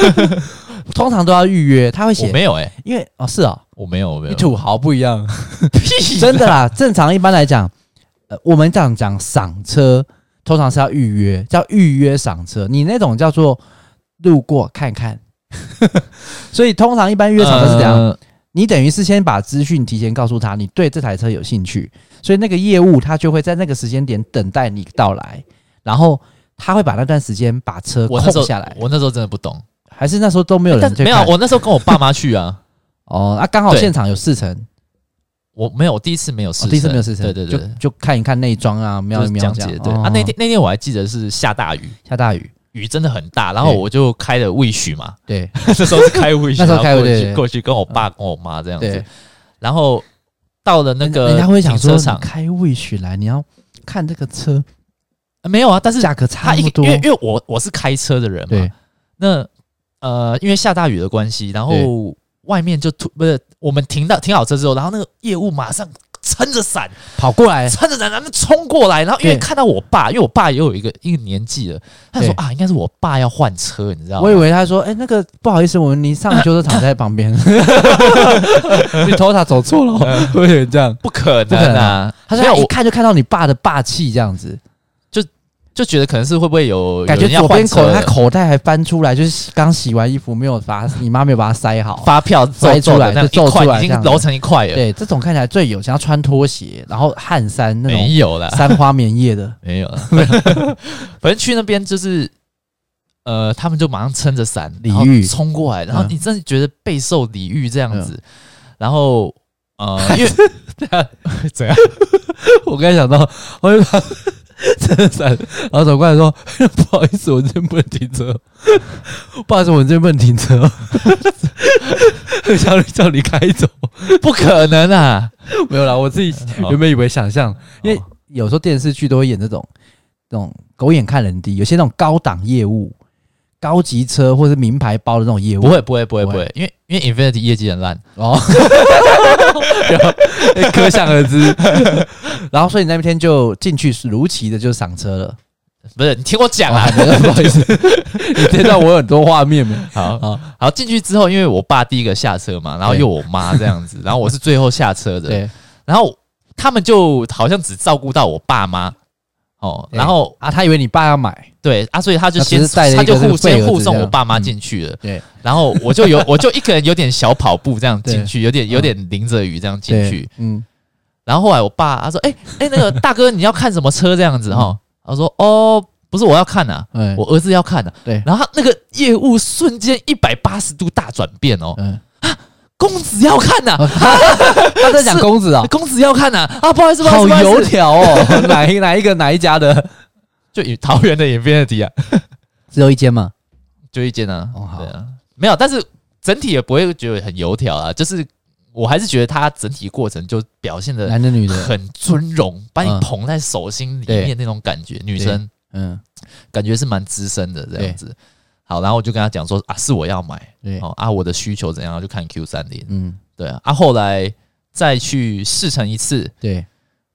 [SPEAKER 2] 通常都要预约，他会
[SPEAKER 1] 我
[SPEAKER 2] 写，
[SPEAKER 1] 没有哎、
[SPEAKER 2] 因为哦是哦，
[SPEAKER 1] 我没有，我没
[SPEAKER 2] 你
[SPEAKER 1] 有。
[SPEAKER 2] 土豪不一样。
[SPEAKER 1] 屁
[SPEAKER 2] 真的啦，正常一般来讲，呃，我们这样讲赏车，通常是要预约，叫预约赏车。你那种叫做路过看看， 所以通常一般约赏车是怎样？
[SPEAKER 1] 呃
[SPEAKER 2] 你等于是先把资讯提前告诉他，你对这台车有兴趣，所以那个业务他就会在那个时间点等待你到来，然后他会把那段时间把车
[SPEAKER 1] 我
[SPEAKER 2] 空
[SPEAKER 1] 那时候
[SPEAKER 2] 下来，
[SPEAKER 1] 我那时候真的不懂，
[SPEAKER 2] 还是那时候都没有
[SPEAKER 1] 但
[SPEAKER 2] 人去
[SPEAKER 1] 没有啊，
[SPEAKER 2] 看
[SPEAKER 1] 我那时候跟我爸妈去 啊，
[SPEAKER 2] 哦，啊，刚好
[SPEAKER 1] 对
[SPEAKER 2] 现场有四成，
[SPEAKER 1] 我没有，我第一次没有试
[SPEAKER 2] 哦
[SPEAKER 1] 乘，
[SPEAKER 2] 第一次没有四成，
[SPEAKER 1] 对对对，
[SPEAKER 2] 就就看一看内装啊，喵
[SPEAKER 1] 就
[SPEAKER 2] 一
[SPEAKER 1] 是
[SPEAKER 2] 喵
[SPEAKER 1] 讲
[SPEAKER 2] 这
[SPEAKER 1] 解
[SPEAKER 2] 样，
[SPEAKER 1] 对
[SPEAKER 2] 哦
[SPEAKER 1] 啊，那天那天我还记得是下大雨，
[SPEAKER 2] 下大雨，
[SPEAKER 1] 雨真的很大，然后
[SPEAKER 2] 对
[SPEAKER 1] 我就开了 wish 嘛，
[SPEAKER 2] 对
[SPEAKER 1] 那时候是开 wish，
[SPEAKER 2] 那时候开
[SPEAKER 1] 然后过
[SPEAKER 2] wish，对
[SPEAKER 1] 去过去跟我爸跟我妈这样
[SPEAKER 2] 对
[SPEAKER 1] 子，，然后到了那个
[SPEAKER 2] 人家会想说，
[SPEAKER 1] 停车
[SPEAKER 2] 你
[SPEAKER 1] 场
[SPEAKER 2] 开魏许来，你要看这个车
[SPEAKER 1] 呃没有啊，但是
[SPEAKER 2] 价格差
[SPEAKER 1] 他
[SPEAKER 2] 那
[SPEAKER 1] 一
[SPEAKER 2] 么
[SPEAKER 1] 个
[SPEAKER 2] 多
[SPEAKER 1] 因，为因为我我是开车的人嘛
[SPEAKER 2] 对，
[SPEAKER 1] 那呃因为下大雨的关系，然后
[SPEAKER 2] 对
[SPEAKER 1] 外面就突不是我们停到停好车之后，然后那个业务马上撑着伞。
[SPEAKER 2] 跑过来，
[SPEAKER 1] 撑着伞，然后冲过来，然后因为
[SPEAKER 2] 哎对
[SPEAKER 1] 看到我爸，因为我爸也有一个一个年纪了，他说
[SPEAKER 2] 对
[SPEAKER 1] 啊，应该是我爸要换车，你知道吗
[SPEAKER 2] 我以？为他说，哎，那个不好意思，我们离上 修车厂在旁边，你头塔走错了哦，会有人这样。
[SPEAKER 1] 不可
[SPEAKER 2] 不可能
[SPEAKER 1] 啊！
[SPEAKER 2] 他
[SPEAKER 1] 没
[SPEAKER 2] 说哎
[SPEAKER 1] 有
[SPEAKER 2] 他一
[SPEAKER 1] 我
[SPEAKER 2] 看就看到你爸的霸气这样子，
[SPEAKER 1] 就觉得可能是会不会有
[SPEAKER 2] 感觉
[SPEAKER 1] 有人要
[SPEAKER 2] 左边
[SPEAKER 1] 换车
[SPEAKER 2] 口
[SPEAKER 1] 了
[SPEAKER 2] 他口袋还翻出来，就是刚洗完衣服没有把你妈没有把它塞好。
[SPEAKER 1] 发 票皱
[SPEAKER 2] 塞
[SPEAKER 1] 皱
[SPEAKER 2] 出
[SPEAKER 1] 的
[SPEAKER 2] 来
[SPEAKER 1] 那
[SPEAKER 2] 就
[SPEAKER 1] 样一
[SPEAKER 2] 皱
[SPEAKER 1] 块，
[SPEAKER 2] 出来
[SPEAKER 1] 已
[SPEAKER 2] 这
[SPEAKER 1] 经
[SPEAKER 2] 样子
[SPEAKER 1] 揉成一块了，
[SPEAKER 2] 对，这种看起来最有钱，要穿拖鞋，然后汗衫那种
[SPEAKER 1] 没有啦，
[SPEAKER 2] 三花棉叶的，
[SPEAKER 1] 没有啦。 反正去那边就是，呃，他们就马上撑着伞，
[SPEAKER 2] 礼
[SPEAKER 1] 然后
[SPEAKER 2] 遇
[SPEAKER 1] 冲过来，然后
[SPEAKER 2] 嗯
[SPEAKER 1] 你真的觉得备受礼遇这样子，然后呃， 因为怎样？
[SPEAKER 2] 我刚才想到，我就把真的伞，然后走过来说：“不好意思，我这边不能停车。不好意思，我这边不能停车。叫你叫你开走，
[SPEAKER 1] 不可能啊！
[SPEAKER 2] 没有啦，我自己原本以为想象，因为有时候电视剧都会演这种这种狗眼看人低，有些那种高档业务、高级车或是名牌包的那种业务，
[SPEAKER 1] 不会，不会，不会，
[SPEAKER 2] 不
[SPEAKER 1] 不
[SPEAKER 2] 会
[SPEAKER 1] 会，因为因为 Infinity 业绩很烂，
[SPEAKER 2] 哦，然后可想而知。然后所以你那天就进去是如期的就赏车了。
[SPEAKER 1] 不是你听我讲啊。
[SPEAKER 2] 哦 不好意思，你听到我有很多画面没？
[SPEAKER 1] 好
[SPEAKER 2] 好
[SPEAKER 1] 好好，进去之后，因为我爸第一个下车嘛，然后
[SPEAKER 2] 对
[SPEAKER 1] 又我妈这样子，然后我是最后下车的，
[SPEAKER 2] 对，
[SPEAKER 1] 然后他们就好像只照顾到我爸妈。哦，
[SPEAKER 2] 对
[SPEAKER 1] 然后
[SPEAKER 2] 啊，他以为你爸要买，
[SPEAKER 1] 对啊，所以他就
[SPEAKER 2] 他
[SPEAKER 1] 先
[SPEAKER 2] 只是带了一
[SPEAKER 1] 他就
[SPEAKER 2] 个这个
[SPEAKER 1] 护
[SPEAKER 2] 废儿
[SPEAKER 1] 先
[SPEAKER 2] 子
[SPEAKER 1] 护送
[SPEAKER 2] 这
[SPEAKER 1] 我
[SPEAKER 2] 样嗯
[SPEAKER 1] 爸妈进去了，
[SPEAKER 2] 对
[SPEAKER 1] 然后我就有我就一个人有点小跑步这样进去，有点有点淋着雨这样进去，，
[SPEAKER 2] 嗯对嗯，
[SPEAKER 1] 然后后来我爸他说，哎哎那个大哥你要看什么车这样子
[SPEAKER 2] 嗯
[SPEAKER 1] 哈，我说哦不是我要看啊，
[SPEAKER 2] 哎，
[SPEAKER 1] 我儿子要看的、
[SPEAKER 2] 对
[SPEAKER 1] 然后他那个业务瞬间一百八十度大转变哦，
[SPEAKER 2] 嗯，
[SPEAKER 1] 公子要看呐、
[SPEAKER 2] 他在讲
[SPEAKER 1] 是
[SPEAKER 2] 公子 啊，
[SPEAKER 1] 公子要看呐、啊，不好意思，不好
[SPEAKER 2] 好
[SPEAKER 1] 意思，不好
[SPEAKER 2] 油
[SPEAKER 1] 意思
[SPEAKER 2] 条哦， 哪一哪一个哪一家的？
[SPEAKER 1] 就以桃园的 Infinity 啊，
[SPEAKER 2] 只有一间嘛，
[SPEAKER 1] 就一间啊，
[SPEAKER 2] 哦好
[SPEAKER 1] 对啊，没有，但是整体也不会觉得很油条啊，就是我还是觉得他整体过程就表现的
[SPEAKER 2] 男的女 的，
[SPEAKER 1] 很尊荣，把你
[SPEAKER 2] 嗯
[SPEAKER 1] 捧在手心里面那种感觉，女生
[SPEAKER 2] 嗯，
[SPEAKER 1] 感觉是蛮资深的这样子。好，然后我就跟他讲说啊，是我要买，
[SPEAKER 2] 对，
[SPEAKER 1] 哦啊，我的需求怎样就看 Q 三零，
[SPEAKER 2] 嗯，
[SPEAKER 1] 对啊，啊后来再去试乘一次，
[SPEAKER 2] 对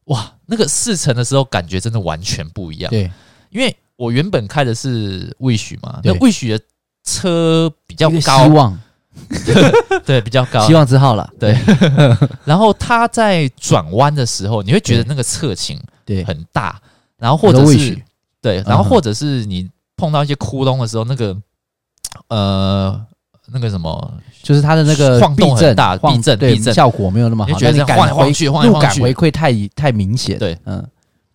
[SPEAKER 1] 哇，那个试乘的时候感觉真的完全不一样。
[SPEAKER 2] 对，
[SPEAKER 1] 因为我原本开的是 wish 嘛，
[SPEAKER 2] 对
[SPEAKER 1] 那 wish 的车比较
[SPEAKER 2] 一个希
[SPEAKER 1] 高，
[SPEAKER 2] 望
[SPEAKER 1] 对，比较高
[SPEAKER 2] 希。望之号了，
[SPEAKER 1] 然后它在转弯的时候，你会觉得那个侧倾
[SPEAKER 2] 对，
[SPEAKER 1] 很大，然后或者
[SPEAKER 2] 你说
[SPEAKER 1] 是
[SPEAKER 2] wish
[SPEAKER 1] 对，然后
[SPEAKER 2] 嗯哼
[SPEAKER 1] 或者是你碰到一些窟窿的时候，那个呃那个什么，
[SPEAKER 2] 就是它的那个
[SPEAKER 1] 晃动很
[SPEAKER 2] 避震
[SPEAKER 1] 大
[SPEAKER 2] 晃
[SPEAKER 1] 避震
[SPEAKER 2] 对
[SPEAKER 1] 避震
[SPEAKER 2] 效果没有那么
[SPEAKER 1] 你
[SPEAKER 2] 好，
[SPEAKER 1] 就觉得
[SPEAKER 2] 但
[SPEAKER 1] 这样
[SPEAKER 2] 你感
[SPEAKER 1] 晃来晃
[SPEAKER 2] 回
[SPEAKER 1] 去，晃来
[SPEAKER 2] 路
[SPEAKER 1] 晃
[SPEAKER 2] 感
[SPEAKER 1] 去
[SPEAKER 2] 回，馈太太明显，
[SPEAKER 1] 对，
[SPEAKER 2] 嗯，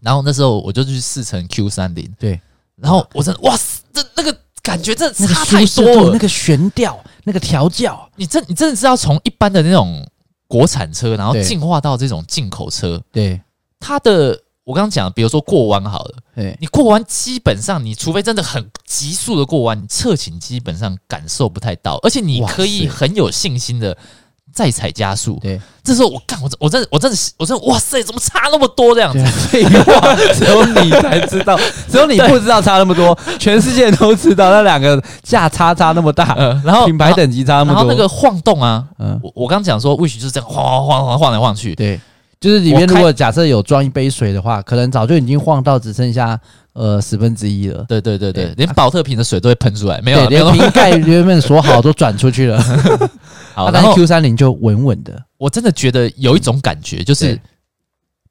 [SPEAKER 1] 然后那时候我就去试乘 Q 三零，
[SPEAKER 2] 对，
[SPEAKER 1] 然后我真的哇塞，这那个感觉真的
[SPEAKER 2] 那个
[SPEAKER 1] 差太
[SPEAKER 2] 舒适
[SPEAKER 1] 多
[SPEAKER 2] 度
[SPEAKER 1] 了
[SPEAKER 2] 那。个悬吊，那个调教，
[SPEAKER 1] 你真你真的知道从一般的那种国产车，然后
[SPEAKER 2] 对
[SPEAKER 1] 进化到这种进口车，
[SPEAKER 2] 对，
[SPEAKER 1] 它的我刚刚讲，比如说过弯好了，
[SPEAKER 2] 哎，
[SPEAKER 1] 你过弯基本上，你除非真的很急速的过弯，你侧倾基本上感受不太到，而且你可以
[SPEAKER 2] 哇
[SPEAKER 1] 很有信心的再踩加速。
[SPEAKER 2] 对，
[SPEAKER 1] 这时候我干，我真我真的我真的我真的哇塞，怎么差那么多这样子？
[SPEAKER 2] 废话，只有你才知道， 只有你不知道差那么多，全世界都知道那两个价差差那 么大，
[SPEAKER 1] 呃，然后
[SPEAKER 2] 品牌等级差那
[SPEAKER 1] 然后，然
[SPEAKER 2] 么
[SPEAKER 1] 后
[SPEAKER 2] 多。
[SPEAKER 1] 那个晃动啊，
[SPEAKER 2] 嗯，
[SPEAKER 1] 我我刚讲说，wish 就是这样晃晃晃晃晃来晃去。
[SPEAKER 2] 对，就是里面
[SPEAKER 1] 我开
[SPEAKER 2] 如果假设有装一杯水的话，可能早就已经晃到只剩下呃十分之一了。
[SPEAKER 1] 对对对对
[SPEAKER 2] 对，
[SPEAKER 1] 连保特瓶的水都会喷出来，没有啊没
[SPEAKER 2] 对，
[SPEAKER 1] 有
[SPEAKER 2] 连
[SPEAKER 1] 那么
[SPEAKER 2] 瓶盖原本锁好都转出去 了，
[SPEAKER 1] 好。
[SPEAKER 2] 啊但
[SPEAKER 1] 然
[SPEAKER 2] 是
[SPEAKER 1] 后
[SPEAKER 2] Q 三零就稳稳的。
[SPEAKER 1] 我真的觉得有一种感觉，就是
[SPEAKER 2] 对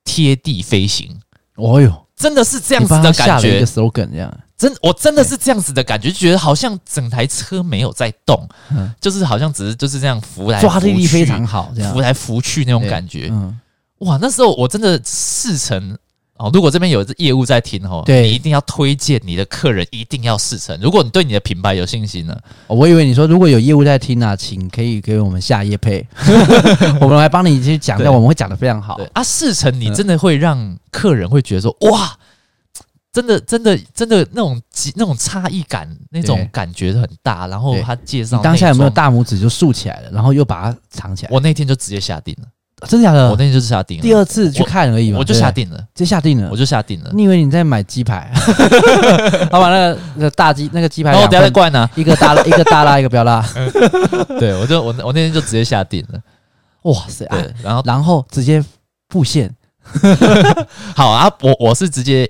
[SPEAKER 1] 贴地飞行，
[SPEAKER 2] 哦哟，
[SPEAKER 1] 真的是这样
[SPEAKER 2] 你
[SPEAKER 1] 子
[SPEAKER 2] 帮
[SPEAKER 1] 的
[SPEAKER 2] 他下
[SPEAKER 1] 感
[SPEAKER 2] 了一
[SPEAKER 1] 觉
[SPEAKER 2] 个。slogan 这样，
[SPEAKER 1] 真，我真的是这样子的感觉，就觉得好像整台车没有在动，
[SPEAKER 2] 嗯
[SPEAKER 1] 就是好像只是就是这样浮来
[SPEAKER 2] 抓地
[SPEAKER 1] 浮
[SPEAKER 2] 力
[SPEAKER 1] 去
[SPEAKER 2] 非常好，这样
[SPEAKER 1] 浮来浮去那种
[SPEAKER 2] 对
[SPEAKER 1] 感觉。
[SPEAKER 2] 嗯，
[SPEAKER 1] 哇，那时候我真的试乘哦，如果这边有业务在听哦，
[SPEAKER 2] 对
[SPEAKER 1] 你一定要推荐你的客人一定要试乘。如果你对你的品牌有信心呢，
[SPEAKER 2] 哦我以为你说如果有业务在听啊，请可以给我们下 业配， 我们来帮你去讲，
[SPEAKER 1] 对
[SPEAKER 2] 但我们会讲的非常好
[SPEAKER 1] 对。啊，试乘你真的会让客人会觉得说，
[SPEAKER 2] 嗯
[SPEAKER 1] 哇，真的真的真的那种极那种差异感，那种
[SPEAKER 2] 对
[SPEAKER 1] 感觉很大。然后
[SPEAKER 2] 对
[SPEAKER 1] 他介绍
[SPEAKER 2] 你当下有没有
[SPEAKER 1] 内装？
[SPEAKER 2] 大拇指就竖起来了，然后又把它藏起来？哦
[SPEAKER 1] 我那天就直接下定了，
[SPEAKER 2] 真的假
[SPEAKER 1] 我那
[SPEAKER 2] 的？
[SPEAKER 1] 天就是下定了。
[SPEAKER 2] 嗯第二次去看而已嘛，
[SPEAKER 1] 我就
[SPEAKER 2] 对嗯不对
[SPEAKER 1] 下，定了，
[SPEAKER 2] 就下定了
[SPEAKER 1] 我。就下定了。
[SPEAKER 2] 你以为你在买鸡排？ 老板，那个那个大鸡那个鸡排
[SPEAKER 1] 然后我
[SPEAKER 2] 两
[SPEAKER 1] 等下再
[SPEAKER 2] 份，
[SPEAKER 1] 灌呢、
[SPEAKER 2] 一个 大辣一个大辣一个不要辣。
[SPEAKER 1] 对我就我那我那天就直接下定了。
[SPEAKER 2] 哇塞！啊
[SPEAKER 1] 对，然后
[SPEAKER 2] 然后直接布线
[SPEAKER 1] 好啊，我我是直接，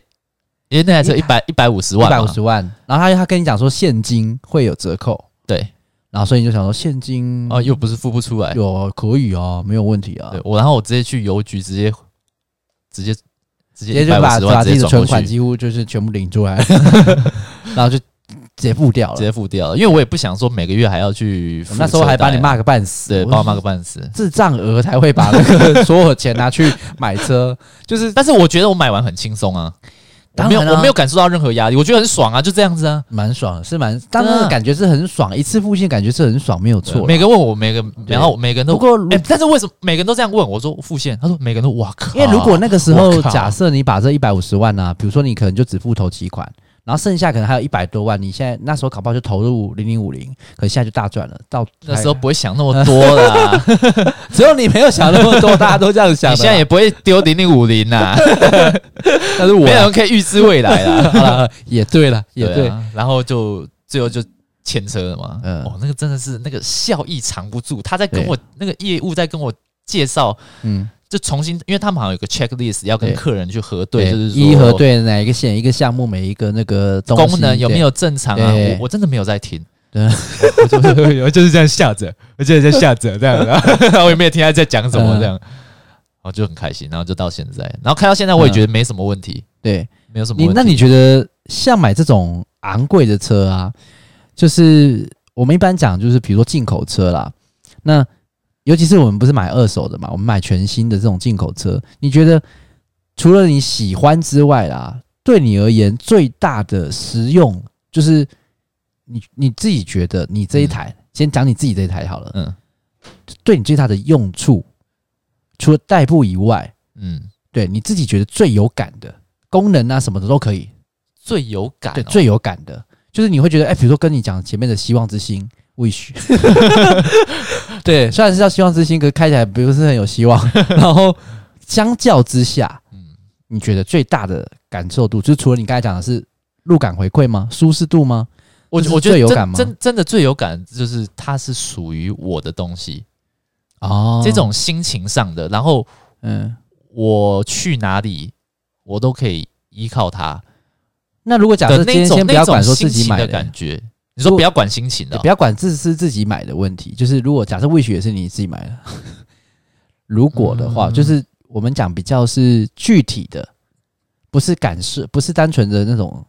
[SPEAKER 1] 因为那台车一
[SPEAKER 2] 一
[SPEAKER 1] 百一百五十
[SPEAKER 2] 一
[SPEAKER 1] 万嘛，啊
[SPEAKER 2] 百五十万，然后他他跟你讲说现金会有折扣，
[SPEAKER 1] 对，
[SPEAKER 2] 然后所以你就想说现金
[SPEAKER 1] 哦，又不是付不出来。
[SPEAKER 2] 嗯有可以哦，没有问题啊
[SPEAKER 1] 对，我，然后我直接去邮局，直接直接直
[SPEAKER 2] 直接
[SPEAKER 1] 接
[SPEAKER 2] 就
[SPEAKER 1] 150
[SPEAKER 2] 把把
[SPEAKER 1] 万
[SPEAKER 2] 自
[SPEAKER 1] 直
[SPEAKER 2] 己
[SPEAKER 1] 接
[SPEAKER 2] 的
[SPEAKER 1] 转
[SPEAKER 2] 存
[SPEAKER 1] 过
[SPEAKER 2] 款
[SPEAKER 1] 去，
[SPEAKER 2] 几乎就是全部领出 来，然后就直接付掉
[SPEAKER 1] 直
[SPEAKER 2] 了。
[SPEAKER 1] 接付掉了，因为我也不想说每个月还要去付
[SPEAKER 2] 我那时候还把你
[SPEAKER 1] 车贷啊，
[SPEAKER 2] 骂个半死，
[SPEAKER 1] 对，
[SPEAKER 2] 我
[SPEAKER 1] 把我骂个半死。
[SPEAKER 2] 智障鹅才会把那个所有钱拿去买车， 就是
[SPEAKER 1] 但是我觉得我买完很轻松啊，我没有
[SPEAKER 2] 当然啊
[SPEAKER 1] 我没有感受到任何压力，我觉得很爽啊，就这样子啊。
[SPEAKER 2] 蛮爽的，是蛮，当
[SPEAKER 1] 真
[SPEAKER 2] 然
[SPEAKER 1] 的
[SPEAKER 2] 感觉是很爽，一次付现感觉是很爽，没有错啦。
[SPEAKER 1] 每个人问我，每个然后每个人都
[SPEAKER 2] 不过如
[SPEAKER 1] 哎、但是为什么每个人都这样问？我说付现，他说每个人都哇靠，
[SPEAKER 2] 因为如果那个时
[SPEAKER 1] 我
[SPEAKER 2] 候
[SPEAKER 1] 靠
[SPEAKER 2] 假设你把这一百五十万呢、啊比如说你可能就只付头期款，然后剩下可能还有一百多万，你现在那时候搞不好就投入零零五零，可能现在就大赚了。到
[SPEAKER 1] 那时候不会想那么多啦，
[SPEAKER 2] 只有你没有想那么多，大家都这样想
[SPEAKER 1] 你
[SPEAKER 2] 的啦。
[SPEAKER 1] 现在也不会丢零零五零 啦，
[SPEAKER 2] 但是我啊
[SPEAKER 1] 没有人可以预知未来 啦，好啦，
[SPEAKER 2] 也对了，也
[SPEAKER 1] 对
[SPEAKER 2] 对。
[SPEAKER 1] 啊，然后就最后就牵车了嘛，
[SPEAKER 2] 嗯
[SPEAKER 1] 哦，那个真的是那个笑意藏不住，他在跟
[SPEAKER 2] 对
[SPEAKER 1] 我那个业务在跟我介绍，
[SPEAKER 2] 嗯，
[SPEAKER 1] 就重新，因为他们好像有个 checklist 要跟
[SPEAKER 2] 对
[SPEAKER 1] 客人去核对，就是说
[SPEAKER 2] 一核。对哪一个线、一个项目、每一个那个东西
[SPEAKER 1] 功能有没？有正常啊？
[SPEAKER 2] 对
[SPEAKER 1] 我我真的没有在听，
[SPEAKER 2] 对
[SPEAKER 1] 我就是 我就是这样笑着，我就是在笑着这样，啊嗯然 后我也没有听他在讲什么这样，然后就很开心，然后就到现在，然后开到现在我也觉得没什么问题，
[SPEAKER 2] 对
[SPEAKER 1] 没有什么
[SPEAKER 2] 你
[SPEAKER 1] 问题。
[SPEAKER 2] 那你觉得像买这种昂贵的车啊，就是我们一般讲就是比如说进口车啦，那尤其是我们不是买二手的嘛，我们买全新的这种进口车，你觉得除了你喜欢之外啦，对你而言最大的实用就是你你自己觉得你这一台，先讲你自己这一台好了，
[SPEAKER 1] 嗯
[SPEAKER 2] 对你最大的用处，除了代步以外，
[SPEAKER 1] 嗯，
[SPEAKER 2] 对你自己觉得最有感的功能啊什么的都可以，
[SPEAKER 1] 最有感、哦，
[SPEAKER 2] 对，最有感的，就是你会觉得，哎、比如说跟你讲前面的希望之星 wish，对，虽然是叫希望之星，可是开起来不是很有希望。 然后相较之下，
[SPEAKER 1] 嗯
[SPEAKER 2] 你觉得最大的感受度，就是除了你刚才讲的是路感回馈吗？舒适度吗？
[SPEAKER 1] 我
[SPEAKER 2] 这是
[SPEAKER 1] 我觉得
[SPEAKER 2] 最有
[SPEAKER 1] 真
[SPEAKER 2] 感吗
[SPEAKER 1] 真真的最有感就是它是属于我的东西，
[SPEAKER 2] 哦
[SPEAKER 1] 这，种心情上的，然后
[SPEAKER 2] 嗯，
[SPEAKER 1] 我去哪里我都可以依靠它
[SPEAKER 2] 那如果假
[SPEAKER 1] 的
[SPEAKER 2] 设今
[SPEAKER 1] 那
[SPEAKER 2] 天
[SPEAKER 1] 种
[SPEAKER 2] 先不
[SPEAKER 1] 那
[SPEAKER 2] 要管
[SPEAKER 1] 种
[SPEAKER 2] 说
[SPEAKER 1] 心
[SPEAKER 2] 自己
[SPEAKER 1] 情
[SPEAKER 2] 买
[SPEAKER 1] 的
[SPEAKER 2] 的
[SPEAKER 1] 感。觉。你说不要管心情的
[SPEAKER 2] 对
[SPEAKER 1] 哦、
[SPEAKER 2] 不要管自是自己买的问题，就是如果假设 wish 也是你自己买的，如果的话，
[SPEAKER 1] 嗯
[SPEAKER 2] 就是我们讲比较是具体的，不是感受，不是单纯的那种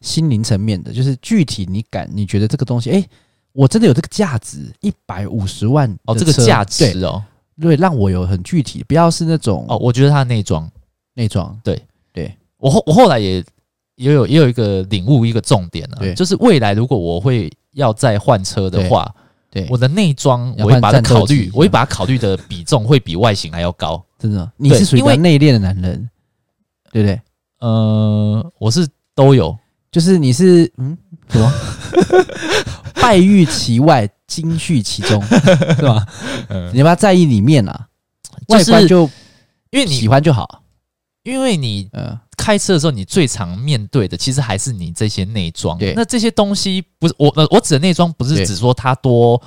[SPEAKER 2] 心灵层面的，就是具体你感你觉得这个东西，哎、我真的有这个价值，一百五十万
[SPEAKER 1] 哦，
[SPEAKER 2] 的
[SPEAKER 1] 这个
[SPEAKER 2] 车
[SPEAKER 1] 价
[SPEAKER 2] 对
[SPEAKER 1] 值哦，
[SPEAKER 2] 对，让我有很具体，不要是那种
[SPEAKER 1] 哦，我觉得它的内装，
[SPEAKER 2] 内装，
[SPEAKER 1] 我后我后来也也有也有一个领悟一个重点啊，
[SPEAKER 2] 对
[SPEAKER 1] 就是未来如果我会要再换车的话，
[SPEAKER 2] 对，
[SPEAKER 1] 我的内装
[SPEAKER 2] 要
[SPEAKER 1] 我会把它
[SPEAKER 2] 换战斗
[SPEAKER 1] 考虑
[SPEAKER 2] 机，
[SPEAKER 1] 我会把它考虑的比重会比外形还要高。
[SPEAKER 2] 真的你是
[SPEAKER 1] 对
[SPEAKER 2] 属于
[SPEAKER 1] 因
[SPEAKER 2] 比较
[SPEAKER 1] 为
[SPEAKER 2] 内敛的男人，对不对？
[SPEAKER 1] 呃，我是都有，
[SPEAKER 2] 就是你是嗯 什么？败絮其外，精絮其中，是吧？
[SPEAKER 1] 嗯
[SPEAKER 2] 你要不要在意里面啊？
[SPEAKER 1] 就
[SPEAKER 2] 外
[SPEAKER 1] 是
[SPEAKER 2] 观就
[SPEAKER 1] 因为
[SPEAKER 2] 喜
[SPEAKER 1] 你
[SPEAKER 2] 欢就好。
[SPEAKER 1] 因为哎你
[SPEAKER 2] 嗯，
[SPEAKER 1] 开车的时候，你最常面对的其实还是你这些内装。
[SPEAKER 2] 对
[SPEAKER 1] 那这些东西不是我，呃我指的内装不是
[SPEAKER 2] 对
[SPEAKER 1] 指说它多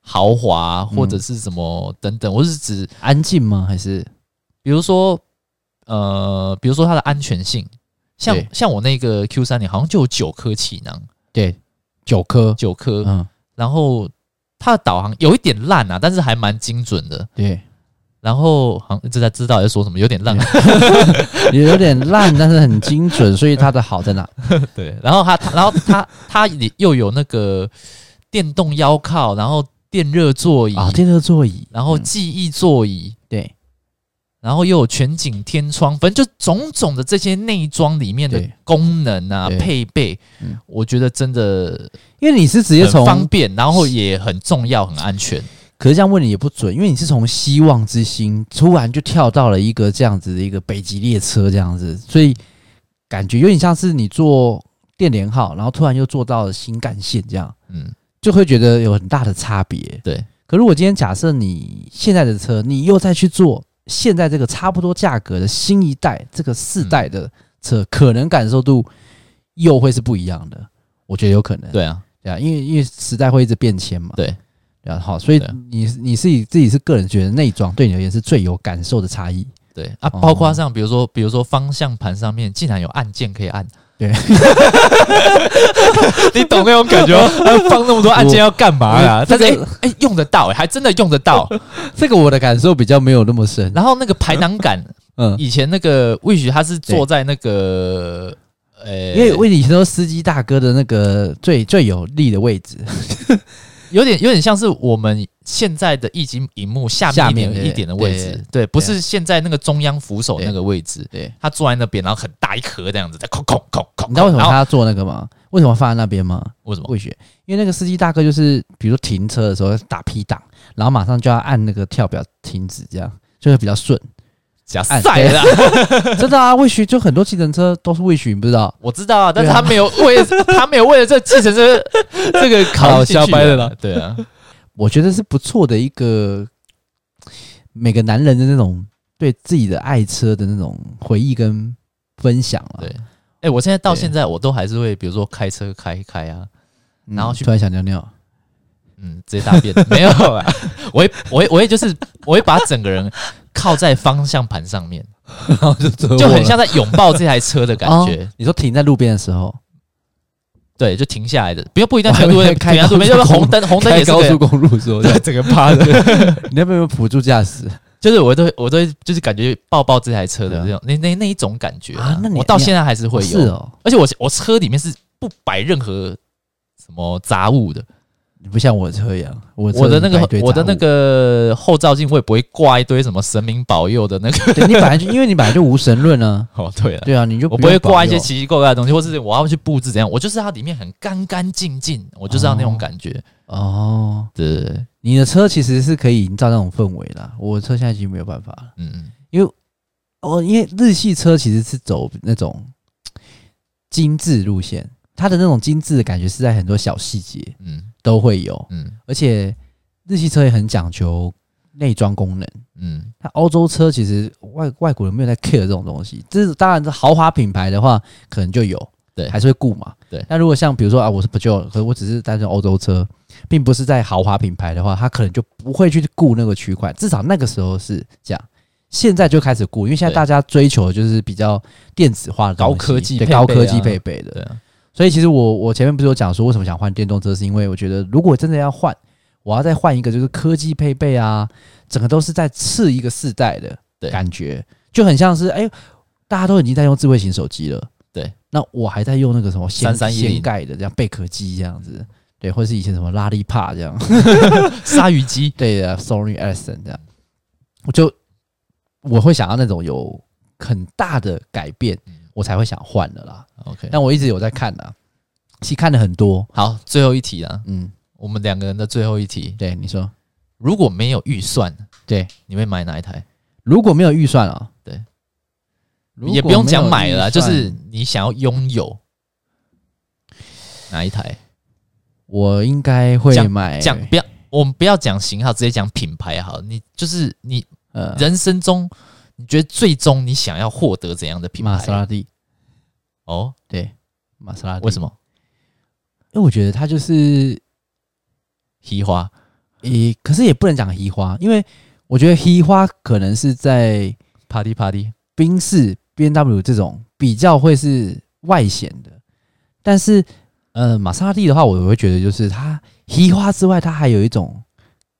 [SPEAKER 1] 豪华
[SPEAKER 2] 嗯
[SPEAKER 1] 或者是什么等等，我是指
[SPEAKER 2] 安静吗？还是
[SPEAKER 1] 比如说呃，比如说它的安全性，像
[SPEAKER 2] 对
[SPEAKER 1] 像我那个 Q 三零好像就有九颗气囊，
[SPEAKER 2] 对九颗？
[SPEAKER 1] 九颗，
[SPEAKER 2] 嗯，
[SPEAKER 1] 然后它的导航有一点烂啊，但是还蛮精准的。
[SPEAKER 2] 对，
[SPEAKER 1] 然后好像这才知道在说什么，有点烂。
[SPEAKER 2] 也有点烂，但是很精准，所以它的好在哪？
[SPEAKER 1] 对，然后它，它然后它，它也又有那个电动腰靠，然后电热座椅，
[SPEAKER 2] 啊，电热座椅，
[SPEAKER 1] 然后
[SPEAKER 2] 嗯
[SPEAKER 1] 记忆座椅，
[SPEAKER 2] 对
[SPEAKER 1] 然后又有全景天窗，反正就种种的这些内装里面的
[SPEAKER 2] 对
[SPEAKER 1] 功能啊、
[SPEAKER 2] 对
[SPEAKER 1] 配备
[SPEAKER 2] 嗯，
[SPEAKER 1] 我觉得真的
[SPEAKER 2] 因为你是直接
[SPEAKER 1] 很
[SPEAKER 2] 从，
[SPEAKER 1] 方便，然后也很重要、很安全。
[SPEAKER 2] 可是这样问你也不准，因为你是从希望之星突然就跳到了一个这样子的一个北极列车这样子，所以感觉有点像是你坐电联号，然后突然又坐到了新干线这样，
[SPEAKER 1] 嗯，
[SPEAKER 2] 就会觉得有很大的差别。
[SPEAKER 1] 对，
[SPEAKER 2] 可如果今天假设你现在的车，你又再去做现在这个差不多价格的新一代这个四代的车，可能感受度又会是不一样的。我觉得有可能，
[SPEAKER 1] 对啊，
[SPEAKER 2] 对啊，因为因为时代会一直变迁嘛，
[SPEAKER 1] 对
[SPEAKER 2] 对啊，好，所以
[SPEAKER 1] 对啊
[SPEAKER 2] 你你自己自己是个人觉得内装对你而言是最有感受的差异，
[SPEAKER 1] 对啊，
[SPEAKER 2] 哦
[SPEAKER 1] 包括像比如说，比如说方向盘上面竟然有按键可以按，
[SPEAKER 2] 对，
[SPEAKER 1] 你懂那种感 觉吗？
[SPEAKER 2] 啊
[SPEAKER 1] 放那么多按键要干嘛呀
[SPEAKER 2] 我？
[SPEAKER 1] 但是哎
[SPEAKER 2] 这
[SPEAKER 1] 哎
[SPEAKER 2] 个、
[SPEAKER 1] 诶用得到、诶还真的用得 到。
[SPEAKER 2] 这个我的感受比较没有那么深。
[SPEAKER 1] 然后那个排挡杆，
[SPEAKER 2] 嗯，
[SPEAKER 1] 以前那个魏许他是坐在那个呃，
[SPEAKER 2] 因为为以前都是司机大哥的那个最最有利的位置，
[SPEAKER 1] 有点有点像是我们现在的液晶荧幕下面
[SPEAKER 2] 下
[SPEAKER 1] 一
[SPEAKER 2] 面
[SPEAKER 1] 点
[SPEAKER 2] 对
[SPEAKER 1] 一点的位
[SPEAKER 2] 对
[SPEAKER 1] 置，对，不是现在那个中央扶手那个位置，
[SPEAKER 2] 对，
[SPEAKER 1] 他坐在那边，然后很大一颗这样子在空空空空，
[SPEAKER 2] 你知道为什么
[SPEAKER 1] 然后
[SPEAKER 2] 他要做那个吗？为什么放在那边吗？
[SPEAKER 1] 为什么？
[SPEAKER 2] 会学，因为那个司机大哥就是，比如说停车的时候打 P 档，然后马上就要按那个跳表停止，这样就会比较顺。
[SPEAKER 1] 假
[SPEAKER 2] 按
[SPEAKER 1] 赛了啦。
[SPEAKER 2] 真的啊，魏许就很多计程车都是魏许，你不知道？
[SPEAKER 1] 我知道啊，但是
[SPEAKER 2] 对啊
[SPEAKER 1] 他没有 为了他没有为了这继承这这个考
[SPEAKER 2] 好
[SPEAKER 1] 进去
[SPEAKER 2] 瞎掰了啦。
[SPEAKER 1] 对啊，
[SPEAKER 2] 我觉得是不错的一个每个男人的那种对自己的爱车的那种回忆跟分享了、
[SPEAKER 1] 对哎、我现在到
[SPEAKER 2] 对
[SPEAKER 1] 现在我都还是会，比如说开车开一开啊，
[SPEAKER 2] 嗯
[SPEAKER 1] 然后去
[SPEAKER 2] 突然想尿 尿，
[SPEAKER 1] 嗯，直接大 便没有啊，我会我会我会就是我会把整个人靠在方向盘上面，
[SPEAKER 2] 然后就折
[SPEAKER 1] 就
[SPEAKER 2] 我
[SPEAKER 1] 很
[SPEAKER 2] 了
[SPEAKER 1] 像在拥抱这台车的感觉。
[SPEAKER 2] 哦你说停在路边的时候，
[SPEAKER 1] 对，就停下来的，不要不一定要停在路
[SPEAKER 2] 我还
[SPEAKER 1] 边，
[SPEAKER 2] 没
[SPEAKER 1] 停
[SPEAKER 2] 开
[SPEAKER 1] 在路边就
[SPEAKER 2] 高
[SPEAKER 1] 是
[SPEAKER 2] 速公路
[SPEAKER 1] 红灯，红灯
[SPEAKER 2] 开
[SPEAKER 1] 也是
[SPEAKER 2] 高
[SPEAKER 1] 可
[SPEAKER 2] 速
[SPEAKER 1] 以。
[SPEAKER 2] 公路 说，
[SPEAKER 1] 整个趴的，
[SPEAKER 2] 你那边有没有辅助驾驶？
[SPEAKER 1] 就是我都会我都会就是感觉抱抱这台车的这种那那那一种感觉
[SPEAKER 2] 嗯啊那你
[SPEAKER 1] 我到现在还是会有，啊
[SPEAKER 2] 是哦，
[SPEAKER 1] 而且我我车里面是不摆任何什么杂物的，
[SPEAKER 2] 你不像我车一样，我车
[SPEAKER 1] 我的那
[SPEAKER 2] 摆一堆
[SPEAKER 1] 个我的
[SPEAKER 2] 杂
[SPEAKER 1] 那
[SPEAKER 2] 物
[SPEAKER 1] 个后照镜我也不会挂一堆什么神明保佑的那个。
[SPEAKER 2] 对你本来就 因为你本来就无神论啊，
[SPEAKER 1] 哦，对了，
[SPEAKER 2] 对啊，你就
[SPEAKER 1] 我
[SPEAKER 2] 不
[SPEAKER 1] 不会
[SPEAKER 2] 用保
[SPEAKER 1] 挂一些
[SPEAKER 2] 佑
[SPEAKER 1] 奇奇怪怪的东西，或是我要去布置怎样，我就是要里面很干干净净，我就是要那种感觉。
[SPEAKER 2] 哦。
[SPEAKER 1] 对对对，
[SPEAKER 2] 你的车其实是可以营造那种氛围的，我车现在已经没有办法了。
[SPEAKER 1] 嗯，
[SPEAKER 2] 哦，因为日系车其实是走那种精致路线，它的那种精致的感觉是在很多小细节
[SPEAKER 1] 嗯
[SPEAKER 2] 都会有，
[SPEAKER 1] 嗯
[SPEAKER 2] 而且日系车也很讲求内装功能。
[SPEAKER 1] 嗯
[SPEAKER 2] 那欧洲车其实外外国人没有在 care 这种东西，这是当然是豪华品牌的话，可能就有，
[SPEAKER 1] 对
[SPEAKER 2] 还是会顾嘛。
[SPEAKER 1] 对
[SPEAKER 2] 那如果像比如说啊，我是 Peugeot，可是我只是单纯欧洲车，并不是在豪华品牌的话，他可能就不会去顾那个区块，至少那个时候是这样。现在就开始顾，因为现在
[SPEAKER 1] 对
[SPEAKER 2] 大家追求的就是比较电子化的东西、
[SPEAKER 1] 高科技
[SPEAKER 2] 对
[SPEAKER 1] 配备啊
[SPEAKER 2] 高科技配备的。
[SPEAKER 1] 对啊，
[SPEAKER 2] 所以其实我我前面不是有讲说为什么想换电动车，是因为我觉得如果真的要换，我要再换一个就是科技配备啊，整个都是在次一个世代的
[SPEAKER 1] 对
[SPEAKER 2] 感觉，就很像是哎、大家都已经在用智慧型手机了，
[SPEAKER 1] 对，
[SPEAKER 2] 那我还在用那个什么掀
[SPEAKER 1] 3310
[SPEAKER 2] 掀盖的这样贝壳机这样子，对，或是以前什么拉力帕这 样，
[SPEAKER 1] 鲨鱼机，
[SPEAKER 2] 对啊，Sony Ericsson 这样，我就我会想要那种有很大的改变，
[SPEAKER 1] 嗯
[SPEAKER 2] 我才会想换的啦。
[SPEAKER 1] ，OK。
[SPEAKER 2] 但我一直有在看啦，其实看了很多，
[SPEAKER 1] 好，最后一题啊，
[SPEAKER 2] 嗯，
[SPEAKER 1] 我们两个人的最后一题，
[SPEAKER 2] 对，你说，
[SPEAKER 1] 如果没有预算，
[SPEAKER 2] 对，
[SPEAKER 1] 你会买哪一台？
[SPEAKER 2] 如果没有预算啊，
[SPEAKER 1] 对，
[SPEAKER 2] 如果
[SPEAKER 1] 也不用讲
[SPEAKER 2] 没有
[SPEAKER 1] 买了啦，
[SPEAKER 2] 预算
[SPEAKER 1] 就是你想要拥有哪一台？
[SPEAKER 2] 我应该会买
[SPEAKER 1] 讲不要，我们不要讲型号，直接讲品牌好了。你就是你
[SPEAKER 2] 呃
[SPEAKER 1] 人生中，你觉得最终你想要获得怎样的品
[SPEAKER 2] 玛莎
[SPEAKER 1] 牌？
[SPEAKER 2] 拉蒂，
[SPEAKER 1] 哦，
[SPEAKER 2] 对，玛莎拉蒂。
[SPEAKER 1] 为什
[SPEAKER 2] 么？
[SPEAKER 1] 么？
[SPEAKER 2] 因为我觉得它就是
[SPEAKER 1] 提花
[SPEAKER 2] 也可是也不能讲黑花，因为我觉得黑花可能是在
[SPEAKER 1] party party，
[SPEAKER 2] 宾士、B N W 这种比较会是外显的，但是呃，玛莎拉蒂的话，我会觉得就是它黑花之外，它还有一种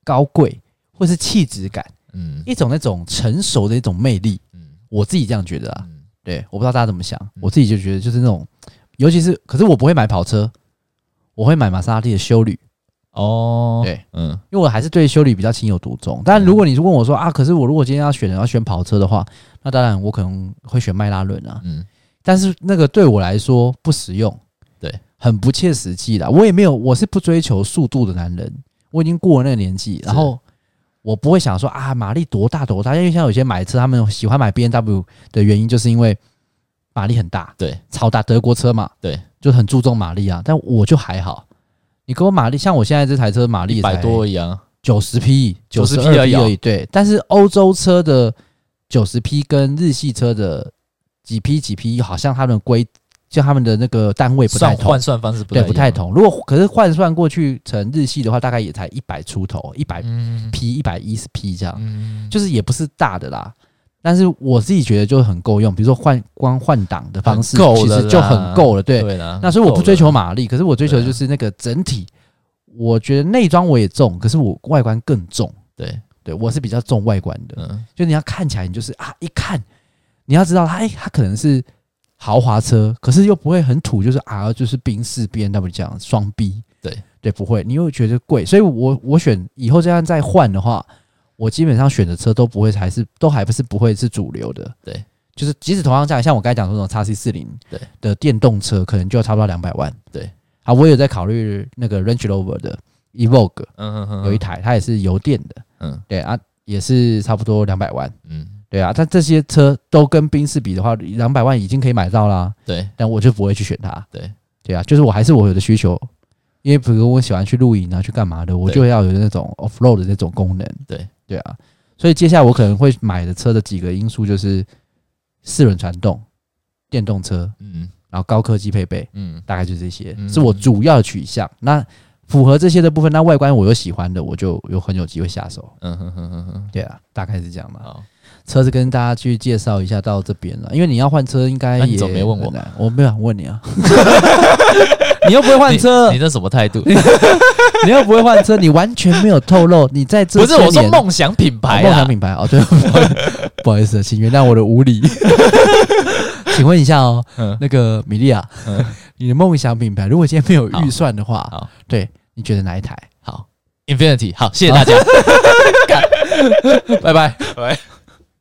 [SPEAKER 2] 高贵或是气质感，
[SPEAKER 1] 嗯
[SPEAKER 2] 一种那种成熟的一种魅力。
[SPEAKER 1] 嗯
[SPEAKER 2] 我自己这样觉得啊，
[SPEAKER 1] 嗯，
[SPEAKER 2] 对，我不知道大家怎么想，我自己就觉得就是那种，尤其是可是我不会买跑车，我会买玛莎拉蒂的修旅。
[SPEAKER 1] 哦，
[SPEAKER 2] 对，
[SPEAKER 1] 嗯
[SPEAKER 2] 因为我还是对修理比较情有独钟。但如果你是问我说啊，可是我如果今天要选要选跑车的话，那当然我可能会选迈拉伦啊。
[SPEAKER 1] 嗯
[SPEAKER 2] 但是那个对我来说不实用，
[SPEAKER 1] 对，
[SPEAKER 2] 很不切实际啦。我也没有，我是不追求速度的男人，我已经过了那个年纪，然后。我不会想说啊，马力多大多大，因为像有些买车，他们喜欢买 B N W 的原因，就是因为马力很大，
[SPEAKER 1] 对，
[SPEAKER 2] 超大德国车嘛，
[SPEAKER 1] 对，
[SPEAKER 2] 就很注重马力啊。但我就还好，你给我马力，像我现在这台车马力
[SPEAKER 1] 一
[SPEAKER 2] 也
[SPEAKER 1] 百
[SPEAKER 2] 才
[SPEAKER 1] 多一样，
[SPEAKER 2] 九十匹、
[SPEAKER 1] 90匹
[SPEAKER 2] 匹
[SPEAKER 1] 而已啊
[SPEAKER 2] 而已。对，但是欧洲车的九十匹跟日系车的几匹几匹，好像他们规就他们的那个单位不太
[SPEAKER 1] 算
[SPEAKER 2] 同
[SPEAKER 1] 换，算方式不
[SPEAKER 2] 对，不太
[SPEAKER 1] 一样，
[SPEAKER 2] 同。如果可是换算过去成日系的话，大概也才一百出头，一百
[SPEAKER 1] 嗯
[SPEAKER 2] 匹、一百一十匹这样，
[SPEAKER 1] 嗯，
[SPEAKER 2] 就是也不是大的啦。但是我自己觉得就很够用，比如说换光换挡的方式，
[SPEAKER 1] 很够
[SPEAKER 2] 其
[SPEAKER 1] 了
[SPEAKER 2] 实就
[SPEAKER 1] 啦
[SPEAKER 2] 很够了。对，
[SPEAKER 1] 对啦，
[SPEAKER 2] 那所以我不追
[SPEAKER 1] 啊够
[SPEAKER 2] 求
[SPEAKER 1] 了，
[SPEAKER 2] 马力，可是我追求
[SPEAKER 1] 对啊
[SPEAKER 2] 就是那个整体。我觉得内装我也重，可是我外观更重。
[SPEAKER 1] 对，
[SPEAKER 2] 对我是比较重外观的，
[SPEAKER 1] 嗯
[SPEAKER 2] 就你要看起来你就是啊，一看你要知道它，哎、它可能是豪华车，可是又不会很土，就是啊，就是宾士 B N W 这样双 B，
[SPEAKER 1] 对
[SPEAKER 2] 对，不会，你又觉得贵，所以我我选以后这样再换的话，我基本上选的车都不会还是都还不是不会是主流的，
[SPEAKER 1] 对，
[SPEAKER 2] 就是即使同样价，像我刚才讲说那种叉 C 四零
[SPEAKER 1] 对
[SPEAKER 2] 的电动车，可能就要差不多两百万，
[SPEAKER 1] 对，
[SPEAKER 2] 啊，我有在考虑那个 Range Rover 的 Evoque
[SPEAKER 1] 嗯嗯，
[SPEAKER 2] 有一台，它也是油电的。
[SPEAKER 1] 嗯
[SPEAKER 2] 对啊，也是差不多两百万，
[SPEAKER 1] 嗯，
[SPEAKER 2] 对啊，但这些车都跟宾士比的话，两百万已经可以买到啦，
[SPEAKER 1] 对
[SPEAKER 2] 但我就不会去选它，
[SPEAKER 1] 对
[SPEAKER 2] 对啊，就是我还是我有的需求，因为比如我喜欢去露营啊，去干嘛的，我就要有那种 off road 的那种功能，
[SPEAKER 1] 对
[SPEAKER 2] 对啊，所以接下来我可能会买的车的几个因素就是四轮传动、电动车，
[SPEAKER 1] 嗯
[SPEAKER 2] 然后高科技配备，
[SPEAKER 1] 嗯
[SPEAKER 2] 大概就这些、
[SPEAKER 1] 嗯
[SPEAKER 2] 是我主要的取向。那符合这些的部分，那外观我又喜欢的，我就有很有机会下手。
[SPEAKER 1] 嗯哼哼哼哼，
[SPEAKER 2] 对啊，大概是这样嘛。
[SPEAKER 1] 好，
[SPEAKER 2] 车子跟大家去介绍一下到这边了，因为你要换车应该
[SPEAKER 1] 那你
[SPEAKER 2] 也
[SPEAKER 1] 怎么没问我
[SPEAKER 2] 很难？我没有想问 你啊，你又不会换车，
[SPEAKER 1] 你
[SPEAKER 2] 你
[SPEAKER 1] 这什么态度？
[SPEAKER 2] 又不会换车，你完全没有透露你在这
[SPEAKER 1] 不是
[SPEAKER 2] 些
[SPEAKER 1] 我说
[SPEAKER 2] 年
[SPEAKER 1] 梦想品牌啊
[SPEAKER 2] 哦
[SPEAKER 1] 啦
[SPEAKER 2] 梦想品牌哦，对，不好意思， 请原谅我的无礼。 请问一下哦，
[SPEAKER 1] 嗯
[SPEAKER 2] 那个米莉亚，
[SPEAKER 1] 嗯
[SPEAKER 2] 你的梦想品牌，如果今天没有
[SPEAKER 1] 好
[SPEAKER 2] 预算的话
[SPEAKER 1] 好，
[SPEAKER 2] 对，你觉得哪一台？
[SPEAKER 1] 好，Infinity，好，谢谢大家，
[SPEAKER 2] 拜拜，
[SPEAKER 1] 拜。